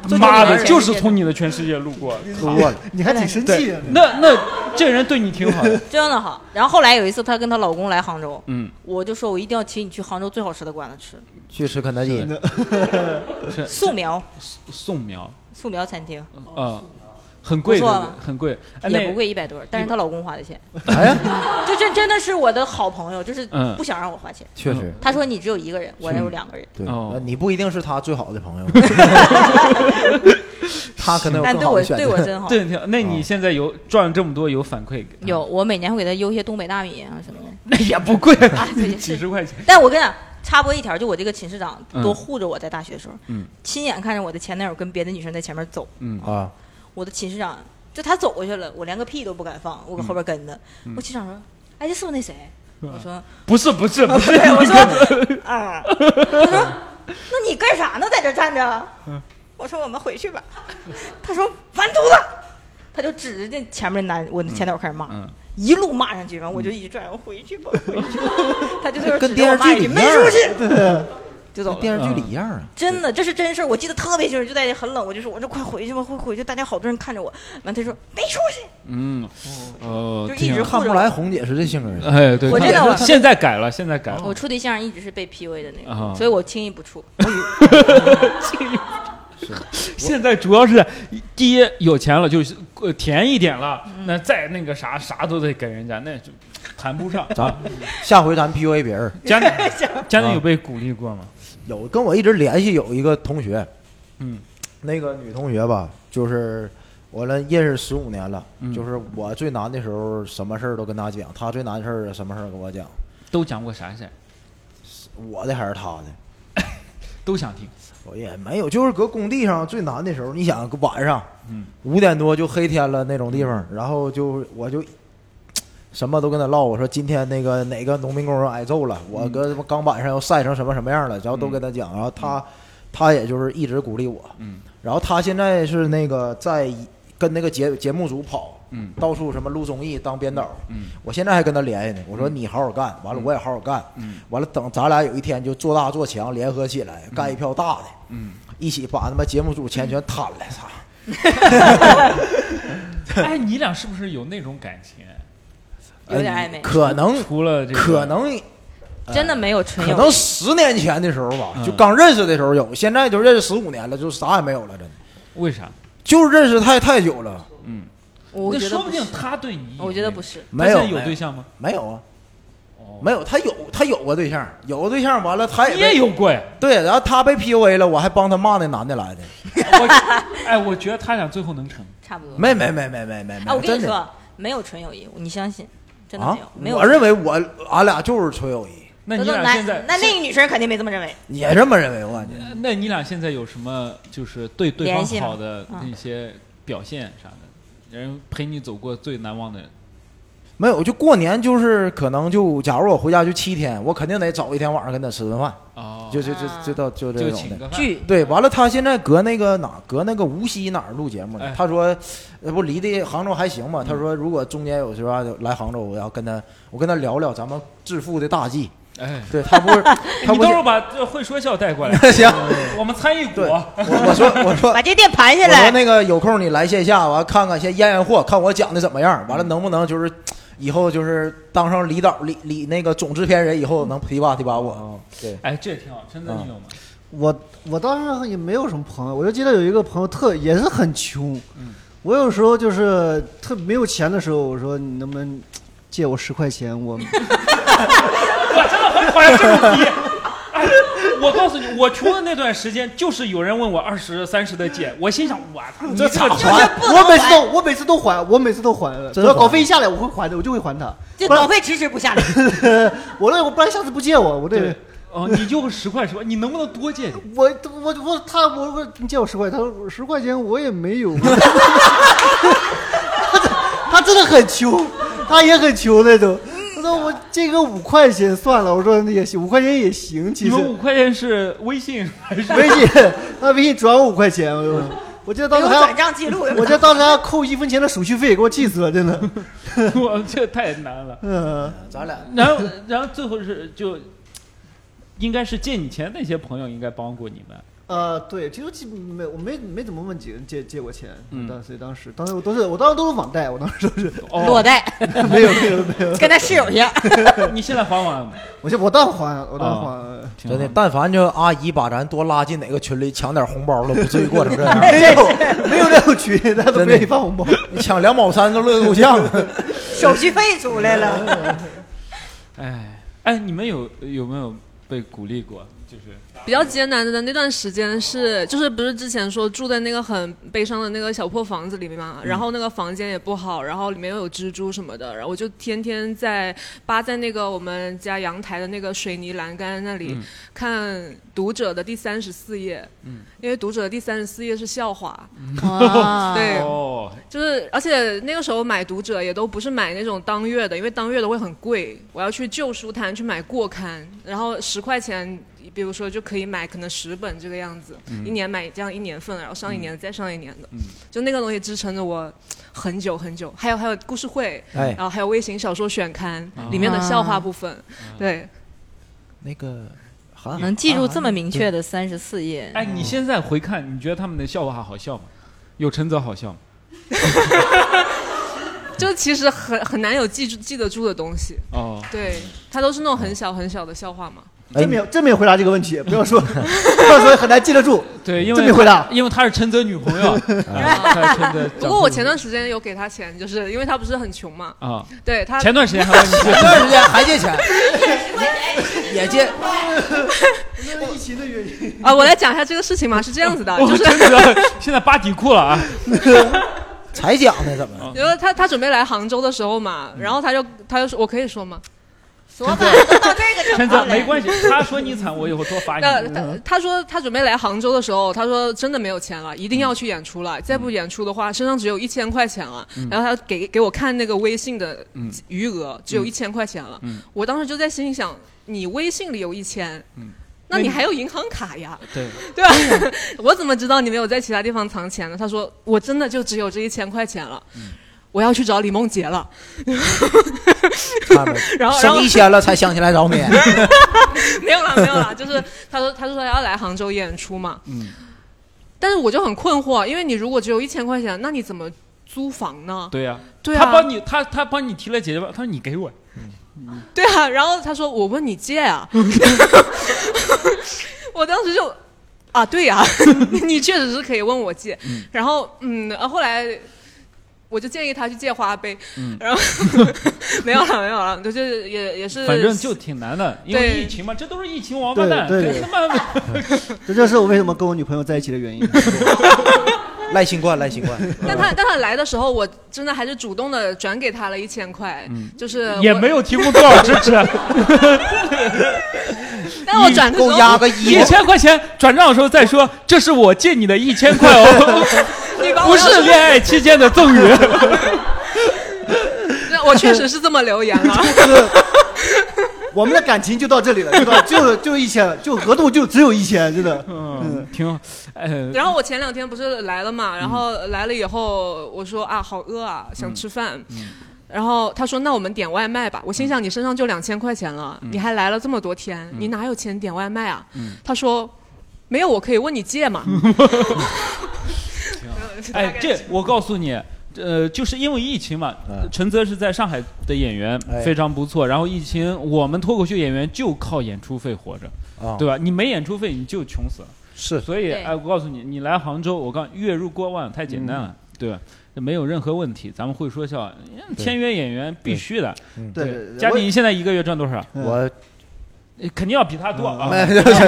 Speaker 1: 就
Speaker 2: 妈
Speaker 1: 你的
Speaker 2: 的，
Speaker 1: 全
Speaker 2: 就
Speaker 1: 世
Speaker 2: 是
Speaker 1: 界
Speaker 2: 从你的全世界路 过。
Speaker 4: 路过了。
Speaker 3: 你还挺生气啊！
Speaker 2: 那那这人对你挺好的，
Speaker 1: 真的好。然后后来有一次，她跟她老公来杭州，
Speaker 2: 嗯，
Speaker 1: 我就说我一定要请你去杭州最好吃的馆子吃，
Speaker 4: 去吃肯德基，
Speaker 2: 是
Speaker 1: 素描
Speaker 2: 宋苗
Speaker 1: 素描餐厅。
Speaker 2: 啊。很贵
Speaker 1: 不错
Speaker 2: 的
Speaker 1: 了，
Speaker 2: 很贵，哎
Speaker 1: 也
Speaker 2: 那
Speaker 1: 不贵一百多，但是她老公花的 钱。
Speaker 4: 哎呀，
Speaker 1: 就这真的是我的好朋友，就是
Speaker 2: 嗯
Speaker 1: 不想让我花钱。
Speaker 4: 确实，
Speaker 1: 他说你只有一个人，我有两个人，
Speaker 4: 对，
Speaker 2: 哦
Speaker 4: 那你不一定是他最好的 朋友，他可能有
Speaker 1: 但
Speaker 4: 更
Speaker 1: 对
Speaker 4: 好
Speaker 1: 我
Speaker 4: 的选
Speaker 1: 对我
Speaker 4: 择。
Speaker 1: 真好。
Speaker 2: 对，那
Speaker 4: 嗯
Speaker 2: 你现在有赚这么多有反馈？
Speaker 1: 有，我每年会给他邮一些东北大米啊什么的。
Speaker 2: 那也不贵，
Speaker 1: 啊，对，
Speaker 2: 几
Speaker 1: 是。
Speaker 2: 十块钱。
Speaker 1: 但我跟你讲，插播一条，就我这个寝室长
Speaker 2: 嗯
Speaker 1: 多护着我，在大学的时候，
Speaker 2: 嗯
Speaker 1: 亲眼看着我的前男友跟别的女生在前面走，
Speaker 2: 嗯，
Speaker 4: 啊，
Speaker 1: 我的寝室长就他走过去了，我连个屁都不敢放，我搁后边跟着。我寝室长说：“哎，这是不是那谁？”我说
Speaker 2: 不是不是不是，：“
Speaker 1: 哦我说啊，我说那你干啥呢，在这站着？”我说：“我们回去吧。”他说：“完犊子！”他就指着那前面男我的前男友开始骂。
Speaker 2: 嗯
Speaker 1: 一路骂上去，然后我就一直转，我回去吧，回去吧。他就在那儿
Speaker 4: 跟
Speaker 1: 指着
Speaker 4: 电视
Speaker 1: 我骂一
Speaker 4: 剧
Speaker 1: 句
Speaker 4: 里
Speaker 1: 没
Speaker 4: 一样
Speaker 1: 出
Speaker 4: 儿
Speaker 1: 息，
Speaker 4: 对，
Speaker 1: 就走
Speaker 4: 跟电
Speaker 1: 了。
Speaker 4: 视剧里一样啊。
Speaker 1: 真的，这是真事儿，我记得特别清楚，就在很冷，我就说，我说快回去吧，快回去，大家好多人看着我。完，他说没出息，
Speaker 2: 嗯，哦
Speaker 1: 就，一
Speaker 2: 挺
Speaker 1: 直
Speaker 4: 看不出来红 姐是这性格人。
Speaker 2: 哎，对，
Speaker 1: 我啊
Speaker 2: 他
Speaker 1: 真的我
Speaker 2: 现在改了，现在改
Speaker 1: 我
Speaker 2: 了。
Speaker 1: 处对象一直是被 PUA 的那个，
Speaker 2: 啊
Speaker 1: 所以我轻易不处。
Speaker 2: 现在主要是第一有钱了，就是呃甜一点了，
Speaker 1: 嗯
Speaker 2: 那再那个啥啥都得给人家，那就谈不上。啊
Speaker 4: 咱下回咱 PUA 别人。 啊
Speaker 2: 家 家
Speaker 1: 嗯
Speaker 2: 长有被鼓励过吗？
Speaker 4: 有跟我一直联系有一个同学，
Speaker 2: 嗯，
Speaker 4: 那个 女同学吧，就是我们认识十五年了，
Speaker 2: 嗯
Speaker 4: 就是我最难的时候什么事儿都跟她讲，她最难的事儿什么事儿跟我讲，
Speaker 2: 都讲过啥事儿？
Speaker 4: 我的还是她的。
Speaker 2: 都想听。
Speaker 4: 我也没有，就是搁工地上最难的时候，你想晚上
Speaker 2: 嗯
Speaker 4: 五点多就黑天了那种地方，然后就我就什么都跟他唠，我说今天那个哪个农民工挨揍了，我
Speaker 2: 嗯
Speaker 4: 搁什么钢板上要晒成什么什么样了，然后都跟他讲，然后他他也就是一直鼓励我，
Speaker 2: 嗯
Speaker 4: 然后他现在是那个在跟那个节节目组跑，
Speaker 2: 嗯
Speaker 4: 到处什么录综艺当编导，
Speaker 2: 嗯
Speaker 4: 我现在还跟他联系呢，我说你好好干，完了我也好好干，
Speaker 2: 嗯
Speaker 4: 完了等咱俩有一天就做大做强，联合起来干一票大的，
Speaker 2: 嗯，
Speaker 4: 一起把他妈节目组钱全摊了，操！
Speaker 2: 哎，你俩是不是有那种感情？
Speaker 1: 嗯有点暧昧
Speaker 4: 呃可能
Speaker 2: 除了这个，
Speaker 4: 可能 呃
Speaker 1: 真的没有纯
Speaker 4: 可
Speaker 1: 友
Speaker 4: 能
Speaker 1: 谊，
Speaker 4: 十年前的时候吧
Speaker 2: 嗯，
Speaker 4: 就刚认识的时候有，现在就认识十五年了，就啥也没有了，真的，
Speaker 2: 为啥？
Speaker 4: 就是认识太太久了，
Speaker 2: 嗯，
Speaker 1: 我
Speaker 2: 那
Speaker 1: 觉得
Speaker 2: 说不
Speaker 1: 不
Speaker 2: 定
Speaker 1: 是，
Speaker 2: 他对你，
Speaker 1: 我觉得不。是。
Speaker 2: 他
Speaker 4: 没
Speaker 2: 现
Speaker 4: 有
Speaker 2: 在有
Speaker 4: 没
Speaker 2: 对象吗？
Speaker 4: 没有啊，
Speaker 2: 哦，
Speaker 4: 没有，他有他有个对象，有个对象，完了他也
Speaker 2: 你
Speaker 4: 被
Speaker 2: 也有过呀。
Speaker 4: 对，然后他被 PUA 了，我还帮他骂那男的来的，
Speaker 2: 我 哎，我觉得他俩最后能成。
Speaker 1: 差不多。
Speaker 4: 没没没没没没
Speaker 1: 嗯啊，我
Speaker 4: 没，
Speaker 1: 跟
Speaker 4: 真
Speaker 1: 你
Speaker 4: 的
Speaker 1: 说，没有纯友谊，你相信，真的
Speaker 4: 啊
Speaker 1: 没有，没，有。
Speaker 4: 我认为我俺俩就是纯友谊，
Speaker 2: 那
Speaker 1: 那
Speaker 2: 你俩现在
Speaker 1: 那另一个女生肯定没这么认为。
Speaker 4: 你也这么认为，我感觉。
Speaker 1: 嗯
Speaker 2: 那你俩现在有什么就是对对方
Speaker 1: 联系吗
Speaker 2: 好的
Speaker 1: 嗯
Speaker 2: 那些表现啥的？人陪你走过最难忘的人，
Speaker 4: 没有，就过年就是可能就，假如我回家就七天，我肯定得找一天晚上跟他吃顿饭，
Speaker 2: 哦，
Speaker 4: 就就就
Speaker 1: 啊
Speaker 4: 就到就这
Speaker 2: 就
Speaker 4: 种
Speaker 2: 请
Speaker 4: 的。
Speaker 2: 个饭。
Speaker 1: 剧
Speaker 4: 对，完了，他现在搁那个哪，搁那个无锡哪儿录节目
Speaker 2: 哎嗯
Speaker 4: 呢？他说，呃不离的杭州还行吧？他说，如果中间有时候啊来杭州，我要跟他，我跟他聊聊咱们致富的大计。
Speaker 2: 哎，
Speaker 4: 对他 不是，他
Speaker 2: 你
Speaker 4: 不是
Speaker 2: 到时候把这会说笑带过来，
Speaker 4: 行，
Speaker 2: 我们参与
Speaker 4: 对，
Speaker 2: 股。
Speaker 4: 我我说我说
Speaker 1: 把这店盘下
Speaker 4: 我说
Speaker 1: 来，
Speaker 4: 那个有空你来线下，完了看看先验验货，看我讲的怎么样，
Speaker 2: 嗯
Speaker 4: 完了能不能就是以后就是当上李导李李那个总制片人以后能提拔提拔我？对，
Speaker 2: 哎，这挺好。真的
Speaker 4: 嗯
Speaker 2: 你有吗？
Speaker 3: 我我当时也没有什么朋友，我就记得有一个朋友特也是很穷，
Speaker 2: 嗯
Speaker 3: 我有时候就是特没有钱的时候，我说你能不能借我十块钱？ 我
Speaker 4: 嗯
Speaker 2: 我真的很讨厌这种逼。哎，我告诉你，我穷的那段时间，就是有人问我二十三十的借，我心想，我操，你这
Speaker 4: 咋
Speaker 2: 个
Speaker 4: 还？
Speaker 3: 我每次都我每次都还，我每次都还了，只
Speaker 4: 真
Speaker 3: 要
Speaker 4: 还
Speaker 3: 稿费一下来，我会还的，我就会还他。
Speaker 1: 这稿费迟迟不 下来。
Speaker 3: 我那我不然下次不借我，我这
Speaker 2: 对，哦，你就十块十块，你能不能多借点？
Speaker 3: 我我我他我我你借我十块，他说十块钱我也没有， 他真的很穷，他也很穷那种。他说我借个五块钱算了，我说那也行，五块钱也行，
Speaker 2: 你
Speaker 3: 其实
Speaker 2: 们五块钱是微信还是？
Speaker 3: 微信他微信转我五块钱，我就我记得当
Speaker 1: 没
Speaker 3: 时
Speaker 1: 有
Speaker 3: 还要
Speaker 1: 转账记录，
Speaker 3: 我记得当时还要扣一分钱的手续费，给我气死了，真的。
Speaker 2: 我这太难了。
Speaker 3: 嗯，
Speaker 4: 咱俩
Speaker 2: 然后，然后最后是就，应该是借你钱那些朋友应该帮过你们。
Speaker 3: 呃，对，其实基本没我没没怎么问几个人借借过钱，
Speaker 2: 嗯
Speaker 3: 但是当时当时我都是我当时都是网贷，我当时都是
Speaker 2: 哦
Speaker 1: 裸贷，
Speaker 3: 没有没有没有，
Speaker 1: 跟他室友一样。
Speaker 2: 你现在还完了，哦
Speaker 3: 我就我当还我当还，
Speaker 2: 挺好
Speaker 4: 真的，但凡就阿姨把咱多拉进哪个群里抢点红包了，不至于过成这样。
Speaker 3: 没有没有这种群，大家
Speaker 4: 真的
Speaker 3: 都不愿意发红包。
Speaker 4: 抢两毛三都乐得够呛。
Speaker 1: 手续费出来了，
Speaker 2: 哎哎，你们有有没有被鼓励过？就是
Speaker 10: 比较艰难的那段时间是，就是不是之前说住在那个很悲伤的那个小破房子里面
Speaker 2: 嗯
Speaker 10: 嘛，然后那个房间也不好，然后里面又有蜘蛛什么的，然后我就天天在扒在那个我们家阳台的那个水泥栏杆那里、
Speaker 2: 嗯
Speaker 10: 看《读者》的第三十四页，因为《读者》的第三十四页是笑话， 对，
Speaker 2: 哦，
Speaker 10: 就是，而且那个时候买读者也都不是买那种当月的，因为当月的会很贵，我要去旧书摊去买过刊，然后十块钱，比如说就可以买可能十本这个样子，
Speaker 2: 嗯
Speaker 10: 一年买这样一年份，然后上一年的、再上一年的，就那个东西支撑着我很久很久。还有还有故事会，
Speaker 4: 哎
Speaker 10: 然，后还有微型小说选刊里面的笑话部分，对，
Speaker 4: 那个
Speaker 2: 嗯
Speaker 4: 韩
Speaker 1: 能记住这么明确的三十四页，
Speaker 2: 哎，你现在回看，你觉得他们的笑话好笑吗？有陈泽好笑吗？
Speaker 10: 就其实很很难有记住记得住的东西，
Speaker 2: 哦，
Speaker 10: 对，它都是那种很小很小的笑 话嘛。
Speaker 4: 哎
Speaker 3: 正面正面回答这个问题，不要说不要说很难记得住，
Speaker 2: 对，因
Speaker 3: 正
Speaker 2: 为
Speaker 3: 面回答。
Speaker 2: 因为她是陈泽女朋友，啊她是陈泽。
Speaker 10: 啊 不过我前段时间有给他钱，就是因为他不是很穷嘛，
Speaker 2: 啊，
Speaker 10: 对他
Speaker 2: 前段时间还问你
Speaker 4: 前段时间还借钱，也借，
Speaker 3: 那疫情的原因，
Speaker 10: 啊，我来讲一下这个事情嘛，是这样子的，
Speaker 2: 哦，
Speaker 10: 就是
Speaker 2: 陈 泽现在扒底裤了啊！
Speaker 4: 才讲呢，怎么？
Speaker 10: 因为他他准备来杭州的时候嘛，然后他就他就说我可以说吗？
Speaker 1: 说吧，都到这个
Speaker 2: 陈
Speaker 1: 程度
Speaker 2: 泽
Speaker 1: 了，
Speaker 2: 没关系，他说你惨，我以后多罚
Speaker 10: 那
Speaker 2: 你。
Speaker 10: 他他说他准备来杭州的时候，他说真的没有钱了，一定要去演出
Speaker 2: 嗯
Speaker 10: 了，再不演出的话，身上只有一千块钱了。然后他给给我看那个微信的
Speaker 2: 嗯
Speaker 10: 余额，只有一千块钱了
Speaker 2: 嗯。
Speaker 10: 我当时就在心里想，你微信里有一千
Speaker 2: 嗯，
Speaker 10: 那你还有银行卡呀？
Speaker 2: 对，
Speaker 10: 对吧？我怎么知道你没有在其他地方藏钱呢？他说我真的就只有这一千块钱了，
Speaker 2: 嗯
Speaker 10: 我要去找李梦洁了。
Speaker 4: 看 吧
Speaker 10: 然后然后
Speaker 4: 升一千了才想起来找 你，
Speaker 10: 没有啦，没有啦，就是他说他说他要来杭州演出嘛，
Speaker 2: 嗯，
Speaker 10: 但是我就很困惑，因为你如果只有一千块钱，那你怎么租房呢？
Speaker 2: 对呀，
Speaker 10: 对
Speaker 2: 他帮
Speaker 10: 啊，
Speaker 2: 你，他他帮你提了解决办法，他说你给我，
Speaker 10: 对啊，然后他说我问你借啊， 我当时就啊， 对呀、你确实是可以问我借，然后嗯，呃后来。我就建议他去借花呗，
Speaker 2: 嗯
Speaker 10: 然后没有了，没有了，就是也也是，
Speaker 2: 反正就挺难的，因为
Speaker 10: 对
Speaker 2: 疫情嘛，这都是疫情王八蛋，
Speaker 3: 对对
Speaker 2: 这他妈
Speaker 3: 这就是我为什么跟我女朋友在一起的 原因。
Speaker 4: 赖新冠，赖新冠，
Speaker 10: 但他但他来的时候，我真的还是主动的转给他了一千块，就是
Speaker 2: 嗯也
Speaker 10: 呃我
Speaker 2: 没有提供多少支持，啊
Speaker 10: 但我转的时
Speaker 4: 够
Speaker 10: 候，
Speaker 4: 压个一
Speaker 2: 一，千块钱转账的时候再说，这是我借你的一千块 哦，
Speaker 10: 你把我
Speaker 2: 不是恋爱期间的赠与。
Speaker 10: 那我确实是这么留言 了。
Speaker 3: 我们的感情就到这里了，就到就就一千了，就额度就只有一千，真的。
Speaker 2: 嗯，挺好，呃，
Speaker 10: 然后我前两天不是来了嘛，然后
Speaker 2: 嗯
Speaker 10: 来了以后，我说啊，好饿啊，想吃饭。
Speaker 2: 嗯
Speaker 10: 然后他说：“那我们点外卖吧。”我心想：“你身上就两千块钱了，
Speaker 2: 嗯
Speaker 10: 你还来了这么多天，你哪有钱点外卖啊？”他说：“没有，我可以问你借 嘛。
Speaker 2: 哎，这我告诉你。呃，就是因为疫情嘛，
Speaker 4: 嗯
Speaker 2: 陈泽是在上海的演员，
Speaker 4: 哎
Speaker 2: 非常不错。然后疫情，我们脱口秀演员就靠演出费活着，
Speaker 3: 哦
Speaker 4: 啊
Speaker 2: 对，吧？你没演出费，你就穷死了。
Speaker 4: 是
Speaker 2: 所以，
Speaker 7: 对
Speaker 2: 哎，我告诉你，你来杭州，我告诉你月入过万太简单了，对
Speaker 3: 嗯
Speaker 2: 吧？这没有任何问题，咱们会说笑。嗯签约演员必须的。
Speaker 3: 对嗯对对，
Speaker 2: 佳
Speaker 3: 我
Speaker 2: 迪，你现在一个月赚多少？
Speaker 4: 我
Speaker 2: 呃肯定要比他多 啊。
Speaker 4: 哎就是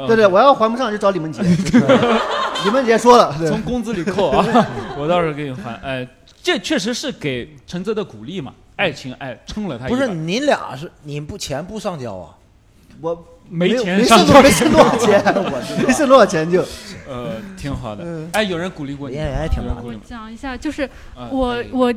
Speaker 3: 嗯 对对，我要还不上就找李梦洁。李梦洁说了，对
Speaker 2: 从工资里扣 啊，我到时候给你还。哎，这确实是给陈泽的鼓励嘛，爱情爱撑了他一把。
Speaker 4: 不是你俩是你不钱不上交啊？
Speaker 3: 我
Speaker 2: 没
Speaker 3: 有
Speaker 2: 钱
Speaker 3: 没
Speaker 2: 上
Speaker 3: 剩多没 剩多少 钱，没剩多少钱就
Speaker 2: 呃，挺好的
Speaker 3: 嗯。
Speaker 2: 哎，有人鼓励过
Speaker 4: 我
Speaker 2: 你
Speaker 4: 演，员也挺
Speaker 2: 有人
Speaker 4: 难
Speaker 2: 鼓
Speaker 8: 我
Speaker 2: 励吗
Speaker 8: 讲一下，就是
Speaker 2: 嗯啊
Speaker 8: 我
Speaker 2: 哎
Speaker 8: 我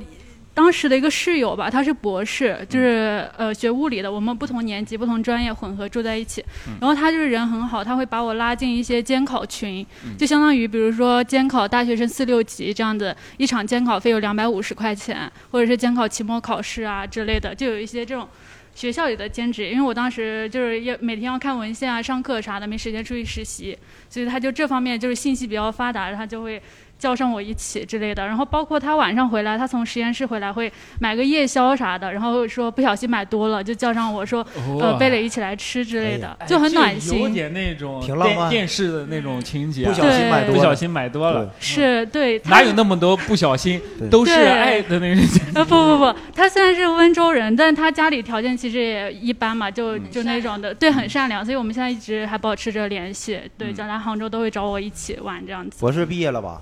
Speaker 8: 当时的一个室友吧，他是博士，就是呃学物理的，我们不同年级、不同专业混合住在一起。然后他就是人很好，他会把我拉进一些监考群，就相当于比如说监考大学生四六级这样子，一场监考费有两百五十块钱，或者是监考期末考试啊之类的，就有一些这种。学校里的兼职，因为我当时就是要每天要看文献啊、上课啥的，没时间出去实习，所以他就这方面就是信息比较发达，他就会叫上我一起之类的。然后包括他晚上回来，他从实验室回来会买个夜宵啥的，然后说不小心买多了，就叫上我说，呃，
Speaker 2: 哦
Speaker 8: 贝蕾一起来吃之类的，
Speaker 2: 哎
Speaker 8: 就很
Speaker 2: 这
Speaker 8: 暖心。
Speaker 2: 有点那种
Speaker 4: 挺浪漫
Speaker 2: 电电视的那种情节啊，
Speaker 4: 不小心买多了
Speaker 2: 不小心买多了，
Speaker 8: 是对，他
Speaker 2: 哪有那么多不小心
Speaker 4: 对，
Speaker 2: 都是
Speaker 8: 对
Speaker 2: 爱的 那种。
Speaker 8: 呃，不不不，他虽然是温州人，但他家里条件其实也一般嘛，就就那种的，对，很善良，所以我们现在一直还保持着联系。对，
Speaker 2: 嗯
Speaker 8: 就来杭州都会找我一起玩这样子。
Speaker 4: 博士毕业了吧？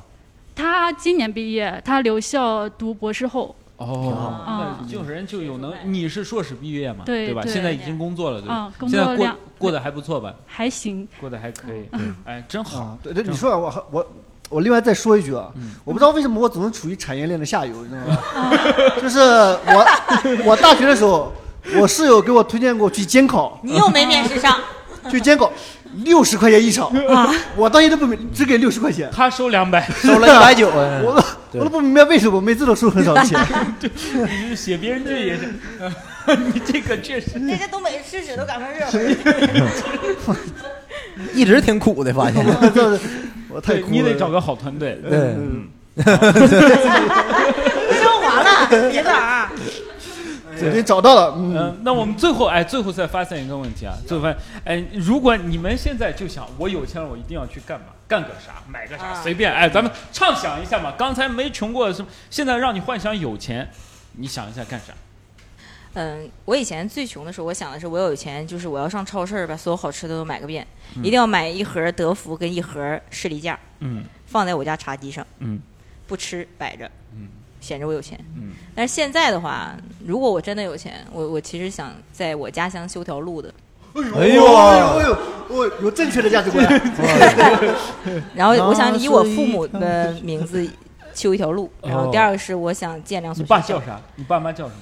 Speaker 8: 他今年毕业，他留校读博士后，
Speaker 2: 哦，那
Speaker 8: 嗯
Speaker 2: 就是人就有能，你是硕士毕业嘛，
Speaker 8: 对
Speaker 2: 吧？
Speaker 8: 对
Speaker 2: 现在已经工作了，对吧？
Speaker 8: 嗯，工
Speaker 2: 现
Speaker 8: 作
Speaker 2: 在过
Speaker 8: 量
Speaker 2: 过得还不错吧？
Speaker 8: 还行。
Speaker 2: 过得还可以，哎，真好
Speaker 3: 啊，。对对，你说啊我还我我另外再说一句啊
Speaker 2: 嗯，
Speaker 3: 我不知道为什么我总是处于产业链的下游，你知道吗？ 就是我我大学的时候，我室友给我推荐过去监考，
Speaker 1: 你又没面试上，
Speaker 3: 去监考六十块钱一场，我当时都不明，只给六十块钱，
Speaker 2: 他收两 百，
Speaker 4: 收了一百九，啊
Speaker 3: 我都
Speaker 4: 嗯
Speaker 3: 我都不明白为什么每次都收很少 钱。
Speaker 2: 你是写别人这也是，你这个确实
Speaker 1: 这些东北吃屎都赶上热乎。
Speaker 4: 一直挺苦的，发现。
Speaker 3: 我 这我太
Speaker 2: 对
Speaker 3: 苦了，
Speaker 2: 你得找个好团队。
Speaker 4: 对，
Speaker 3: 嗯
Speaker 1: 升华了，别啊打。
Speaker 3: 我给找到了，嗯，
Speaker 2: 哎嗯，那我们最后哎，最后再发现一个问题啊，最后发现哎，如果你们现在就想我有钱了，我一定要去干嘛？干个啥？买个啥？
Speaker 1: 啊
Speaker 2: 随便哎，咱们畅想一下嘛。刚才没穷过什么，现在让你幻想有钱，你想一下干啥？
Speaker 1: 嗯，我以前最穷的时候，我想的是我有钱，就是我要上超市把所有好吃的都买个遍，一定要买一盒德芙跟一盒士力架，
Speaker 2: 嗯
Speaker 1: 放在我家茶几上，
Speaker 2: 嗯
Speaker 1: 不吃摆着，
Speaker 2: 嗯
Speaker 1: 显着我有钱。
Speaker 2: 嗯
Speaker 1: 但是现在的话，如果我真的有钱，我我其实想在我家乡修条路的，
Speaker 4: 哎
Speaker 3: 呦哎呦
Speaker 4: 呦，
Speaker 3: 哎呦，我有正确的价值观，
Speaker 1: 然后我想
Speaker 4: 那
Speaker 1: 以我
Speaker 4: 是
Speaker 1: 父
Speaker 4: 一
Speaker 1: 母
Speaker 2: 啊
Speaker 1: 的名字修一条路，然后第
Speaker 2: 嗯哦
Speaker 1: 二个是我想建两
Speaker 2: 你
Speaker 1: 所
Speaker 2: 爸
Speaker 1: 学校
Speaker 2: 叫啥？你爸妈叫什么？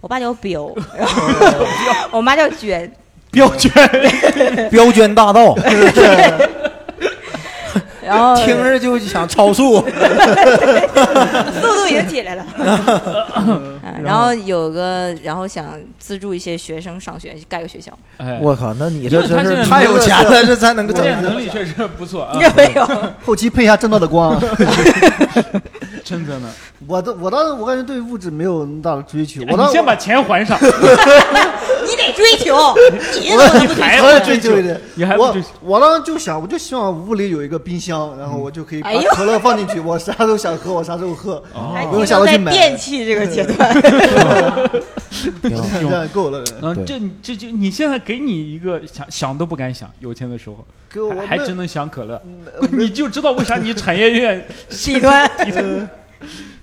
Speaker 1: 我爸叫 彪，然后我妈叫娟，
Speaker 2: 标签。
Speaker 4: 标间大道，
Speaker 1: 哎然后
Speaker 4: 听着就想超速。
Speaker 1: 速度已经起 来了。嗯然后有个，然后想资助一些学生上学，盖个学校，
Speaker 2: 哎，
Speaker 4: 我靠，那 你这真
Speaker 2: 因为他现在
Speaker 4: 是太有钱了，这才能
Speaker 2: 我
Speaker 4: 够
Speaker 2: 这
Speaker 4: 整。
Speaker 2: 能力确实不错啊，
Speaker 1: 没有。
Speaker 3: 后期配一下正道的光啊。
Speaker 2: 真的呢。
Speaker 3: 我的我当时我感觉对物质没有那么大的追求，
Speaker 2: 哎
Speaker 3: 我
Speaker 2: 你
Speaker 3: 当时
Speaker 2: 先把钱还 上，
Speaker 1: 你得追 求，你
Speaker 3: 我
Speaker 1: 怎么不
Speaker 2: 你
Speaker 1: 追
Speaker 2: 还不
Speaker 1: 求？
Speaker 3: 我也
Speaker 2: 追
Speaker 3: 追
Speaker 2: 求
Speaker 3: 求一点，
Speaker 2: 你还不
Speaker 3: 我
Speaker 2: 追求
Speaker 3: 我当时就想，我就希望屋里有一个冰箱，然后我就可以把
Speaker 1: 哎呦
Speaker 3: 可乐放进去，我啥时候想喝我啥时候喝，
Speaker 4: 哎
Speaker 2: 哦
Speaker 3: 不用下
Speaker 1: 停留
Speaker 3: 楼
Speaker 1: 在
Speaker 3: 去买，
Speaker 1: 电器这个阶 段，
Speaker 3: 这样够了。
Speaker 2: 嗯，
Speaker 4: 对
Speaker 2: 这这这，你现在给你一个想想都不敢想，有钱的时候
Speaker 3: 给我
Speaker 2: 还
Speaker 3: 我
Speaker 2: 还
Speaker 3: 那
Speaker 2: 真能想可乐，
Speaker 3: 呃
Speaker 2: 你就知道为啥你产业院
Speaker 1: 底 端。
Speaker 2: 底层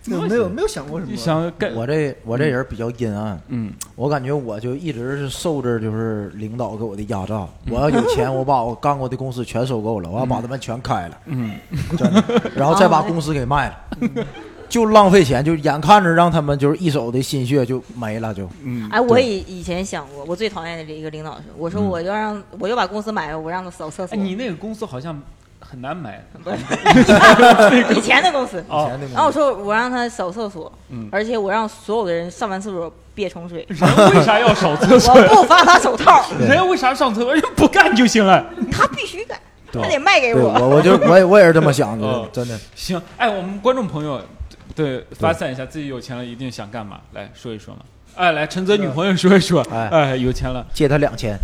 Speaker 3: 没有没有没有想过什
Speaker 2: 就
Speaker 3: 么，
Speaker 2: 想干
Speaker 4: 我这我这人比较阴暗，
Speaker 2: 嗯
Speaker 4: 我感觉我就一直是受着就是领导给我的压榨。
Speaker 2: 嗯
Speaker 4: 我要有钱，我把我干过的公司全收购了，我要把他们全开 了，
Speaker 2: 嗯，
Speaker 4: 真的，然后再把公司给卖了，
Speaker 2: 哦哎
Speaker 4: 就浪费钱，就眼看着让他们就是一手的心血就没了，就
Speaker 2: 嗯
Speaker 1: 哎，我以以前想过，我最讨厌的一个领导是，我说我要让，我就把公司买了，我让他扫厕所
Speaker 2: 哎，。你那个公司好像很难买
Speaker 1: 不是 以前的公司，
Speaker 4: 以
Speaker 2: 哦
Speaker 4: 前，那
Speaker 1: 然后我
Speaker 4: 个
Speaker 1: 说我让他扫厕所，
Speaker 2: 嗯，
Speaker 1: 而且我让所有的人上完厕所别冲水
Speaker 2: 人为啥要扫厕所
Speaker 1: 我？不发他手套，
Speaker 2: 人为啥上厕所？人不干就行了。
Speaker 1: 他必须干，
Speaker 2: 对
Speaker 1: 他得卖给
Speaker 4: 对我我 就我也我也是这么想
Speaker 2: 哦
Speaker 4: 的，真的。
Speaker 2: 行，哎，我们观众朋友，对，发散一下，自己有钱了一定想干嘛？来说一说嘛。哎，来，陈
Speaker 3: 呃
Speaker 2: 泽女朋友说一说。
Speaker 4: 哎
Speaker 2: 哎，有钱了，
Speaker 4: 借他两千，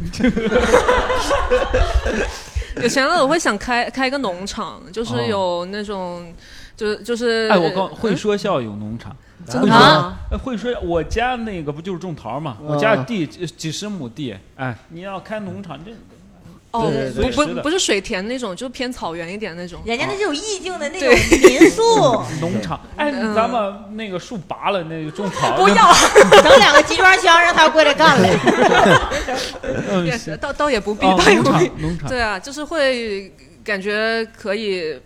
Speaker 10: 有钱了，我会想开开个农场，就是
Speaker 2: 哦
Speaker 10: 有那种，就是就是。
Speaker 2: 哎，我告会
Speaker 10: 嗯
Speaker 2: 说笑有农场。
Speaker 10: 真的
Speaker 2: 啊
Speaker 10: 吗？
Speaker 2: 呃会说我家那个不就是种桃嘛？我
Speaker 3: 啊
Speaker 2: 家地几几十亩地，哎， 你要开农场，这
Speaker 10: 哦
Speaker 2: 对对，对
Speaker 10: 不
Speaker 2: 是的
Speaker 10: 不不是水田那种，就偏草原一点那种。哦
Speaker 1: 人家那是有意境的那种民 宿，
Speaker 2: 农场，哎，
Speaker 10: 嗯
Speaker 2: 咱们那个树拔了，那个种草，
Speaker 10: 不要，
Speaker 1: 整两个集装箱让他过来干来。
Speaker 2: 嗯，
Speaker 10: 也
Speaker 2: 行
Speaker 10: 倒倒也不必，
Speaker 2: 哦
Speaker 10: 倒也
Speaker 2: 农
Speaker 10: 不必。
Speaker 2: 场，农场，
Speaker 10: 对啊，就是会感觉可以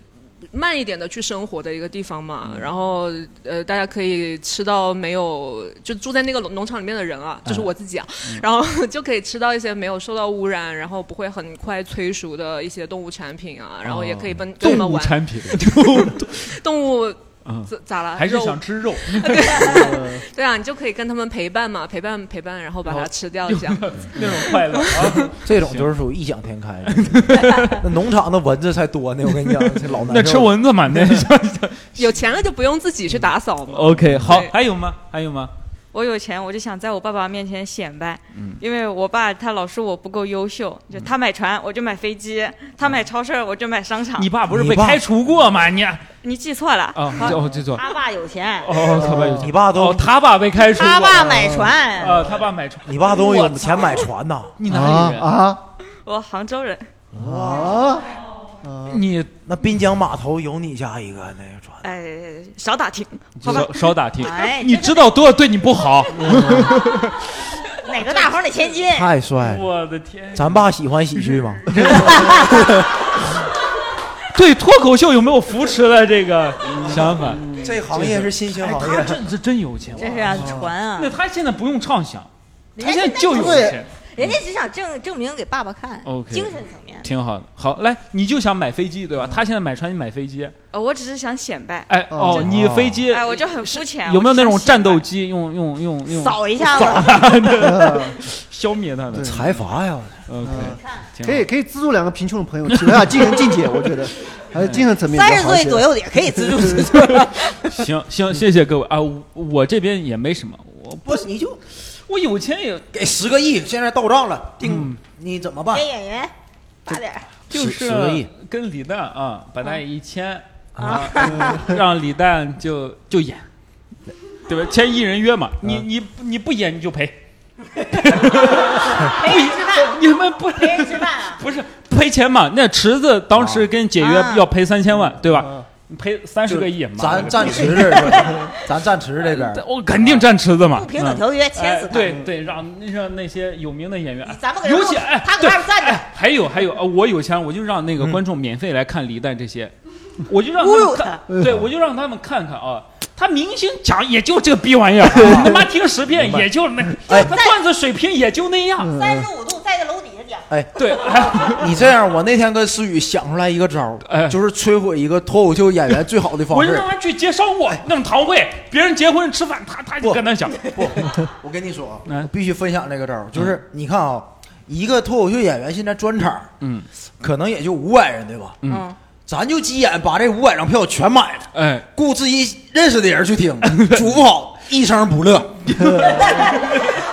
Speaker 10: 慢一点的去生活的一个地方嘛。
Speaker 2: 嗯
Speaker 10: 然后呃，大家可以吃到没有就住在那个农农场里面的人啊，
Speaker 2: 哎
Speaker 10: 就是我自己啊，
Speaker 2: 嗯
Speaker 10: 然后 就可以吃到一些没有受到污染，然后不会很快催 熟的一些动物产品啊，然后也可以跟跟他
Speaker 2: 哦动
Speaker 10: 们
Speaker 2: 物
Speaker 10: 玩
Speaker 2: 产品，
Speaker 10: 动物。
Speaker 2: 嗯，
Speaker 10: 咋咋了？
Speaker 2: 还是
Speaker 10: 肉
Speaker 2: 想吃肉，
Speaker 10: 对啊，你就可以跟他们陪伴嘛，陪伴陪伴，然后把
Speaker 2: 哦
Speaker 10: 它吃掉这样。
Speaker 2: 那种快乐啊。
Speaker 4: 这种就是属于异想天开。那农场的 蚊子才多呢，我跟你 讲，这老难
Speaker 2: 那吃
Speaker 4: 受了。
Speaker 2: 蚊子嘛，那
Speaker 10: 有钱了就不用自己去打扫嘛。
Speaker 2: OK 好
Speaker 10: 对，
Speaker 2: 还有吗？还有吗？
Speaker 7: 我有钱，我就想在我爸爸面前显摆，
Speaker 2: 嗯
Speaker 7: 因为我爸他老说我不够优秀，就他买船我就买飞机，他买超市我就买商场。
Speaker 2: 哦你
Speaker 7: 你
Speaker 2: 爸不是
Speaker 4: 你
Speaker 2: 被
Speaker 4: 爸
Speaker 2: 开除过吗？你啊，
Speaker 7: 记错了，
Speaker 2: 哦，记错了，
Speaker 1: 他爸有钱，
Speaker 2: 哦，他爸有钱
Speaker 4: 你爸
Speaker 2: 哦，
Speaker 4: 都
Speaker 2: 他爸被开除过，
Speaker 1: 他爸买船，
Speaker 2: 呃，他爸买 船，
Speaker 4: 你爸都有钱买船呐？
Speaker 2: 你
Speaker 3: 啊
Speaker 2: 哪里人？
Speaker 3: 啊
Speaker 7: 我杭州人。
Speaker 3: 啊！
Speaker 2: 你
Speaker 4: 那滨江码头有你家一个那个船，
Speaker 7: 哎，少打听，好吧
Speaker 2: 少少打听
Speaker 1: 哎，
Speaker 2: 你知道多少对你不好？
Speaker 1: 哪个大行哪千金，
Speaker 4: 太帅了。
Speaker 2: 我的天！
Speaker 4: 咱爸喜欢喜 剧吗？
Speaker 2: 对脱口秀有没有扶持了这个想法？
Speaker 4: 嗯
Speaker 2: 哎
Speaker 4: 这行业是新兴行
Speaker 2: 他
Speaker 4: 业。
Speaker 2: 真是真有钱，
Speaker 1: 这是啊船啊
Speaker 2: 那，他现在不用畅想，他
Speaker 1: 人家
Speaker 2: 现在就有
Speaker 3: 对
Speaker 2: 钱，
Speaker 1: 人家只想证证明给爸爸看
Speaker 2: OK
Speaker 1: 精神层面。
Speaker 2: 挺好的。好，来，你就想买飞机对吧？他现在买船，你买飞机。
Speaker 7: 呃，我只是想显摆。
Speaker 2: 哎哦，你飞机
Speaker 7: 哎，我就很肤浅。
Speaker 2: 有没有那种
Speaker 7: 我只想显摆
Speaker 2: 战斗？机用用用用
Speaker 1: 扫一下子，
Speaker 3: 嗯
Speaker 2: 消灭他的
Speaker 4: 财阀呀！
Speaker 2: ？OK，挺好
Speaker 3: 嗯可以可以资助两个贫穷的朋友，体谅下精神境界，我 觉得还是精神层面比
Speaker 1: 三
Speaker 3: 较
Speaker 1: 十
Speaker 3: 好一
Speaker 1: 岁
Speaker 3: 些
Speaker 1: 左。右的也可以资助资助。
Speaker 2: 行行，谢谢各位啊，我我这边也没什么，我
Speaker 4: 不是，你就
Speaker 2: 我有钱也嗯
Speaker 4: 给十个亿，现在到账了，定你怎么办
Speaker 1: 给？演员发点儿，
Speaker 2: 就
Speaker 4: 十
Speaker 2: 是
Speaker 4: 十个亿
Speaker 2: 跟李诞啊，把他也一签啊， 嗯让李诞就就演，对吧？签一人约嘛，你
Speaker 3: 嗯
Speaker 2: 你你不演你就赔，
Speaker 1: 陪人吃饭，
Speaker 2: 你们不
Speaker 1: 陪人吃饭啊。
Speaker 2: 不是赔钱嘛？那池子当时跟解约
Speaker 1: 啊
Speaker 2: 要赔三千万，对吧？ 你赔三十个亿嘛，
Speaker 4: 嗯咱
Speaker 2: 站
Speaker 4: 站池这儿， 咱站池这边儿。
Speaker 2: 我肯定占池子嘛，
Speaker 1: 不平等
Speaker 2: 嗯
Speaker 1: 条约签死
Speaker 2: 哎
Speaker 1: 他。
Speaker 2: 对对，让那让那些有名的演员，哎
Speaker 1: 咱们搁这
Speaker 2: 尤
Speaker 1: 录
Speaker 2: 其哎，
Speaker 1: 他搁
Speaker 2: 对
Speaker 1: 外边站着
Speaker 2: 哎还有还有，呃我有钱，我就让
Speaker 4: 嗯
Speaker 2: 那个观众免费来看李诞这些，我就让
Speaker 1: 侮
Speaker 2: 他
Speaker 1: 辱
Speaker 2: 们
Speaker 4: 哎
Speaker 2: 看，对我就让他们看看啊。他明星讲也就这逼 玩意儿，他妈听十遍也就那，
Speaker 4: 哎
Speaker 2: 他段子水平也就那样。
Speaker 1: 三十五度在这楼底下讲，
Speaker 2: 嗯对，哎
Speaker 4: 你这样，我那天跟思雨想出来一个招儿，
Speaker 2: 哎
Speaker 4: 就是摧毁一个脱口秀演员最好的方
Speaker 2: 我就
Speaker 4: 式
Speaker 2: 让。他去接商务，弄堂会，别人结婚吃饭，他他就
Speaker 4: 不
Speaker 2: 跟他讲，
Speaker 4: 不，我跟你说啊，
Speaker 2: 嗯
Speaker 4: 我必须分享这个招儿，就是你看啊，一个脱口秀演员现在专场，
Speaker 2: 嗯，
Speaker 4: 可能也就五百人对吧？
Speaker 2: 嗯，
Speaker 4: 咱就急眼把这五百张票全买了，
Speaker 2: 哎，
Speaker 4: 雇自己认识的人去 听，嘱咐好一声不乐，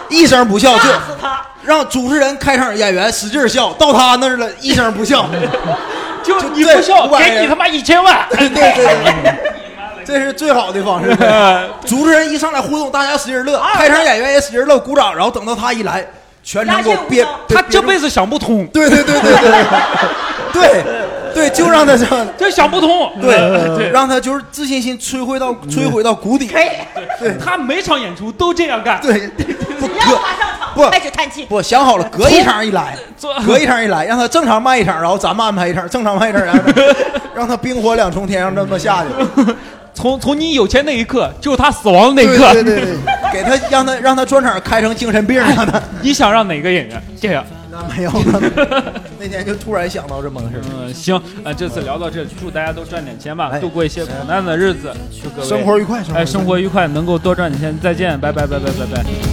Speaker 4: 一声不笑就
Speaker 1: 吓死他。
Speaker 4: 让主持人开场演员使劲儿笑，到他那儿了一声不笑，
Speaker 2: 就
Speaker 4: 就
Speaker 2: 你
Speaker 4: 对
Speaker 2: 不笑，
Speaker 4: 500
Speaker 2: 给你
Speaker 4: 人
Speaker 2: 他妈一千万，
Speaker 4: 对对 对，这是最好的方式。
Speaker 2: 哎
Speaker 4: 主持人一上来互动，大家使劲乐，开场演员也使劲乐，鼓掌，然后等到他一来，全程给我憋
Speaker 1: 鸦雀无声，
Speaker 4: 对
Speaker 2: 他这辈
Speaker 4: 憋住
Speaker 2: 子想不通，
Speaker 4: 对对对对对对对，就让他这样，
Speaker 2: 这想不通，嗯
Speaker 4: 对，让他就是自信心摧毁到摧毁到谷底，
Speaker 1: 可以，
Speaker 2: 对，他每场演出都这样干，
Speaker 4: 对，不
Speaker 1: 只要
Speaker 4: 隔
Speaker 1: 他上场
Speaker 4: 不
Speaker 1: 开始叹气，
Speaker 4: 不想好了，隔一场一来
Speaker 2: 做，
Speaker 4: 隔一场一来，让他正常卖一场，然后咱们安排一场，正常卖一场，然 后让他冰火两重天，让他这么下去。
Speaker 2: 从从你有钱那一刻，就是他死亡的那一
Speaker 4: 对
Speaker 2: 刻，
Speaker 4: 对对对，给他让他让他专场开成精神病，让他
Speaker 2: 哎
Speaker 4: 哎
Speaker 2: 你想让哪个演员这样？
Speaker 4: 那没有了。哎那天就突然想到这么个事儿，
Speaker 2: 嗯，行，啊，这次聊到这里，祝大家都赚点钱吧，
Speaker 4: 哎
Speaker 2: 度过一些苦难的日子，祝各位
Speaker 4: 生活愉快，
Speaker 2: 哎生活愉快，能够多赚点钱。再见，拜拜拜拜拜拜。